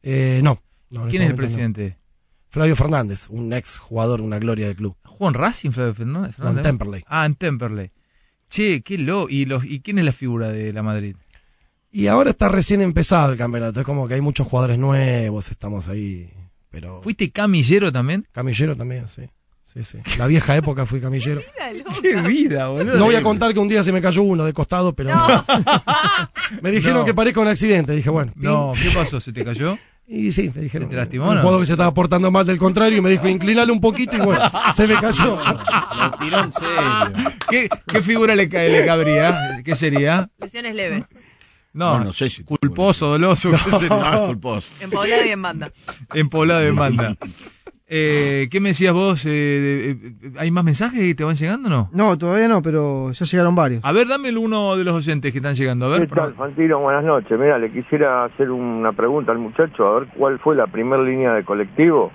[SPEAKER 6] Eh, no. no, en
[SPEAKER 1] ¿Quién es el
[SPEAKER 6] este momento no.
[SPEAKER 1] presidente?
[SPEAKER 6] Flavio Fernández, un ex jugador, una gloria del club.
[SPEAKER 1] ¿Juan Racing, Flavio Fernández?
[SPEAKER 6] No, en Temperley.
[SPEAKER 1] Ah, en Temperley. Che, qué lo. ¿Y, los, ¿Y quién es la figura de la Madrid?
[SPEAKER 6] Y ahora está recién empezado el campeonato. Es como que hay muchos jugadores nuevos, estamos ahí. Pero.
[SPEAKER 1] ¿Fuiste camillero también?
[SPEAKER 6] Camillero también, sí. Sí, sí. La vieja época fui camillero.
[SPEAKER 1] ¡Qué vida, boludo!
[SPEAKER 6] No voy
[SPEAKER 4] eh,
[SPEAKER 6] a contar que un día se me cayó uno de costado, pero. me dijeron
[SPEAKER 1] No.
[SPEAKER 6] que parezca un accidente. Dije, bueno.
[SPEAKER 1] No, ¿qué pasó? ¿Se te cayó?
[SPEAKER 6] Y sí, me dijeron.
[SPEAKER 1] ¿Se te lastimó?
[SPEAKER 6] Un
[SPEAKER 1] no?
[SPEAKER 6] jugador que se estaba portando mal del contrario y me dijo, inclinale un poquito y bueno, se me cayó.
[SPEAKER 4] Lo tiró en serio.
[SPEAKER 1] ¿Qué, qué figura le, ca- le cabría? ¿Qué sería?
[SPEAKER 2] Lesiones leves.
[SPEAKER 1] No,
[SPEAKER 12] No, no sé si-
[SPEAKER 1] culposo, doloso, ¿qué
[SPEAKER 12] Ah,
[SPEAKER 1] sería?
[SPEAKER 12] culposo.
[SPEAKER 2] En Poblado y en banda.
[SPEAKER 1] En poblado de manda. Eh, ¿Qué me decías vos? Eh, eh, eh, ¿Hay más mensajes que te van llegando o no?
[SPEAKER 5] No, todavía no, pero ya llegaron varios.
[SPEAKER 1] A ver, dame el uno de los oyentes que están llegando. A ver,
[SPEAKER 13] ¿Qué tal, Fantino? Buenas noches. Mira, le quisiera hacer una pregunta al muchacho, a ver cuál fue la primera línea de colectivo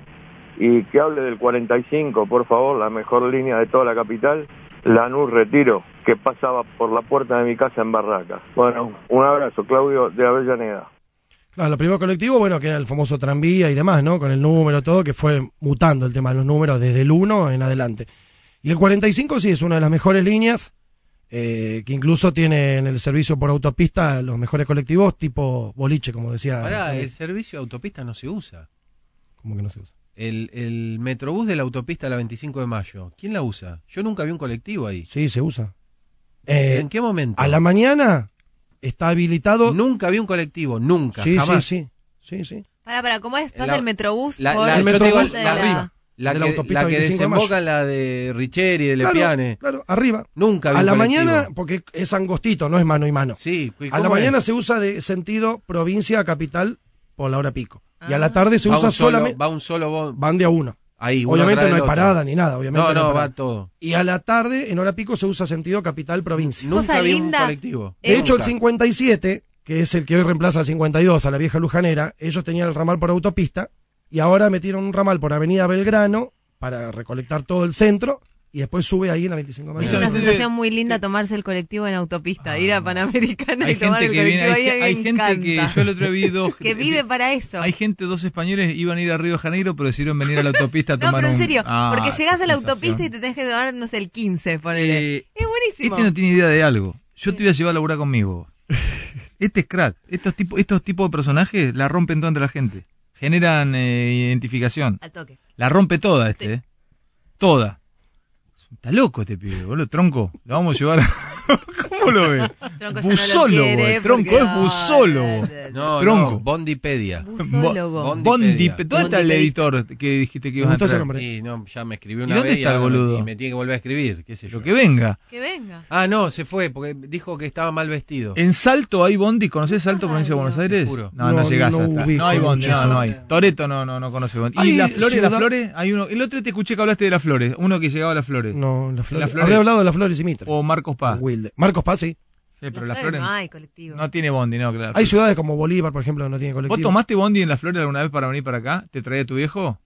[SPEAKER 13] y que hable del 45, por favor, la mejor línea de toda la capital, Lanús Retiro, que pasaba por la puerta de mi casa en Barracas. Bueno, un abrazo, Claudio de Avellaneda.
[SPEAKER 6] Claro, Ah, lo primero colectivo, bueno, que era el famoso tranvía y demás, ¿no? Con el número, todo, que fue mutando el tema de los números desde el 1 en adelante. Y el 45 sí es una de las mejores líneas, eh, que incluso tiene en el servicio por autopista los mejores colectivos, tipo boliche, como decía.
[SPEAKER 4] Ahora,
[SPEAKER 6] eh,
[SPEAKER 4] el servicio de autopista no se usa.
[SPEAKER 6] como que no se usa.
[SPEAKER 4] El, el metrobús de la autopista la 25 de mayo. ¿Quién la usa? Yo nunca vi un colectivo ahí.
[SPEAKER 6] Sí, se usa. Eh,
[SPEAKER 4] ¿En qué momento?
[SPEAKER 6] a la mañana está habilitado.
[SPEAKER 4] Nunca vi un colectivo, nunca,
[SPEAKER 6] Sí,
[SPEAKER 4] jamás.
[SPEAKER 6] sí, sí. Sí, sí.
[SPEAKER 2] Para, para, ¿cómo es? Pasa
[SPEAKER 4] La-
[SPEAKER 2] el metrobús
[SPEAKER 4] La,
[SPEAKER 2] por
[SPEAKER 4] la- yo
[SPEAKER 6] El
[SPEAKER 4] te digo,
[SPEAKER 6] metrobús
[SPEAKER 4] la-
[SPEAKER 6] de arriba,
[SPEAKER 4] La,
[SPEAKER 6] de la
[SPEAKER 4] que-
[SPEAKER 6] autopista
[SPEAKER 4] la que
[SPEAKER 6] 25 de mayo.
[SPEAKER 4] desemboca en la de Richeri, de
[SPEAKER 6] Claro,
[SPEAKER 4] Lepiane.
[SPEAKER 6] Claro, arriba.
[SPEAKER 4] Nunca vi
[SPEAKER 6] A
[SPEAKER 4] un
[SPEAKER 6] la
[SPEAKER 4] colectivo.
[SPEAKER 6] mañana, porque es angostito, no es mano y mano.
[SPEAKER 4] Sí, ¿y
[SPEAKER 6] A la
[SPEAKER 4] cómo es?
[SPEAKER 6] mañana se usa de sentido provincia a capital por la hora pico. Y a la tarde se
[SPEAKER 4] Ah. Va
[SPEAKER 6] usa
[SPEAKER 4] un solo-
[SPEAKER 6] solamente.
[SPEAKER 4] Va un solo bo-
[SPEAKER 6] Van de a uno.
[SPEAKER 4] Ahí, uno
[SPEAKER 6] obviamente
[SPEAKER 4] atrás
[SPEAKER 6] no hay
[SPEAKER 4] del otro.
[SPEAKER 6] parada ni nada. Obviamente
[SPEAKER 4] No,
[SPEAKER 6] hay
[SPEAKER 4] no,
[SPEAKER 6] parada.
[SPEAKER 4] va todo.
[SPEAKER 6] Y a la tarde, en hora pico, se usa sentido capital provincia.
[SPEAKER 2] Cosa
[SPEAKER 4] Nunca vi un
[SPEAKER 2] linda.
[SPEAKER 4] colectivo.
[SPEAKER 6] De hecho, el
[SPEAKER 4] Nunca.
[SPEAKER 6] 57, que es el que hoy reemplaza al 52, a la vieja Lujanera, ellos tenían el ramal por autopista y ahora metieron un ramal por Avenida Belgrano para recolectar todo el centro y después sube ahí en la 25 de
[SPEAKER 2] Es
[SPEAKER 6] mayo.
[SPEAKER 2] una sensación muy linda tomarse el colectivo en autopista, ir a Panamericana
[SPEAKER 1] Ah. Hay
[SPEAKER 2] y tomar
[SPEAKER 1] gente
[SPEAKER 2] el
[SPEAKER 1] que viene,
[SPEAKER 2] colectivo
[SPEAKER 1] hay,
[SPEAKER 2] ahí, a mí
[SPEAKER 1] hay
[SPEAKER 2] me
[SPEAKER 1] gente que
[SPEAKER 2] encanta.
[SPEAKER 1] yo el otro día vi dos.
[SPEAKER 2] Que vive para eso.
[SPEAKER 1] Hay gente, dos españoles iban a ir a Río de Janeiro, pero decidieron venir a la autopista a
[SPEAKER 2] No,
[SPEAKER 1] tomar
[SPEAKER 2] pero en
[SPEAKER 1] un-
[SPEAKER 2] serio,
[SPEAKER 1] Ah,
[SPEAKER 2] porque llegás a la
[SPEAKER 1] sensación.
[SPEAKER 2] autopista y te tenés que tomar, no sé, el 15, ponele.
[SPEAKER 1] Eh,
[SPEAKER 2] es buenísimo.
[SPEAKER 1] Este no tiene idea de algo. Yo te voy a llevar a laburar conmigo. Este es crack. Estos tipos, estos tipos de personajes la rompen toda entre la gente. Generan eh, identificación.
[SPEAKER 2] Al toque.
[SPEAKER 1] La rompe toda este, eh. Toda. Está loco este pibe, boludo. Tronco, lo vamos a llevar a... ¿Cómo lo ves?
[SPEAKER 2] Tronco ya no lo
[SPEAKER 1] Buzólogo,
[SPEAKER 2] quiere
[SPEAKER 1] eh. Tronco
[SPEAKER 2] porque-
[SPEAKER 1] es buzólogo.
[SPEAKER 4] No,
[SPEAKER 1] Tronco.
[SPEAKER 4] no, Bondipedia.
[SPEAKER 2] Buzólogo.
[SPEAKER 4] Bo-
[SPEAKER 1] Bondi,
[SPEAKER 4] Bondipedia.
[SPEAKER 1] ¿Dónde está el editor que dijiste que ibas a
[SPEAKER 6] gustó ese
[SPEAKER 1] traer?
[SPEAKER 6] nombre.
[SPEAKER 4] Y no, ya me escribió
[SPEAKER 1] ¿Y
[SPEAKER 4] una
[SPEAKER 1] dónde
[SPEAKER 4] vez y
[SPEAKER 1] está el
[SPEAKER 4] ahora me-
[SPEAKER 1] boludo?
[SPEAKER 4] y me tiene que volver a escribir, qué sé yo.
[SPEAKER 1] Lo que venga.
[SPEAKER 2] Que venga.
[SPEAKER 4] Ah, no, se fue porque dijo que estaba mal vestido.
[SPEAKER 1] En Salto hay Bondi, ¿conoces Salto, provincia de Buenos Aires?
[SPEAKER 4] juro.
[SPEAKER 1] No, no,
[SPEAKER 6] No,
[SPEAKER 1] llegás
[SPEAKER 6] no
[SPEAKER 1] hasta.
[SPEAKER 6] ubico
[SPEAKER 1] No hay Bondi, no,
[SPEAKER 6] mucho.
[SPEAKER 1] no hay. Toreto no, no, no conoce Bondi.
[SPEAKER 6] Hay
[SPEAKER 1] ¿Y las flores,
[SPEAKER 6] ciudad-
[SPEAKER 1] las flores? Hay uno. El otro te escuché que hablaste de las flores. Uno que llegaba a las flores.
[SPEAKER 6] No, la flores.
[SPEAKER 1] Las Flores.
[SPEAKER 6] Habría hablado de las flores y Mitre.
[SPEAKER 1] O Marcos Paz.
[SPEAKER 6] Wilde. Marcos Paz, sí.
[SPEAKER 1] Sí, pero
[SPEAKER 2] Las
[SPEAKER 1] las
[SPEAKER 2] flores
[SPEAKER 1] flores.
[SPEAKER 2] no hay colectivo.
[SPEAKER 1] No tiene Bondi, no, claro.
[SPEAKER 6] Hay ciudades como Bolívar, por ejemplo, que no tiene
[SPEAKER 1] ¿Vos
[SPEAKER 6] colectivo.
[SPEAKER 1] tomaste Bondi en las flores alguna vez para venir para acá? ¿Te traía tu viejo?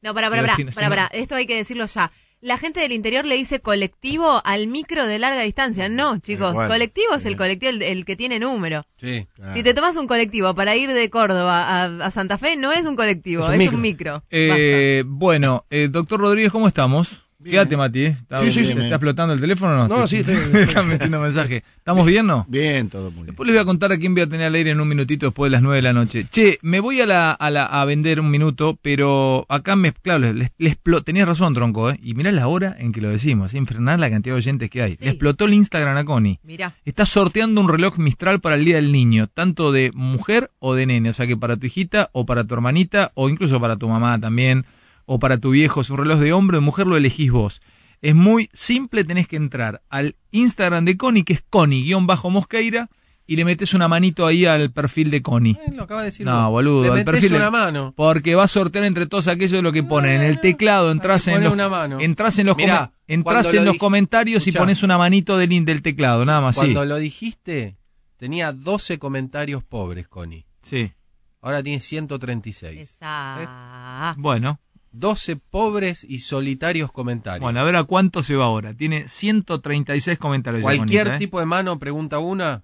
[SPEAKER 2] No, para,
[SPEAKER 1] Pero
[SPEAKER 2] para, para,
[SPEAKER 1] si no- si
[SPEAKER 2] para,
[SPEAKER 1] no-
[SPEAKER 2] para. Esto hay que decirlo ya. La gente del interior le dice colectivo al micro de larga distancia. No, chicos.
[SPEAKER 12] Igual.
[SPEAKER 2] colectivo es el
[SPEAKER 12] Sí.
[SPEAKER 2] colectivo, el, el que tiene número.
[SPEAKER 4] Sí.
[SPEAKER 1] Ah.
[SPEAKER 2] Si te tomas un colectivo para ir de Córdoba a, a Santa Fe, no es un colectivo, es un micro.
[SPEAKER 1] Eh, bueno, eh, doctor Rodríguez, ¿cómo estamos? Quédate, Mati. eh. ¿Está,
[SPEAKER 12] Sí, sí, sí.
[SPEAKER 1] ¿Te está explotando el teléfono o no?
[SPEAKER 6] No,
[SPEAKER 1] Te-
[SPEAKER 6] sí, estoy-
[SPEAKER 1] te están metiendo mensaje. ¿Estamos bien, no?
[SPEAKER 12] Bien, todo muy bien.
[SPEAKER 1] Después les voy a contar a quién voy a tener al aire en un minutito después de las 9 de la noche. Che, me voy a la, a la- a vender un minuto, pero acá me, claro, les, les explo- tenías razón, Tronco, ¿eh? Y mirá la hora en que lo decimos, sin frenar la cantidad de oyentes que hay.
[SPEAKER 2] Sí.
[SPEAKER 1] Le explotó el Instagram a Connie.
[SPEAKER 2] Mirá.
[SPEAKER 1] Está sorteando un reloj Mistral para el Día del Niño, tanto de mujer o de nene, o sea que para tu hijita o para tu hermanita o incluso para tu mamá también, o para tu viejo, es un reloj de hombre o de mujer, lo elegís vos. Es muy simple, tenés que entrar al Instagram de Connie, que es Connie-Mosqueira, y le metes una manito ahí al perfil de Connie.
[SPEAKER 4] Eh, lo acaba de decir.
[SPEAKER 1] No,
[SPEAKER 4] vos.
[SPEAKER 1] boludo,
[SPEAKER 4] Le
[SPEAKER 1] al
[SPEAKER 4] metés
[SPEAKER 1] perfil
[SPEAKER 4] una
[SPEAKER 1] de-
[SPEAKER 4] mano.
[SPEAKER 1] Porque va a sortear entre todos aquellos lo que ponen en el teclado, entras
[SPEAKER 4] Ahí
[SPEAKER 1] en
[SPEAKER 4] pone
[SPEAKER 1] los,
[SPEAKER 4] una mano.
[SPEAKER 1] entras en los,
[SPEAKER 4] Mirá,
[SPEAKER 1] come- entras
[SPEAKER 4] cuando lo
[SPEAKER 1] en los
[SPEAKER 4] dij-
[SPEAKER 1] comentarios
[SPEAKER 4] Escuchá.
[SPEAKER 1] y pones una manito del, in- del teclado, nada más. Ah, sí.
[SPEAKER 4] Cuando lo dijiste, tenía 12 comentarios pobres, Connie.
[SPEAKER 1] sí.
[SPEAKER 4] Ahora tiene 136.
[SPEAKER 2] Esa.
[SPEAKER 1] Bueno,
[SPEAKER 4] 12 pobres y solitarios comentarios.
[SPEAKER 1] Bueno, a ver a cuánto se va ahora. Tiene 136 comentarios. ya,
[SPEAKER 4] Cualquier
[SPEAKER 1] Juanita, ¿eh?
[SPEAKER 4] tipo de mano pregunta una.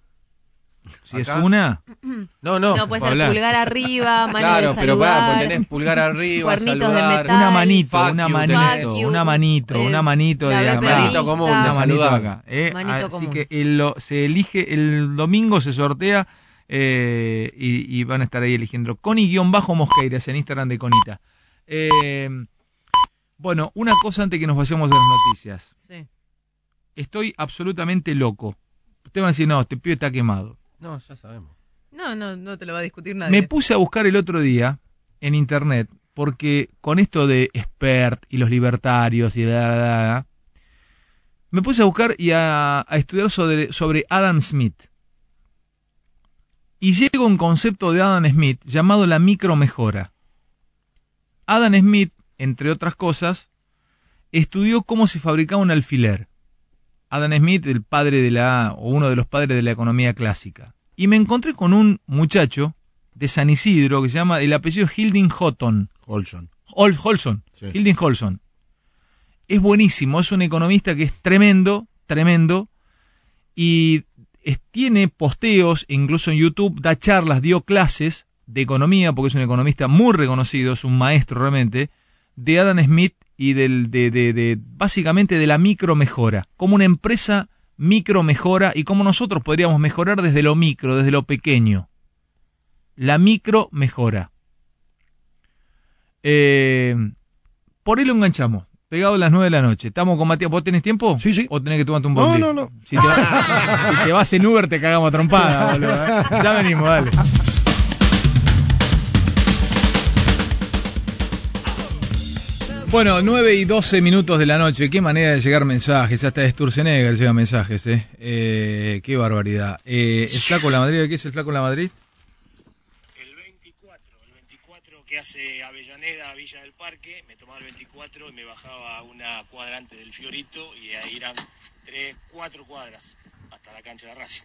[SPEAKER 1] Si es una,
[SPEAKER 4] No, no.
[SPEAKER 2] No, puede ser pulgar arriba, mano
[SPEAKER 4] Claro,
[SPEAKER 2] de
[SPEAKER 4] pero para,
[SPEAKER 2] saludar.
[SPEAKER 4] porque tenés pulgar arriba,
[SPEAKER 2] Cuernitos de
[SPEAKER 4] saludar.
[SPEAKER 1] una manito,
[SPEAKER 4] Fuck
[SPEAKER 1] una
[SPEAKER 4] you
[SPEAKER 1] manito,
[SPEAKER 4] tenés.
[SPEAKER 1] una manito, una manito de
[SPEAKER 4] la
[SPEAKER 1] acá.
[SPEAKER 4] manito común, de
[SPEAKER 1] Una manito
[SPEAKER 4] saludar.
[SPEAKER 1] acá, ¿eh?
[SPEAKER 4] Manito
[SPEAKER 1] Así
[SPEAKER 4] común.
[SPEAKER 1] que el lo- se elige, el domingo se sortea eh, y, y van a estar ahí eligiendo. Connie-Mosqueiras en Instagram de Conita. Eh, bueno, una cosa antes que nos vayamos a las noticias.
[SPEAKER 2] Sí.
[SPEAKER 1] Estoy absolutamente loco. Ustedes van a decir, no, este pibe está quemado.
[SPEAKER 4] No, ya sabemos.
[SPEAKER 2] No, no, no te lo va a discutir nadie.
[SPEAKER 1] Me puse a buscar el otro día en internet, porque con esto de expert y los libertarios y da, da, da, da, me puse a buscar y a, a estudiar sobre, sobre Adam Smith. Y llego a un concepto de Adam Smith llamado la micromejora. Adam Smith, entre otras cosas, estudió cómo se fabricaba un alfiler. Adam Smith, el padre de la, o uno de los padres de la economía clásica. Y me encontré con un muchacho de San Isidro que se llama, el apellido es Hilding Houghton.
[SPEAKER 12] Holson.
[SPEAKER 1] Hol- Holson.
[SPEAKER 12] Sí.
[SPEAKER 1] Hilding Holson. Es buenísimo, es un economista que es tremendo, tremendo. Y es- tiene posteos, incluso en YouTube, da charlas, dio clases de economía, porque es un economista muy reconocido, es un maestro realmente, de Adam Smith y del, de, de- de- básicamente de la micromejora. Como una empresa micromejora y cómo nosotros podríamos mejorar desde lo micro, desde lo pequeño. La micromejora. Eh, por ahí lo enganchamos. Pegado a las 9 de la noche. Estamos con Matías. ¿Vos tenés tiempo? Sí, sí. ¿O tenés que tomarte un bondi?
[SPEAKER 6] No, no, no.
[SPEAKER 1] Si te, va- si te vas en Uber te cagamos a trompada, boludo. ¿eh? Ya venimos, dale. Bueno, 9 y 12 minutos de la noche. Qué manera de llegar mensajes. Hasta de Sturzenegger llegan mensajes, ¿eh? Eh, qué barbaridad. Eh, ¿El Flaco La Madrid? ¿Qué es el Flaco La Madrid?
[SPEAKER 14] que hace Avellaneda a Villa del Parque, me tomaba el 24 y me bajaba a una cuadra antes del Fiorito y ahí eran 3, 4 cuadras hasta la cancha de Racing.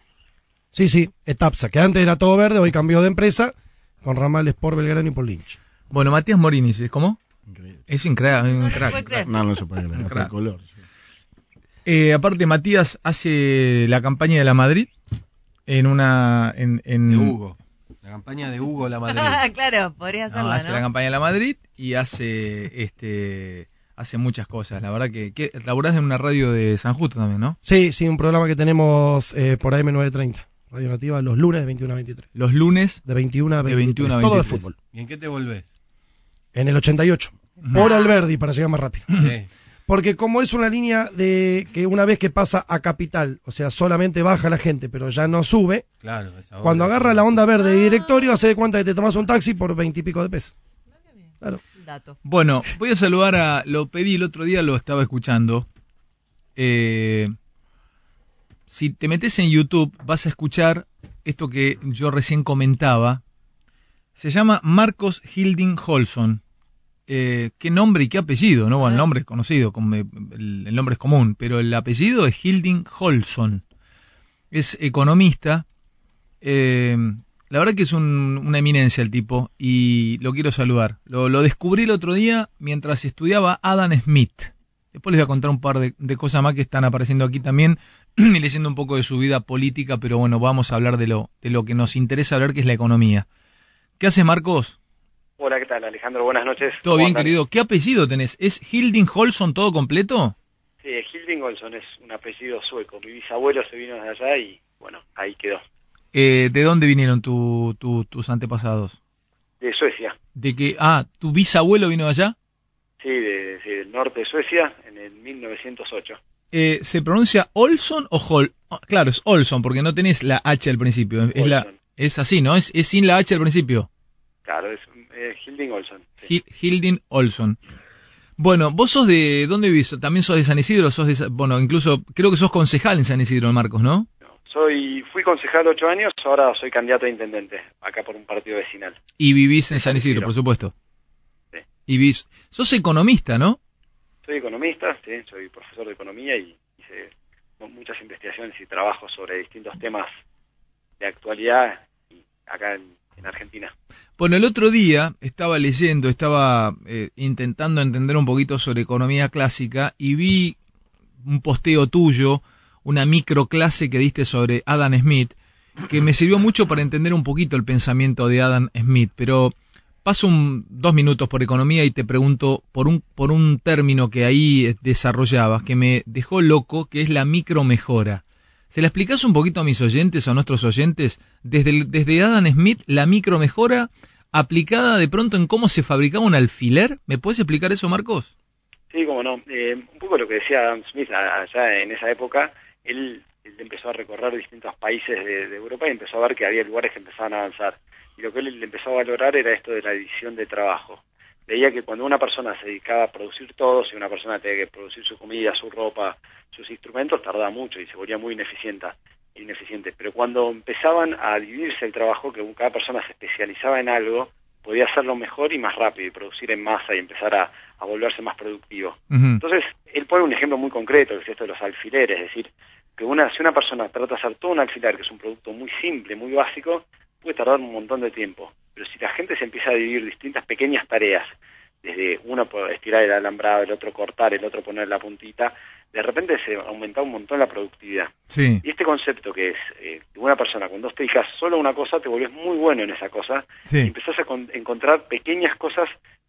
[SPEAKER 6] Sí, sí, Etapsa, que antes era todo verde, hoy cambió de empresa con ramales por Belgrano y por Lynch.
[SPEAKER 1] Bueno, Matías Morini, ¿cómo? Es increíble. un crack.
[SPEAKER 12] No, no se puede creer.
[SPEAKER 1] Un
[SPEAKER 12] hasta
[SPEAKER 1] crack.
[SPEAKER 12] el color.
[SPEAKER 1] Eh, aparte, Matías hace la campaña de la Madrid en una. En, en-
[SPEAKER 4] De Hugo. La campaña de Hugo La Madrid.
[SPEAKER 2] Ah, claro, podría
[SPEAKER 1] No,
[SPEAKER 2] hacerla,
[SPEAKER 1] Ah, hace
[SPEAKER 2] ¿no?
[SPEAKER 1] la campaña de la Madrid y hace este hace muchas cosas. La verdad que, que laburás en una radio de San Justo también, ¿no?
[SPEAKER 6] Sí, sí, un programa que tenemos eh, por AM930, Radio Nativa, los lunes de 21 a 23.
[SPEAKER 1] Los lunes.
[SPEAKER 6] De 21 a
[SPEAKER 1] de
[SPEAKER 6] 23.
[SPEAKER 1] 21 a
[SPEAKER 6] Todo de
[SPEAKER 1] 23.
[SPEAKER 6] fútbol.
[SPEAKER 4] ¿Y en qué te volvés?
[SPEAKER 6] En el 88. Por Alberdi, para llegar más rápido.
[SPEAKER 4] Sí.
[SPEAKER 6] Porque como es una línea de que una vez que pasa a Capital, o sea, solamente baja la gente, pero ya no sube,
[SPEAKER 4] Claro,
[SPEAKER 1] Ah,
[SPEAKER 4] esa onda.
[SPEAKER 6] cuando agarra la onda verde de directorio, hace de cuenta que te tomas un taxi por 20 y pico de pesos. Claro.
[SPEAKER 1] Bueno, voy a saludar a. Lo pedí el otro día, lo estaba escuchando. Eh, si te metes en YouTube, vas a escuchar esto que yo recién comentaba. Se llama Marcos Hilding Holson. Eh, qué nombre y qué apellido, ¿no? Bueno, el nombre es conocido, como eh, el, el nombre es común, pero el apellido es Hilding Holson. Es economista. Eh, la verdad que es un- una eminencia el tipo y lo quiero saludar. Lo, lo descubrí el otro día mientras estudiaba Adam Smith. Después les voy a contar un par de, de cosas más que están apareciendo aquí también y leyendo un poco de su vida política, pero bueno, vamos a hablar de lo, de lo que nos interesa hablar, que es la economía. ¿Qué haces, Marcos?
[SPEAKER 15] Hola, ¿qué tal, Alejandro? Buenas noches.
[SPEAKER 1] ¿Todo
[SPEAKER 15] ¿Cómo
[SPEAKER 1] bien,
[SPEAKER 15] andan?
[SPEAKER 1] querido? ¿Qué apellido tenés? ¿Es Hilding Holson todo completo?
[SPEAKER 15] Sí, Hilding Olson es un apellido sueco. Mi bisabuelo se vino de allá y, bueno, ahí quedó.
[SPEAKER 1] Eh, ¿De dónde vinieron tu- tu- tus antepasados?
[SPEAKER 15] De Suecia.
[SPEAKER 1] ¿De que, ah, tu bisabuelo vino de allá?
[SPEAKER 15] Sí, de- sí, del norte de Suecia en el 1908.
[SPEAKER 1] Eh, ¿Se pronuncia Olson o Hol? oh, Claro, es Olson, porque no tenés la H al principio. Es, la, es así, ¿no? Es, es sin la H al principio.
[SPEAKER 15] Claro, es eh, Hilding Olson.
[SPEAKER 1] Hil- Hilding Olson. Bueno, vos sos de. ¿Dónde vivís? ¿También sos de San Isidro? Sos de, Sa- bueno, incluso creo que sos concejal en San Isidro, Marcos, ¿no?
[SPEAKER 15] Soy, fui concejal ocho años, ahora soy candidato a intendente, acá por un partido vecinal.
[SPEAKER 1] Y vivís en San Isidro, por supuesto. Y vivís. Sos economista, ¿no?
[SPEAKER 15] Soy economista, sí, soy profesor de economía y hice mu- muchas investigaciones y trabajos sobre distintos temas de actualidad y acá en, en Argentina.
[SPEAKER 1] Bueno, el otro día estaba leyendo, estaba eh, intentando entender un poquito sobre economía clásica y vi un posteo tuyo, una microclase que diste sobre Adam Smith, que me sirvió mucho para entender un poquito el pensamiento de Adam Smith, pero paso un- dos minutos por economía y te pregunto por un, por un término que ahí eh, desarrollabas, que me dejó loco, que es la micromejora. ¿Se la explicás un poquito a mis oyentes, a nuestros oyentes? Desde, el- desde Adam Smith, la micromejora aplicada de pronto en cómo se fabricaba un alfiler. ¿Me puedes explicar eso, Marcos?
[SPEAKER 15] Sí, como no. Eh, un poco lo que decía Adam Smith a- allá en esa época, él, él empezó a recorrer distintos países de, de Europa y empezó a ver que había lugares que empezaban a avanzar. Y lo que él empezó a valorar era esto de la división de trabajo. Veía que cuando una persona se dedicaba a producir todo, si una persona tenía que producir su comida, su ropa, sus instrumentos, tardaba mucho y se volvía muy ineficiente. ineficiente. Pero cuando empezaban a dividirse el trabajo, que cada persona se especializaba en algo, podía hacerlo mejor y más rápido, y producir en masa y empezar a, a volverse más productivo. Entonces, él pone un ejemplo muy concreto, que es esto de los alfileres, es decir, que una, si una persona trata de hacer todo un alfiler, que es un producto muy simple, muy básico, puede tardar un montón de tiempo. Pero si la gente se empieza a dividir distintas pequeñas tareas, desde uno por estirar el alambrado, el otro cortar, el otro poner la puntita, de repente se aumenta un montón la productividad.
[SPEAKER 1] Sí.
[SPEAKER 15] Y este concepto que es, eh, una persona, cuando vos te dedicas solo a una cosa, te volvés muy bueno en esa cosa y
[SPEAKER 1] Sí.
[SPEAKER 15] empezás a con- encontrar pequeñas cosas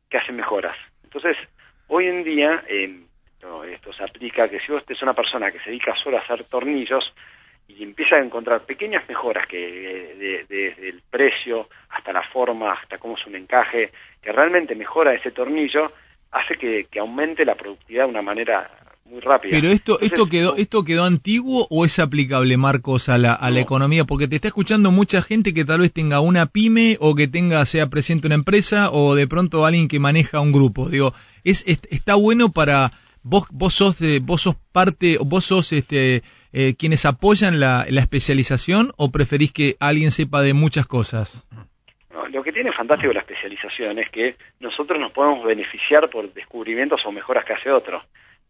[SPEAKER 15] que hacen mejoras. Entonces, hoy en día, eh, no, esto se aplica que si vos es una persona que se dedica solo a hacer tornillos y empieza a encontrar pequeñas mejoras que eh, de- de- desde el precio hasta la forma, hasta cómo es un encaje, que realmente mejora ese tornillo, hace que, que aumente la productividad de una manera muy rápida.
[SPEAKER 1] Pero esto,
[SPEAKER 15] Entonces,
[SPEAKER 1] esto quedó, esto quedó antiguo o es aplicable, Marcos, a la, a la economía, porque te está escuchando mucha gente que tal vez tenga una pyme o que tenga, sea presente una empresa o de pronto alguien que maneja un grupo. Digo, es, es- está bueno para vos, vos sos, de- vos sos parte, vos sos este, eh, quienes apoyan la, la especialización o preferís que alguien sepa de muchas cosas.
[SPEAKER 15] No, Lo que tiene fantástico la especialización es que nosotros nos podemos beneficiar por descubrimientos o mejoras que hace otro.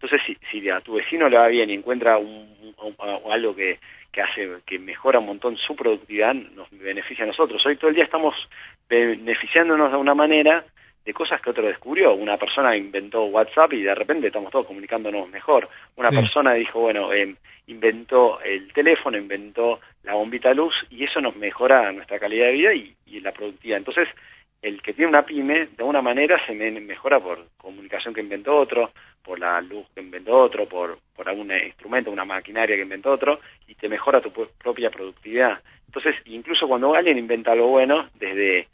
[SPEAKER 15] Entonces, si, si a tu vecino le va bien y encuentra un, un- a- algo que, que hace que mejora un montón su productividad, nos beneficia a nosotros. Hoy todo el día estamos beneficiándonos de una manera de cosas que otro descubrió. Una persona inventó WhatsApp y de repente estamos todos comunicándonos mejor. Una
[SPEAKER 16] Sí.
[SPEAKER 15] persona dijo, bueno, em, inventó el teléfono, inventó la bombita de luz y eso nos mejora nuestra calidad de vida y, y la productividad. Entonces, el que tiene una pyme, de alguna manera se me- mejora por comunicación que inventó otro, por la luz que inventó otro, por, por algún eh, instrumento, una maquinaria que inventó otro, y te mejora tu pu- propia productividad. Entonces, incluso cuando alguien inventa algo bueno, desde,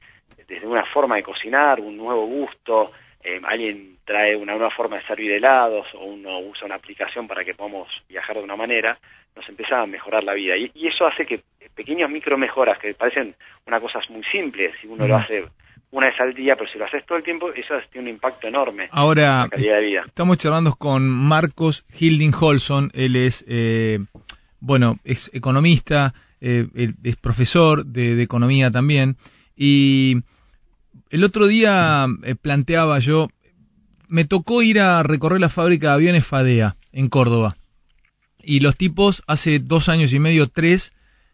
[SPEAKER 15] desde una forma de cocinar, un nuevo gusto, eh, alguien trae una nueva forma de servir helados, o uno usa una aplicación para que podamos viajar de una manera, nos empieza a mejorar la vida. Y, y eso hace que eh, pequeñas micro mejoras, que parecen una cosa muy simple, si uno lo
[SPEAKER 1] Mm.
[SPEAKER 15] hace una vez al día, pero si lo haces todo el tiempo, eso tiene un impacto enorme en
[SPEAKER 1] Ahora,
[SPEAKER 15] la calidad de vida.
[SPEAKER 1] Estamos charlando con Marcos Hilding Holson. Él es, eh, bueno, es economista, eh, él es profesor de, de economía también. Y el otro día eh, planteaba yo, me tocó ir a recorrer la fábrica de aviones FADEA en Córdoba. Y los tipos hace dos años y medio, tres,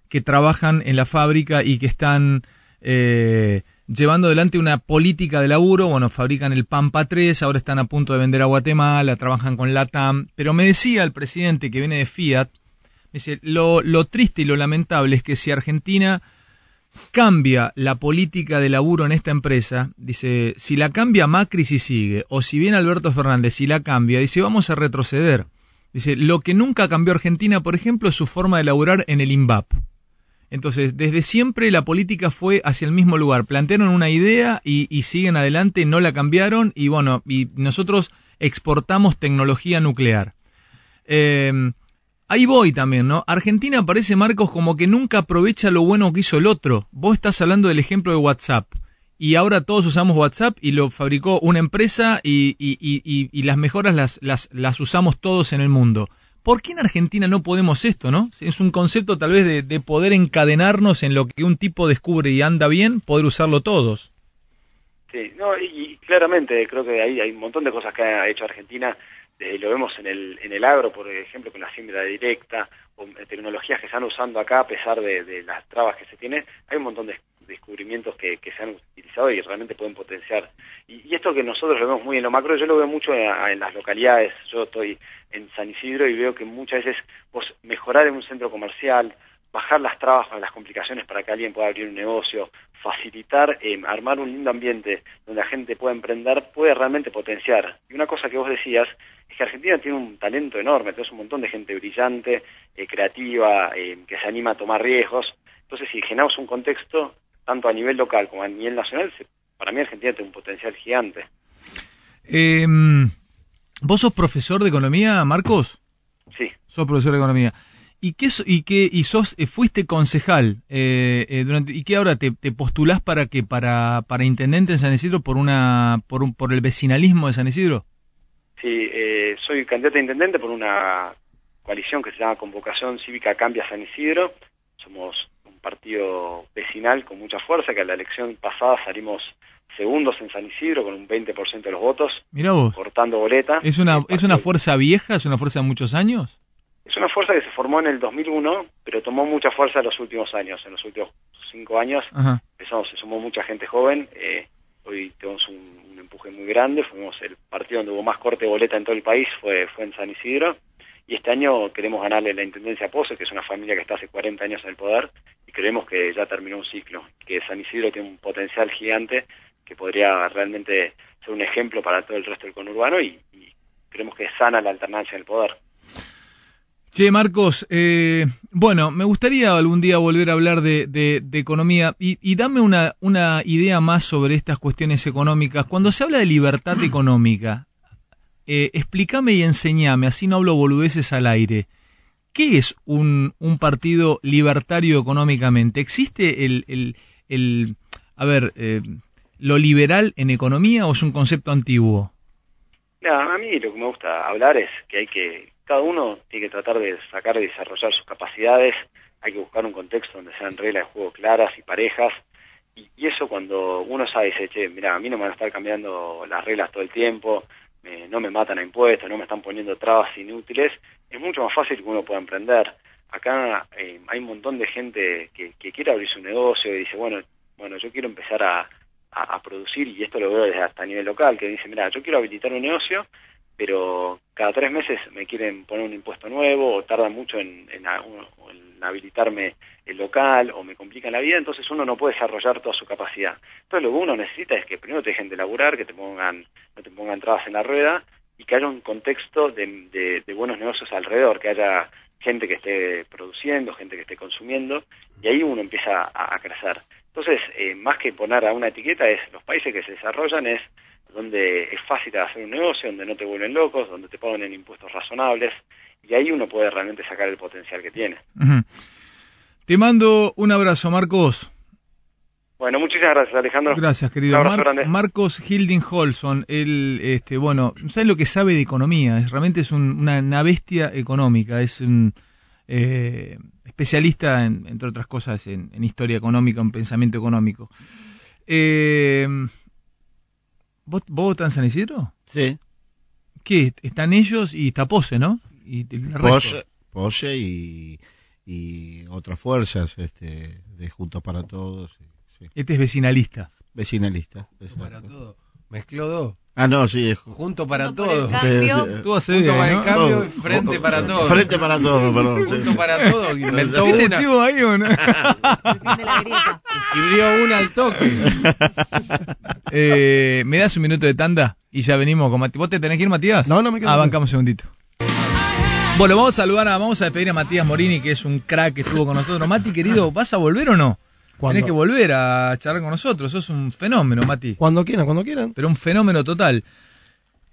[SPEAKER 1] que trabajan en la fábrica y que están eh, llevando adelante una política de laburo. Bueno, fabrican el Pampa 3, ahora están a punto de vender a Guatemala, trabajan con LATAM. Pero me decía el presidente que viene de Fiat, me dice, lo, lo triste y lo lamentable es que si Argentina cambia la política de laburo en esta empresa, dice, si la cambia Macri si sigue, o si bien Alberto Fernández si la cambia, dice, vamos a retroceder. Dice, lo que nunca cambió Argentina, por ejemplo, es su forma de laburar en el INVAP. Entonces, desde siempre la política fue hacia el mismo lugar. Plantearon una idea y, y siguen adelante, no la cambiaron y bueno, y nosotros exportamos tecnología nuclear. Eh, ahí voy también, ¿no? Argentina parece, Marcos, como que nunca aprovecha lo bueno que hizo el otro. Vos estás hablando del ejemplo de WhatsApp. Y ahora todos usamos WhatsApp y lo fabricó una empresa y, y- y- y- y las mejoras las, las, las usamos todos en el mundo. ¿Por qué en Argentina no podemos esto, no? Es un concepto tal vez de, de poder encadenarnos en lo que un tipo descubre y anda bien, poder usarlo todos.
[SPEAKER 15] Sí, no, y, y claramente creo que hay, hay un montón de cosas que ha hecho Argentina, eh, lo vemos en el, en el agro, por ejemplo, con la siembra directa, o eh, tecnologías que están usando acá a pesar de, de las trabas que se tiene, hay un montón de, descubrimientos que, que se han utilizado y realmente pueden potenciar. Y, y esto que nosotros lo vemos muy en lo macro, yo lo veo mucho en, en las localidades. Yo estoy en San Isidro y veo que muchas veces vos mejorar en un centro comercial, bajar las trabas, las complicaciones para que alguien pueda abrir un negocio, facilitar, eh, armar un lindo ambiente donde la gente pueda emprender, puede realmente potenciar. Y una cosa que vos decías es que Argentina tiene un talento enorme, tenés un montón de gente brillante, eh, creativa, eh, que se anima a tomar riesgos. Entonces, si generamos un contexto, tanto a nivel local como a nivel nacional, se- para mí Argentina tiene un potencial gigante.
[SPEAKER 1] Eh, ¿Vos sos profesor de economía, Marcos?
[SPEAKER 15] Sí.
[SPEAKER 1] Sos profesor de economía. ¿Y qué, so- y qué y sos, eh, fuiste concejal? eh, eh, durante, ¿Y qué ahora te, te postulás para que para, para intendente en San Isidro por, una, por, un, por el vecinalismo de San Isidro?
[SPEAKER 15] Sí, eh, soy candidato a intendente por una coalición que se llama Convocación Cívica Cambia San Isidro. Somos un partido vecinal con mucha fuerza, que a la elección pasada salimos segundos en San Isidro con un 20% de los votos,
[SPEAKER 1] Mirá vos.
[SPEAKER 15] cortando boleta.
[SPEAKER 1] ¿Es una, ¿Es una fuerza vieja? ¿Es una fuerza de muchos años?
[SPEAKER 15] Es una fuerza que se formó en el 2001, pero tomó mucha fuerza en los últimos años. En los últimos cinco años
[SPEAKER 1] Ajá.
[SPEAKER 15] empezamos, se sumó mucha gente joven. eh, hoy tenemos un, un empuje muy grande. Fuimos el partido donde hubo más corte de boleta en todo el país, fue, fue en San Isidro. Y este año queremos ganarle la intendencia a Pozos, que es una familia que está hace 40 años en el poder. Y creemos que ya terminó un ciclo, que San Isidro tiene un potencial gigante que podría realmente ser un ejemplo para todo el resto del conurbano. Y, y creemos que es sana la alternancia en el poder.
[SPEAKER 1] Che, Marcos, eh, bueno, me gustaría algún día volver a hablar de, de- de economía y, y dame una, una idea más sobre estas cuestiones económicas. Cuando se habla de libertad económica, eh, explícame y enseñame, así no hablo boludeces al aire. ¿Qué es un, un partido libertario económicamente? ¿Existe el, el- el- a ver, eh, lo liberal en economía o es un concepto antiguo?
[SPEAKER 15] Nada, a mí lo que me gusta hablar es que hay que, cada uno tiene que tratar de sacar y desarrollar sus capacidades, hay que buscar un contexto donde sean reglas de juego claras y parejas, y, y eso cuando uno sabe, dice, che, mira, a mí no me van a estar cambiando las reglas todo el tiempo, eh, no me matan a impuestos, no me están poniendo trabas inútiles, es mucho más fácil que uno pueda emprender. Acá eh, hay un montón de gente que, que quiere abrir su negocio y dice, bueno, bueno, yo quiero empezar a, a, a producir, y esto lo veo desde hasta a nivel local, que dice, mira, yo quiero habilitar un negocio, pero cada tres meses me quieren poner un impuesto nuevo, o tardan mucho en, en a- o en habilitarme el local, o me complican la vida, entonces uno no puede desarrollar toda su capacidad. Entonces lo que uno necesita es que primero te dejen de laburar, que te pongan, no te pongan trabas en la rueda, y que haya un contexto de, de- de buenos negocios alrededor, que haya gente que esté produciendo, gente que esté consumiendo, y ahí uno empieza a- a crecer. Entonces, eh, más que poner a una etiqueta, es los países que se desarrollan es donde es fácil hacer un negocio, donde no te vuelven locos, donde te pagan en impuestos razonables, y ahí uno puede realmente sacar el potencial que tiene.
[SPEAKER 1] Ujú. Te mando un abrazo, Marcos.
[SPEAKER 15] Bueno, muchísimas gracias, Alejandro.
[SPEAKER 1] Gracias, querido.
[SPEAKER 15] Un abrazo
[SPEAKER 1] Mar-
[SPEAKER 15] grande.
[SPEAKER 1] Marcos Hilding Holson, él, este, bueno, ¿sabes lo que sabe de economía? Es, realmente es un- una, una bestia económica, es un eh, especialista, en- entre otras cosas, en, en historia económica, en pensamiento económico. Eh, ¿Vos, vos votás en San Isidro?
[SPEAKER 12] Sí.
[SPEAKER 1] ¿Qué? Están ellos y está Pose, ¿no? Y el resto.
[SPEAKER 12] Polle, Polle y, y otras fuerzas este, de Juntos para Todos. sí.
[SPEAKER 1] Este es vecinalista.
[SPEAKER 12] Vecinalista.
[SPEAKER 6] Para todo. Mezcló dos.
[SPEAKER 12] Ah, no, sí. es-
[SPEAKER 6] Junto para
[SPEAKER 12] Junto
[SPEAKER 6] todos.
[SPEAKER 12] Sí, sí.
[SPEAKER 6] Junto para el cambio y
[SPEAKER 12] Todo.
[SPEAKER 6] frente para todos.
[SPEAKER 12] Frente para todos, perdón. sí.
[SPEAKER 6] Junto para todos. Inventó
[SPEAKER 12] ¿Viste,
[SPEAKER 6] una.
[SPEAKER 12] tío,
[SPEAKER 1] ahí o no?
[SPEAKER 6] Escribió una al toque.
[SPEAKER 1] Eh, ¿Me das un minuto de tanda? Y ya venimos con Matías. ¿Vos te tenés que ir, Matías? No, no me
[SPEAKER 6] quedo.
[SPEAKER 1] Ah, bancamos un segundito. Bueno, vamos a saludar, a- vamos a despedir a Matías Morini, que es un crack que estuvo con nosotros. Mati, querido, ¿vas a volver o no?
[SPEAKER 6] ¿Cuándo?
[SPEAKER 1] Tenés que volver a charlar con nosotros. Sos un fenómeno, Mati.
[SPEAKER 6] Cuando quieran, cuando quieran.
[SPEAKER 1] Pero un fenómeno total.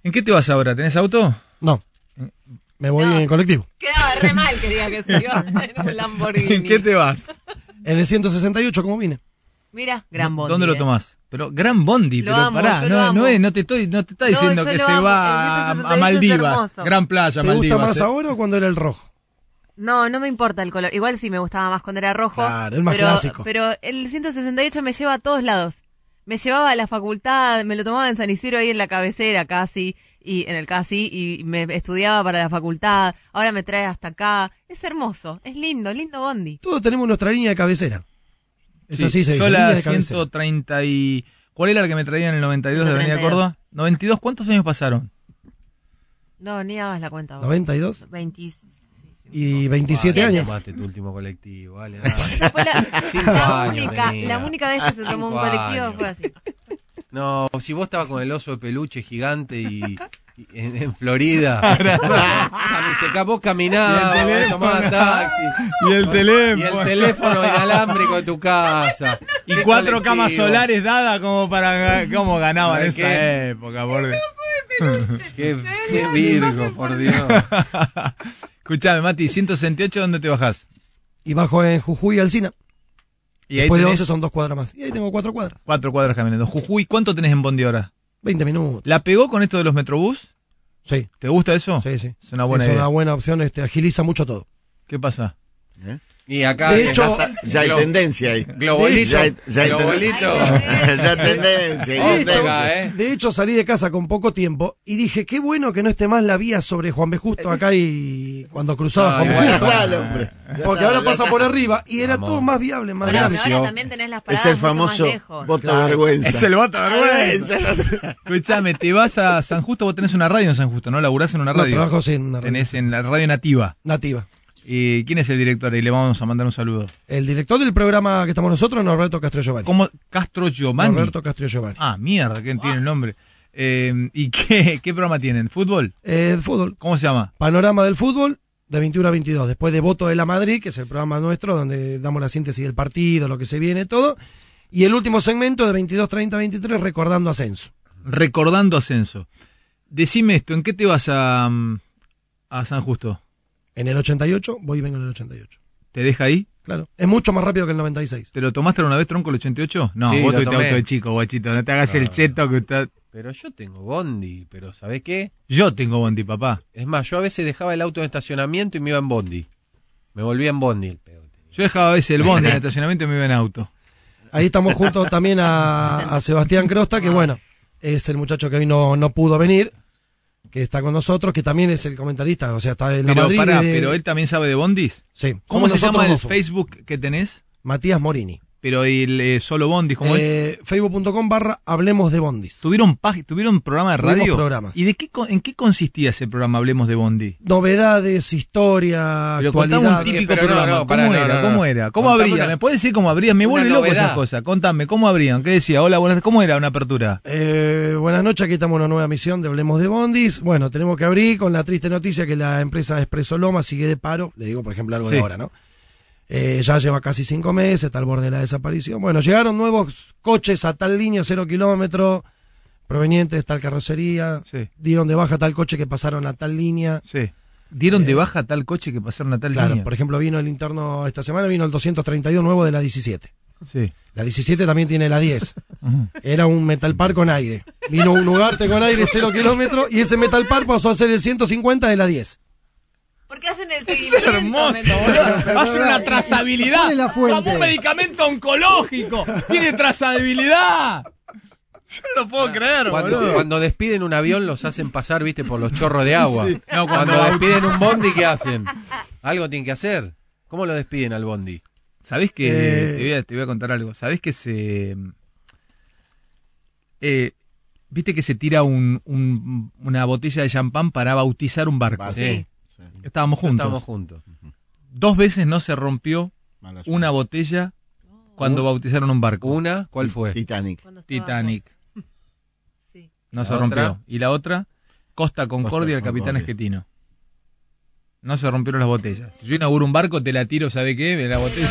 [SPEAKER 1] ¿En qué te vas ahora? ¿Tenés auto?
[SPEAKER 6] No. Me voy en el colectivo.
[SPEAKER 2] Quedaba re mal que diga que se iba en un Lamborghini.
[SPEAKER 6] ¿En qué
[SPEAKER 1] te vas?
[SPEAKER 6] En el 168, ¿cómo vine?
[SPEAKER 2] Mira, gran bondi.
[SPEAKER 1] ¿Dónde lo
[SPEAKER 2] eh.
[SPEAKER 1] tomás? Pero gran Bondi,
[SPEAKER 2] Lo
[SPEAKER 1] pero
[SPEAKER 2] amo,
[SPEAKER 1] pará,
[SPEAKER 2] yo
[SPEAKER 1] no,
[SPEAKER 2] lo
[SPEAKER 1] no
[SPEAKER 2] amo.
[SPEAKER 1] es- Eh, no te estoy, no te está
[SPEAKER 2] No,
[SPEAKER 1] diciendo
[SPEAKER 2] yo
[SPEAKER 1] que
[SPEAKER 2] lo
[SPEAKER 1] se
[SPEAKER 2] amo,
[SPEAKER 1] va a,
[SPEAKER 2] el 168
[SPEAKER 1] a
[SPEAKER 2] es
[SPEAKER 1] Maldivas,
[SPEAKER 2] hermoso.
[SPEAKER 1] gran playa,
[SPEAKER 6] ¿Te
[SPEAKER 1] Maldivas.
[SPEAKER 6] gusta más
[SPEAKER 1] eh.
[SPEAKER 6] ahora o cuando era el rojo?
[SPEAKER 2] No, no me importa el color. Igual sí me gustaba más cuando era rojo.
[SPEAKER 6] Claro, es más
[SPEAKER 2] pero,
[SPEAKER 6] clásico.
[SPEAKER 2] Pero el 168 me lleva a todos lados. Me llevaba a la facultad, me lo tomaba en San Isidro ahí en la cabecera casi, y en el casi, y me estudiaba para la facultad. Ahora me trae hasta acá. Es hermoso, es lindo, lindo Bondi.
[SPEAKER 6] Todos tenemos nuestra línea de cabecera. Es
[SPEAKER 1] Sí,
[SPEAKER 6] así, se dice.
[SPEAKER 1] Yo la
[SPEAKER 6] línea de cabecera.
[SPEAKER 1] 130 y... ¿Cuál era la que me traían en el 92 de Avenida
[SPEAKER 2] 132.
[SPEAKER 1] Córdoba? 92, ¿cuántos años pasaron?
[SPEAKER 2] No, ni hagas la cuenta. vos.
[SPEAKER 6] 92.
[SPEAKER 2] 20.
[SPEAKER 6] Y 27
[SPEAKER 4] Vale,
[SPEAKER 6] años.
[SPEAKER 4] tomaste tu último colectivo, vale.
[SPEAKER 2] Fue la,
[SPEAKER 4] Cinco
[SPEAKER 2] la
[SPEAKER 4] años
[SPEAKER 2] única,
[SPEAKER 4] tenía.
[SPEAKER 2] la única vez que se tomó un
[SPEAKER 4] Cinco
[SPEAKER 2] colectivo
[SPEAKER 4] años.
[SPEAKER 2] fue así.
[SPEAKER 4] No, si vos estabas con el oso de peluche gigante y, y en, en Florida. Te ca- vos caminabas,
[SPEAKER 14] Y el
[SPEAKER 4] vos
[SPEAKER 14] teléfono.
[SPEAKER 4] tomabas taxi.
[SPEAKER 1] Y el
[SPEAKER 4] Y
[SPEAKER 1] teléfono.
[SPEAKER 4] el teléfono inalámbrico de tu casa.
[SPEAKER 1] Y
[SPEAKER 4] Qué
[SPEAKER 1] cuatro
[SPEAKER 4] colectivo.
[SPEAKER 1] camas solares dadas como para... ¿Cómo ganaban
[SPEAKER 4] ¿Para
[SPEAKER 1] esa
[SPEAKER 4] qué?
[SPEAKER 1] época, por Dios?
[SPEAKER 4] Qué, qué virgo, por Dios.
[SPEAKER 1] Escuchame, Mati, 168, ¿dónde te bajás?
[SPEAKER 6] Y bajo en Jujuy y Alcina.
[SPEAKER 1] Y ahí
[SPEAKER 6] Después de
[SPEAKER 1] tenés
[SPEAKER 6] 11 son dos cuadras más. Y ahí tengo cuatro cuadras.
[SPEAKER 1] cuatro cuadras caminando. Jujuy, ¿cuánto tenés en Bondi ahora?
[SPEAKER 6] 20 minutos.
[SPEAKER 1] ¿La pegó con esto de los Metrobús?
[SPEAKER 6] Sí.
[SPEAKER 1] ¿Te gusta eso?
[SPEAKER 6] Sí, sí.
[SPEAKER 1] Es una buena
[SPEAKER 6] Sí, es
[SPEAKER 1] idea.
[SPEAKER 6] una buena opción. Este, agiliza mucho todo.
[SPEAKER 1] ¿Qué pasa?
[SPEAKER 12] ¿Eh?
[SPEAKER 4] Y acá.
[SPEAKER 6] eh,
[SPEAKER 12] De hecho,
[SPEAKER 4] acá está-
[SPEAKER 12] ya hay
[SPEAKER 4] Glo-
[SPEAKER 12] tendencia ahí.
[SPEAKER 4] Globolito.
[SPEAKER 12] Ya hay- ya hay
[SPEAKER 4] Globolito.
[SPEAKER 12] tendencia. Ya tendencia, ya
[SPEAKER 4] Otra,
[SPEAKER 12] tendencia.
[SPEAKER 4] eh.
[SPEAKER 6] De hecho, salí de casa con poco tiempo y dije, qué bueno que no esté más la vía sobre Juan B. Justo acá y cuando
[SPEAKER 1] Ah,
[SPEAKER 6] cruzaba
[SPEAKER 12] No,
[SPEAKER 6] Juan B.
[SPEAKER 12] igual,
[SPEAKER 6] Justo.
[SPEAKER 12] igual, hombre. Ya
[SPEAKER 6] Porque
[SPEAKER 12] está,
[SPEAKER 6] ahora
[SPEAKER 12] ya
[SPEAKER 6] pasa
[SPEAKER 12] está.
[SPEAKER 6] por arriba y era
[SPEAKER 12] Vamos.
[SPEAKER 6] todo más viable, más
[SPEAKER 12] Bueno,
[SPEAKER 6] grande.
[SPEAKER 12] ahora
[SPEAKER 2] También tenés las
[SPEAKER 12] Es
[SPEAKER 2] paradas
[SPEAKER 12] el
[SPEAKER 2] mucho más
[SPEAKER 12] famoso
[SPEAKER 2] lejos.
[SPEAKER 12] voto de vergüenza.
[SPEAKER 1] Es el voto de vergüenza.
[SPEAKER 12] vergüenza.
[SPEAKER 1] Escuchame, te vas a San Justo, vos tenés una radio en San Justo, ¿no? Laburás en una
[SPEAKER 6] No,
[SPEAKER 1] radio.
[SPEAKER 6] trabajo sí, en una radio.
[SPEAKER 1] Tenés en la radio nativa.
[SPEAKER 6] Nativa.
[SPEAKER 1] ¿Y quién es el director? Y le vamos a mandar un saludo.
[SPEAKER 6] El director del programa que estamos nosotros, Norberto Castro Giovanni.
[SPEAKER 1] ¿Cómo? Castro Giovanni.
[SPEAKER 6] Norberto Castro Giovanni.
[SPEAKER 1] Ah, mierda, que tiene el nombre. Eh, ¿Y qué, qué programa tienen? ¿Fútbol?
[SPEAKER 6] Eh, el fútbol.
[SPEAKER 1] ¿Cómo se llama?
[SPEAKER 6] Panorama del fútbol de 21 a 22. Después de Voto de la Madrid, que es el programa nuestro donde damos la síntesis del partido, lo que se viene, todo. Y el último segmento de 22, 30, 23, recordando ascenso.
[SPEAKER 1] Recordando Ascenso. Decime esto, ¿en qué te vas a, mm, a San Justo?
[SPEAKER 6] En el 88, voy y vengo en el 88.
[SPEAKER 1] ¿Te deja ahí?
[SPEAKER 6] Claro. Es mucho más rápido que el 96.
[SPEAKER 1] ¿Te lo tomaste alguna vez, tronco, el 88? No,
[SPEAKER 4] Sí,
[SPEAKER 1] vos
[SPEAKER 4] lo
[SPEAKER 1] tuviste
[SPEAKER 4] tomé.
[SPEAKER 1] auto de chico, guachito. No te hagas el
[SPEAKER 4] No.
[SPEAKER 1] cheto que está...
[SPEAKER 4] Pero yo tengo Bondi, pero ¿sabés qué?
[SPEAKER 1] Yo tengo bondi, papá.
[SPEAKER 4] Es más, yo a veces dejaba el auto en estacionamiento y me iba en Bondi. Me volvía en Bondi.
[SPEAKER 1] Yo dejaba a veces el bondi en el estacionamiento y me iba en auto.
[SPEAKER 6] Ahí estamos juntos también a, a Sebastián Crosta, que bueno, es el muchacho que hoy no, no pudo venir, que está con nosotros, que también es el comentarista, o sea, está en la
[SPEAKER 1] Pero
[SPEAKER 6] Madrid.
[SPEAKER 1] pará,
[SPEAKER 6] de-
[SPEAKER 1] pero él también sabe de bondis.
[SPEAKER 6] Sí.
[SPEAKER 1] ¿Cómo
[SPEAKER 6] Somos
[SPEAKER 1] se llama
[SPEAKER 6] nosotros
[SPEAKER 1] el
[SPEAKER 6] dos somos.
[SPEAKER 1] Facebook que tenés?
[SPEAKER 6] Matías Morini.
[SPEAKER 1] Pero el eh, solo bondis, ¿cómo es?
[SPEAKER 6] Eh, Facebook.com barra Hablemos de Bondis.
[SPEAKER 1] ¿Tuvieron, pag- ¿Tuvieron programa de
[SPEAKER 6] tuvimos
[SPEAKER 1] radio?
[SPEAKER 6] programas.
[SPEAKER 1] ¿Y de qué, co- en qué consistía ese programa Hablemos de Bondi?
[SPEAKER 6] Novedades, historia,
[SPEAKER 1] Pero contame
[SPEAKER 6] actualidad.
[SPEAKER 1] un típico
[SPEAKER 4] Pero no,
[SPEAKER 1] programa.
[SPEAKER 4] no,
[SPEAKER 1] ¿Cómo,
[SPEAKER 4] pará, no,
[SPEAKER 1] era?
[SPEAKER 4] no, no.
[SPEAKER 1] ¿Cómo era? ¿Cómo
[SPEAKER 4] Contame
[SPEAKER 1] abría?
[SPEAKER 4] una-
[SPEAKER 1] ¿Me puedes decir cómo abría? Me
[SPEAKER 4] una
[SPEAKER 1] vuelve loco
[SPEAKER 4] novedad.
[SPEAKER 1] esas cosas. Contame, ¿cómo abrían? ¿Qué decía? Hola, buenas ¿Cómo era una apertura?
[SPEAKER 6] Eh, buenas noches, aquí estamos en una nueva misión de Hablemos de Bondis. Bueno, tenemos que abrir con la triste noticia que la empresa Expreso Loma sigue de paro. Le digo, por ejemplo, algo de
[SPEAKER 1] Sí.
[SPEAKER 6] ahora, ¿no? Eh, ya lleva casi cinco meses, está al borde de la desaparición. Bueno, llegaron nuevos coches a tal línea, cero kilómetro, provenientes de tal carrocería.
[SPEAKER 1] Sí,
[SPEAKER 6] Dieron de baja tal coche que pasaron a tal línea. Eh,
[SPEAKER 1] sí. ¿Dieron de baja tal coche que pasaron a tal
[SPEAKER 6] Claro,
[SPEAKER 1] línea?
[SPEAKER 6] por ejemplo, vino el interno esta semana, vino el 232 nuevo de la 17.
[SPEAKER 1] Sí.
[SPEAKER 6] La 17 también tiene la 10.
[SPEAKER 1] Ujú.
[SPEAKER 6] Era un metal par con aire. Vino un Ugarte con aire 0 kilómetros y ese metal par pasó a ser el 150 de la 10.
[SPEAKER 2] ¿Por qué hacen el
[SPEAKER 1] Es
[SPEAKER 2] seguimiento?
[SPEAKER 1] hermoso,
[SPEAKER 2] me-
[SPEAKER 1] boludo. Hacen una trazabilidad.
[SPEAKER 5] ¿Cuál es la fuente?
[SPEAKER 1] Como un medicamento oncológico. Tiene trazabilidad. Yo no lo puedo creer,
[SPEAKER 4] Cuando,
[SPEAKER 1] boludo.
[SPEAKER 4] cuando despiden un avión los hacen pasar, viste, por los chorros de agua.
[SPEAKER 1] Sí. No,
[SPEAKER 4] cuando,
[SPEAKER 1] cuando-
[SPEAKER 4] despiden un Bondi, ¿qué hacen? Algo tienen que hacer. ¿Cómo lo despiden al Bondi?
[SPEAKER 1] ¿Sabés que
[SPEAKER 6] Eh.
[SPEAKER 1] te, voy a, te voy a contar algo? ¿Sabés que se... eh, ¿Viste que se tira un- un- una botella de champán para bautizar un barco?
[SPEAKER 2] Sí.
[SPEAKER 1] Estábamos juntos.
[SPEAKER 4] Estamos juntos.
[SPEAKER 1] Dos veces no se rompió
[SPEAKER 12] Mala suerte.
[SPEAKER 1] una botella cuando bautizaron un barco.
[SPEAKER 4] Una, ¿cuál fue?
[SPEAKER 12] Titanic.
[SPEAKER 2] Cuando estábamos-
[SPEAKER 1] Titanic.
[SPEAKER 2] Sí.
[SPEAKER 1] No
[SPEAKER 4] La
[SPEAKER 1] se
[SPEAKER 4] otra.
[SPEAKER 1] rompió. Y la otra, Costa Concordia, el capitán
[SPEAKER 12] Concordia.
[SPEAKER 1] Esquetino. No se rompieron las botellas. Yo inauguro un barco, te la tiro, ¿sabe qué? De la botella.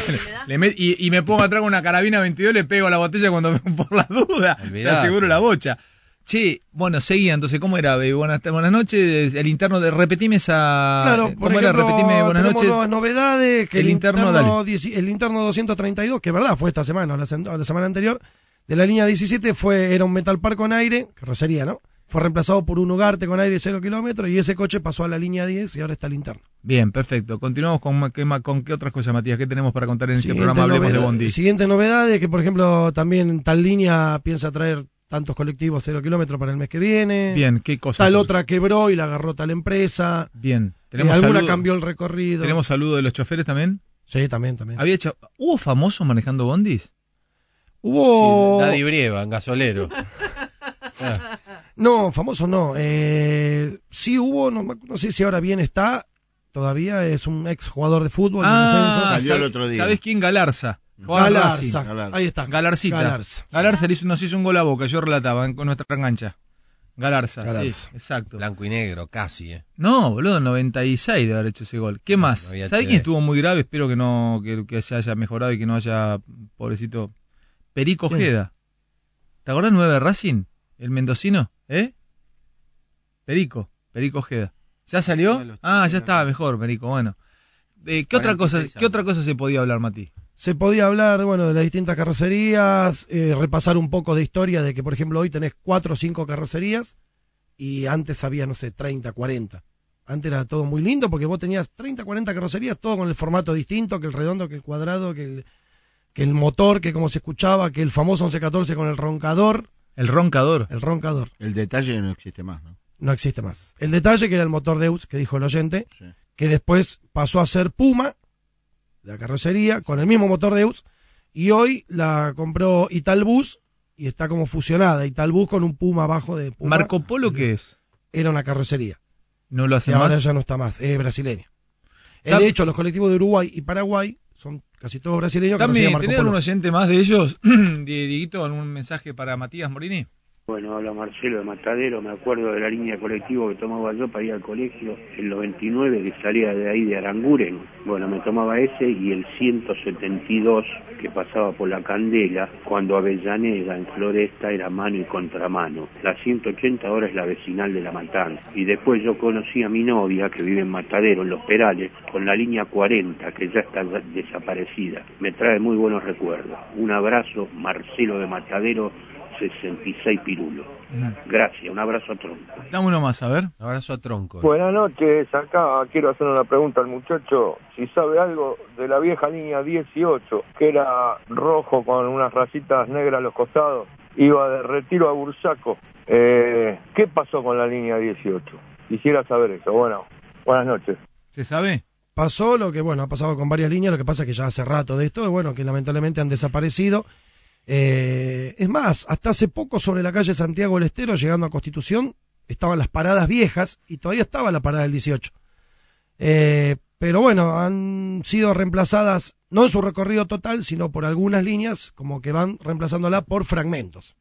[SPEAKER 1] le met- y, y me pongo atrás con una carabina 22, le pego a la botella cuando me- por la duda. Te
[SPEAKER 4] Olvidate.
[SPEAKER 1] aseguro la bocha. Che, bueno, seguía entonces, ¿cómo era? Eh, Buenas, buenas noches, el interno de... Repetime esa... eh,
[SPEAKER 6] Claro,
[SPEAKER 1] Ah,
[SPEAKER 6] por
[SPEAKER 1] ¿Cómo era?
[SPEAKER 6] ejemplo,
[SPEAKER 1] Repetime, buenas
[SPEAKER 6] tenemos
[SPEAKER 1] noches.
[SPEAKER 6] nuevas novedades. Que
[SPEAKER 1] El
[SPEAKER 6] el,
[SPEAKER 1] interno,
[SPEAKER 6] interno,
[SPEAKER 1] dale.
[SPEAKER 6] 10 el interno 232, que verdad fue esta semana, o la, sem- o la semana anterior, de la línea 17 fue era un metal par con aire, carrocería, ¿no? Fue reemplazado por un Ugarte con aire 0 kilómetros y ese coche pasó a la línea 10 y ahora está el interno.
[SPEAKER 1] Bien, perfecto. Continuamos con, ma- qué, ma- con qué otras cosas, Matías. ¿Qué tenemos para contar en este
[SPEAKER 6] Siguiente
[SPEAKER 1] programa? Hablemos de
[SPEAKER 6] novedad-
[SPEAKER 1] Bondi.
[SPEAKER 6] Siguiente novedad es que, por ejemplo, también tal línea piensa traer tantos colectivos 0 kilómetros para el mes que viene.
[SPEAKER 1] Bien, ¿qué cosa?
[SPEAKER 6] Tal otra quebró y la agarró tal empresa.
[SPEAKER 1] Bien.
[SPEAKER 6] Eh, alguna
[SPEAKER 1] saludo?
[SPEAKER 6] cambió el recorrido.
[SPEAKER 1] ¿Tenemos saludo de los choferes también?
[SPEAKER 6] Sí, también, también.
[SPEAKER 1] Había hecho- ¿Hubo famosos manejando bondis? Oh.
[SPEAKER 6] Hubo.
[SPEAKER 4] Daddy Brieva, en gasolero.
[SPEAKER 6] No, famoso no. Eh, sí hubo, no, me- no sé si ahora bien está. Todavía es un ex jugador de fútbol. de Buenos Aires.
[SPEAKER 1] Ah, ¿Sabés quién? Galarza. Jugaba en
[SPEAKER 6] Galarza.
[SPEAKER 1] Racing.
[SPEAKER 6] Galarza. Ahí está.
[SPEAKER 1] Galarcita.
[SPEAKER 6] Galarza.
[SPEAKER 1] Galarza. le hizo, nos hizo un gol a boca, yo relataba en- con nuestra cancha. Galarza,
[SPEAKER 4] Galarza.
[SPEAKER 1] sí, exacto.
[SPEAKER 4] Blanco y negro, casi, ¿eh?
[SPEAKER 1] No, boludo, en 96 de haber hecho ese gol. ¿Qué más?
[SPEAKER 4] no había
[SPEAKER 1] ¿Sabés
[SPEAKER 4] TV.
[SPEAKER 1] quién estuvo muy grave? Espero que no que, que se haya mejorado y que no haya, pobrecito, Perico
[SPEAKER 6] Sí.
[SPEAKER 1] Ojeda. ¿Te acordás 9 de Racing? ¿El mendocino? ¿Eh? Perico, Perico Ojeda. ¿Ya salió? Ah, ya estaba mejor, Perico, bueno. Eh, ¿qué, otra cosa,
[SPEAKER 6] 46
[SPEAKER 1] ¿Qué otra cosa se podía hablar, Mati?
[SPEAKER 6] Se podía hablar bueno, de las distintas carrocerías, eh, repasar un poco de historia de que, por ejemplo, hoy tenés cuatro o cinco carrocerías y antes había, no sé, 30, 40. Antes era todo muy lindo porque vos tenías 30, 40 carrocerías, todo con el formato distinto, que el redondo, que el cuadrado, que el, que el motor, que como se escuchaba, que el famoso 1114 con el roncador.
[SPEAKER 1] El roncador.
[SPEAKER 6] El roncador.
[SPEAKER 12] El detalle no existe más, ¿no?
[SPEAKER 6] No existe más. El detalle que era el motor Deutz, que dijo el oyente, que después pasó a ser Puma, la carrocería, con el mismo motor Deutz, y hoy la compró Italbus y está como fusionada. Italbus con un Puma abajo de Puma.
[SPEAKER 1] ¿Marco Polo qué es?
[SPEAKER 6] Era una carrocería.
[SPEAKER 1] ¿No lo hace
[SPEAKER 6] y ahora
[SPEAKER 1] más?
[SPEAKER 6] ya no está más, es brasileña. Eh,
[SPEAKER 1] Tam-
[SPEAKER 6] de hecho, los colectivos de Uruguay y Paraguay son casi todos brasileños. que no
[SPEAKER 1] También,
[SPEAKER 6] siguen Marco
[SPEAKER 1] ¿tenés
[SPEAKER 6] Polo.
[SPEAKER 1] algún oyente más de ellos? Die- Dieguito, ¿algún mensaje para Matías Morini?
[SPEAKER 16] Bueno, habla Marcelo de Matadero, me acuerdo de la línea de colectivo que tomaba yo para ir al colegio, el 99 que salía de ahí de Aranguren. Bueno, me tomaba ese y el 172 que pasaba por la Candela, cuando Avellaneda en Floresta era mano y contramano. La 180 ahora es la vecinal de La Matanza. Y después yo conocí a mi novia que vive en Matadero, en Los Perales, con la línea 40 que ya está desaparecida. Me trae muy buenos recuerdos. Un abrazo, Marcelo de Matadero, 66 pirulos. Gracias, un abrazo a todos.
[SPEAKER 1] Dame uno más, a ver.
[SPEAKER 4] Abrazo a tronco.
[SPEAKER 13] Buenas noches, acá quiero hacer una pregunta al muchacho, si sabe algo de la vieja línea 18, que era rojo con unas rayitas negras a los costados, iba de retiro a Bursaco. Eh, ¿Qué pasó con la línea 18? Quisiera saber eso. Bueno, buenas noches.
[SPEAKER 1] ¿Se sabe?
[SPEAKER 6] Pasó lo que, bueno, ha pasado con varias líneas, lo que pasa es que ya hace rato de esto, bueno, que lamentablemente han desaparecido. Eh, es más, hasta hace poco sobre la calle Santiago del Estero, llegando a Constitución, estaban las paradas viejas y todavía estaba la parada del 18. Eh, pero bueno, han sido reemplazadas, no en su recorrido total, sino por algunas líneas, como que van reemplazándola por fragmentos.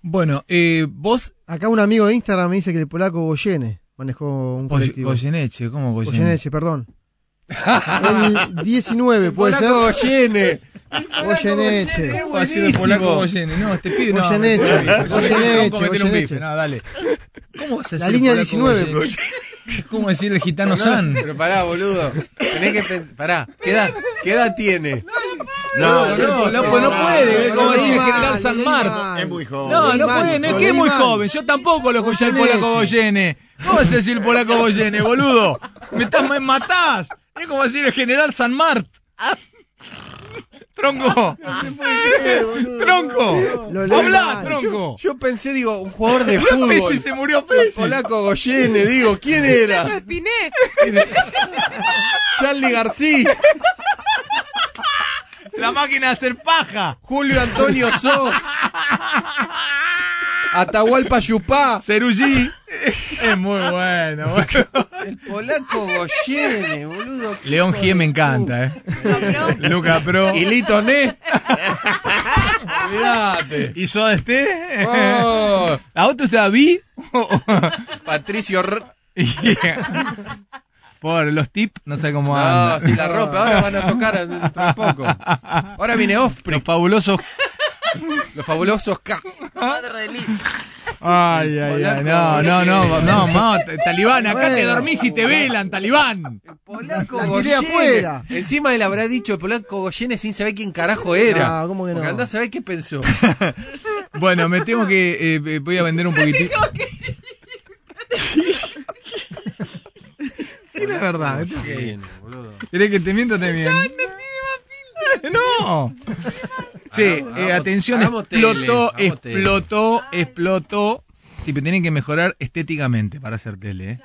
[SPEAKER 1] Bueno, eh, vos.
[SPEAKER 5] Acá un amigo de Instagram me dice que el polaco Goyene manejó un
[SPEAKER 1] Goy-
[SPEAKER 5] colectivo.
[SPEAKER 1] Goyeneche, ¿cómo Goyeneche?
[SPEAKER 5] Goyeneche, perdón. El 19, puede ser.
[SPEAKER 4] polaco Goyene.
[SPEAKER 5] Ah, Goyeneche.
[SPEAKER 1] ¿Cómo va a ser el polaco Goyene? No, este pibe no.
[SPEAKER 5] Goyeneche,
[SPEAKER 1] no, no, no, no,
[SPEAKER 5] Goyeneche,
[SPEAKER 1] cometer un
[SPEAKER 5] Goyeneche.
[SPEAKER 1] pife, No, dale. ¿Cómo vas a
[SPEAKER 5] La
[SPEAKER 1] decir
[SPEAKER 5] línea
[SPEAKER 1] polaco
[SPEAKER 5] 19,
[SPEAKER 1] Goyene? ¿Cómo decir el gitano
[SPEAKER 4] No,
[SPEAKER 1] San?
[SPEAKER 4] Pero pará, boludo. Tenés que pensar. Pará, ¿qué edad, qué edad tiene?
[SPEAKER 1] No, no, no, pues no puede, ¿cómo decir el general San Marcos?
[SPEAKER 12] Es muy joven.
[SPEAKER 1] No, no puede, no es que es muy joven. Yo tampoco lo escuché al polaco Goyene. ¿Cómo vas a decir el polaco Goyene, boludo? Me, estás, me matás. Es como decir el general San Mart. Tronco. Tronco. Hablá,
[SPEAKER 4] Yo,
[SPEAKER 1] tronco.
[SPEAKER 4] yo pensé, digo, un jugador de
[SPEAKER 1] Murió
[SPEAKER 4] fútbol.
[SPEAKER 1] Pesci, se murió Pesci.
[SPEAKER 4] Polaco Goyene, digo, ¿quién era?
[SPEAKER 2] Espiné.
[SPEAKER 4] Charlie García,
[SPEAKER 1] La máquina de hacer paja.
[SPEAKER 4] Julio Antonio Sos, Atahualpa Yupá.
[SPEAKER 1] Cerulli. Es muy bueno.
[SPEAKER 4] El polaco Goyene, boludo.
[SPEAKER 1] León G me encanta, eh. Luca Pro.
[SPEAKER 4] Y Lito Né. Olvídate.
[SPEAKER 1] ¿Y yo este?
[SPEAKER 4] Oh.
[SPEAKER 1] ¿A otro está vi?
[SPEAKER 4] Patricio R-
[SPEAKER 1] Por los tips, no sé cómo
[SPEAKER 4] No,
[SPEAKER 1] anda.
[SPEAKER 4] si la ropa, ahora van a tocar dentro de poco. Ahora viene Offspring.
[SPEAKER 1] Los fabulosos.
[SPEAKER 4] Los fabulosos K.
[SPEAKER 1] Ay, ay, ay. No, no, no, no, no, talibán, acá te
[SPEAKER 4] Bueno.
[SPEAKER 1] dormís y te velan, talibán.
[SPEAKER 4] Polaco
[SPEAKER 5] La tiré
[SPEAKER 4] Goyene.
[SPEAKER 5] afuera.
[SPEAKER 4] Encima él habrá dicho Polaco Goyene sin saber quién carajo era.
[SPEAKER 5] No, Ah, ¿cómo que no?
[SPEAKER 4] Porque andá a saber qué pensó.
[SPEAKER 1] Bueno, me temo que eh, eh, voy a vender un poquitito. Sí, la verdad.
[SPEAKER 4] Goyene, boludo.
[SPEAKER 1] ¿Querés que te miento o te miento? No. Che,
[SPEAKER 4] Hagamos-
[SPEAKER 1] eh, atención,
[SPEAKER 4] hagamos
[SPEAKER 1] explotó,
[SPEAKER 4] tele, hagamos
[SPEAKER 1] explotó, explotó. Sí, pero tienen que mejorar estéticamente para hacer tele, ¿eh?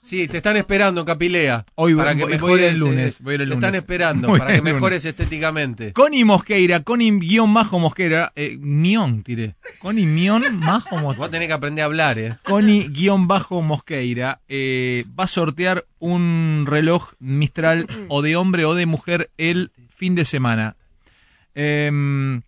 [SPEAKER 4] Sí, te están esperando, Capilea.
[SPEAKER 1] Hoy
[SPEAKER 4] para
[SPEAKER 1] voy-
[SPEAKER 4] que
[SPEAKER 1] voy el
[SPEAKER 4] mejores,
[SPEAKER 1] lunes,
[SPEAKER 4] eh,
[SPEAKER 1] voy el
[SPEAKER 4] Te
[SPEAKER 1] lunes.
[SPEAKER 4] están esperando
[SPEAKER 1] Voy
[SPEAKER 4] para
[SPEAKER 1] el
[SPEAKER 4] que
[SPEAKER 1] lunes.
[SPEAKER 4] mejores estéticamente.
[SPEAKER 1] Connie Mosqueira, Connie guión Majo Mosqueira, eh, Mion tiré. Connie Mion Majo Mosqueira.
[SPEAKER 4] Vos tenés que aprender a hablar, eh.
[SPEAKER 1] Connie guión bajo Mosqueira eh, va a sortear un reloj Mistral o de hombre o de mujer el fin de semana. Em,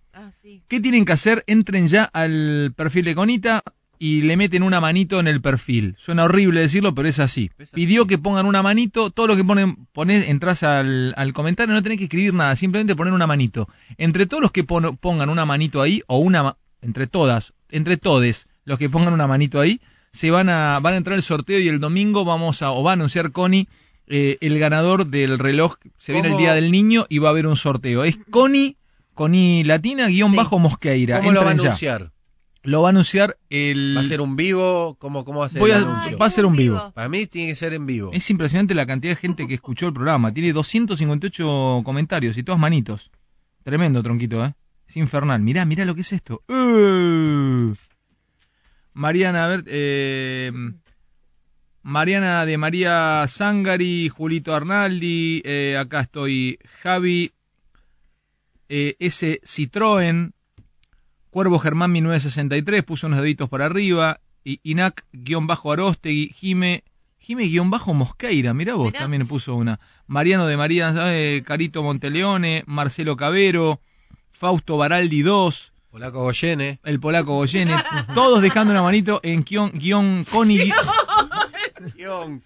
[SPEAKER 1] ¿Qué tienen que hacer? Entren ya al perfil de Conita y le meten una manito en el perfil. Suena horrible decirlo, pero es así. Pidió que pongan una manito. Todo lo que ponen, ponés, entras al, al comentario, no tenés que escribir nada, simplemente poner una manito. Entre todos los que pon- pongan una manito ahí, o una, ma- entre todas, entre todes, los que pongan una manito ahí, se van a, van a entrar al sorteo y el domingo vamos a, o va a anunciar Connie, eh, el ganador del reloj. Se viene el
[SPEAKER 4] ¿Cómo?
[SPEAKER 1] Día del Niño y va a haber un sorteo. Es Connie, Connie Latina, guión bajo Mosqueira.
[SPEAKER 4] ¿Cómo lo va a
[SPEAKER 1] Entren ya.
[SPEAKER 4] anunciar?
[SPEAKER 1] Lo va a anunciar el...
[SPEAKER 4] ¿Va a ser un vivo? ¿Cómo, cómo va a ser
[SPEAKER 1] Voy
[SPEAKER 4] el
[SPEAKER 1] a-
[SPEAKER 4] anuncio?
[SPEAKER 1] va a ser un vivo.
[SPEAKER 4] Para mí tiene que ser en vivo.
[SPEAKER 1] Es impresionante la cantidad de gente que escuchó el programa. Tiene 258 comentarios y todas manitos. Tremendo, tronquito, ¿eh? Es infernal. Mirá, mirá lo que es esto. ¡Eh! Mariana, a ver... eh, Mariana de María Zangari, Julito Arnaldi, eh, acá estoy Javi, eh, S. Citroën, Cuervo Germán 1963, puso unos deditos para arriba, y Inac-Arostegui, Jime, Jime-Mosqueira, mirá vos, también puso una. Mariano de María, eh, Carito Monteleone, Marcelo Cabero, Fausto Baraldi 2.
[SPEAKER 4] Polaco Goyene.
[SPEAKER 1] El polaco Goyene. Todos dejando una manito en guión, guión Connie.
[SPEAKER 4] Guión.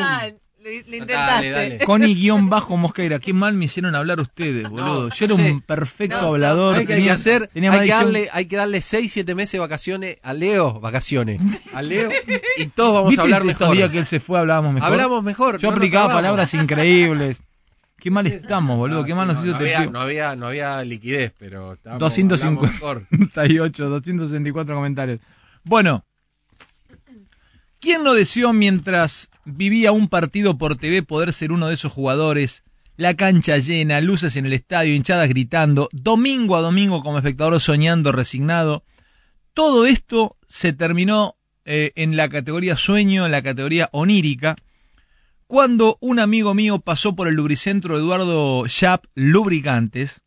[SPEAKER 2] Ah, Lo, lo intentaste.
[SPEAKER 1] Connie guión bajo Mosqueira. Qué mal me hicieron hablar ustedes, boludo. Yo era un
[SPEAKER 4] sé.
[SPEAKER 1] perfecto
[SPEAKER 4] No,
[SPEAKER 1] hablador.
[SPEAKER 4] Hay que, hay
[SPEAKER 1] tenía-
[SPEAKER 4] que hacer,
[SPEAKER 1] tenía
[SPEAKER 4] hay
[SPEAKER 1] más
[SPEAKER 4] que
[SPEAKER 1] dicción-
[SPEAKER 4] darle, hay que darle 6, 7 meses de vacaciones a Leo, vacaciones, a Leo, y todos vamos
[SPEAKER 1] ¿Viste
[SPEAKER 4] a hablar
[SPEAKER 1] estos
[SPEAKER 4] mejor.
[SPEAKER 1] días que él se fue hablábamos mejor?
[SPEAKER 4] Hablamos mejor,
[SPEAKER 1] Yo
[SPEAKER 4] no nos
[SPEAKER 1] aplicaba
[SPEAKER 4] trabamos.
[SPEAKER 1] palabras increíbles. Qué mal estamos, boludo. Qué mal nos
[SPEAKER 4] Ah, no,
[SPEAKER 1] hizo este
[SPEAKER 4] no
[SPEAKER 1] Tercio.
[SPEAKER 4] había, no, había, no había liquidez, pero estábamos, hablamos mejor.
[SPEAKER 1] 258, 264 comentarios. Bueno, ¿quién lo deseó mientras vivía un partido por TV poder ser uno de esos jugadores? La cancha llena, luces en el estadio, hinchadas gritando, domingo a domingo como espectador soñando, resignado. Todo esto se terminó eh, en la categoría sueño, en la categoría onírica cuando un amigo mío pasó por el lubricentro Eduardo Yap Lubricantes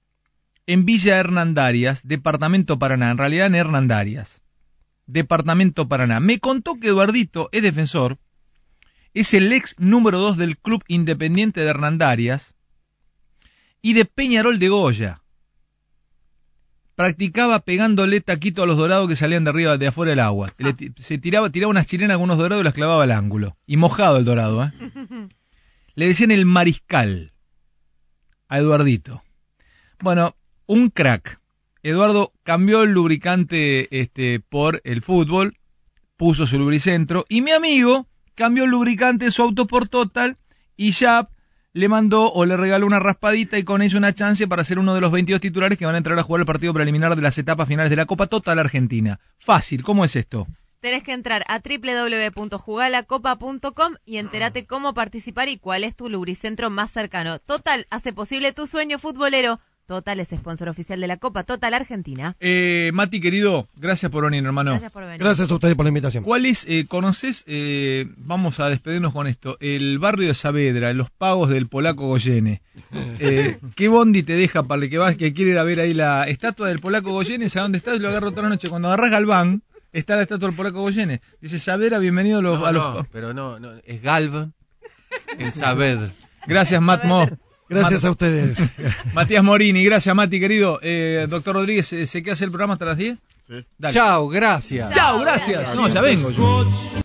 [SPEAKER 1] en Villa Hernandarias, departamento Paraná, en realidad en Hernandarias, departamento Paraná. Me contó que Eduardito es defensor, es el ex número 2 del club independiente de Hernandarias y de Peñarol de Goya. Practicaba pegándole taquito a los dorados que salían de arriba, de afuera del agua. Le ti- se tiraba, tiraba unas chilenas con unos dorados y las clavaba al ángulo. Y mojado el dorado, ¿eh? Le decían el mariscal a Eduardito. Bueno, un crack. Eduardo cambió el lubricante este, por el fútbol, puso su lubricentro y mi amigo cambió el lubricante de su auto por Total y ya le mandó o le regaló una raspadita y con ello una chance para ser uno de los 22 titulares que van a entrar a jugar el partido preliminar de las etapas finales de la Copa Total Argentina. Fácil, ¿cómo es esto?
[SPEAKER 2] Tenés que entrar a www.jugalacopa.com y entérate cómo participar y cuál es tu lubricentro más cercano. Total hace posible tu sueño futbolero. Total es sponsor oficial de la Copa Total Argentina.
[SPEAKER 1] Eh, Mati, querido, gracias por venir, hermano.
[SPEAKER 2] Gracias por venir.
[SPEAKER 6] Gracias a ustedes por la invitación.
[SPEAKER 1] ¿Cuál es, eh, conoces, eh, vamos a despedirnos con esto, el barrio de Saavedra, los pagos del polaco Goyene? Eh, ¿Qué bondi te deja para el que vas, que quiere ir a ver ahí la estatua del polaco Goyenes? ¿A dónde estás? Lo agarro toda la noche. Cuando agarras Galván, está la estatua del polaco Goyenes. Dice Saavedra, bienvenido a los...
[SPEAKER 4] No,
[SPEAKER 1] a
[SPEAKER 4] no,
[SPEAKER 1] los-
[SPEAKER 4] pero no, no, es Galv en Saavedra.
[SPEAKER 1] Gracias, Matt Mo.
[SPEAKER 6] Gracias a ustedes.
[SPEAKER 1] Matías Morini, gracias Mati, querido. Eh, doctor Rodríguez, eh, ¿se queda hacer el programa hasta las 10?
[SPEAKER 4] Chao, gracias.
[SPEAKER 1] Chao, gracias. No, ya vengo yo.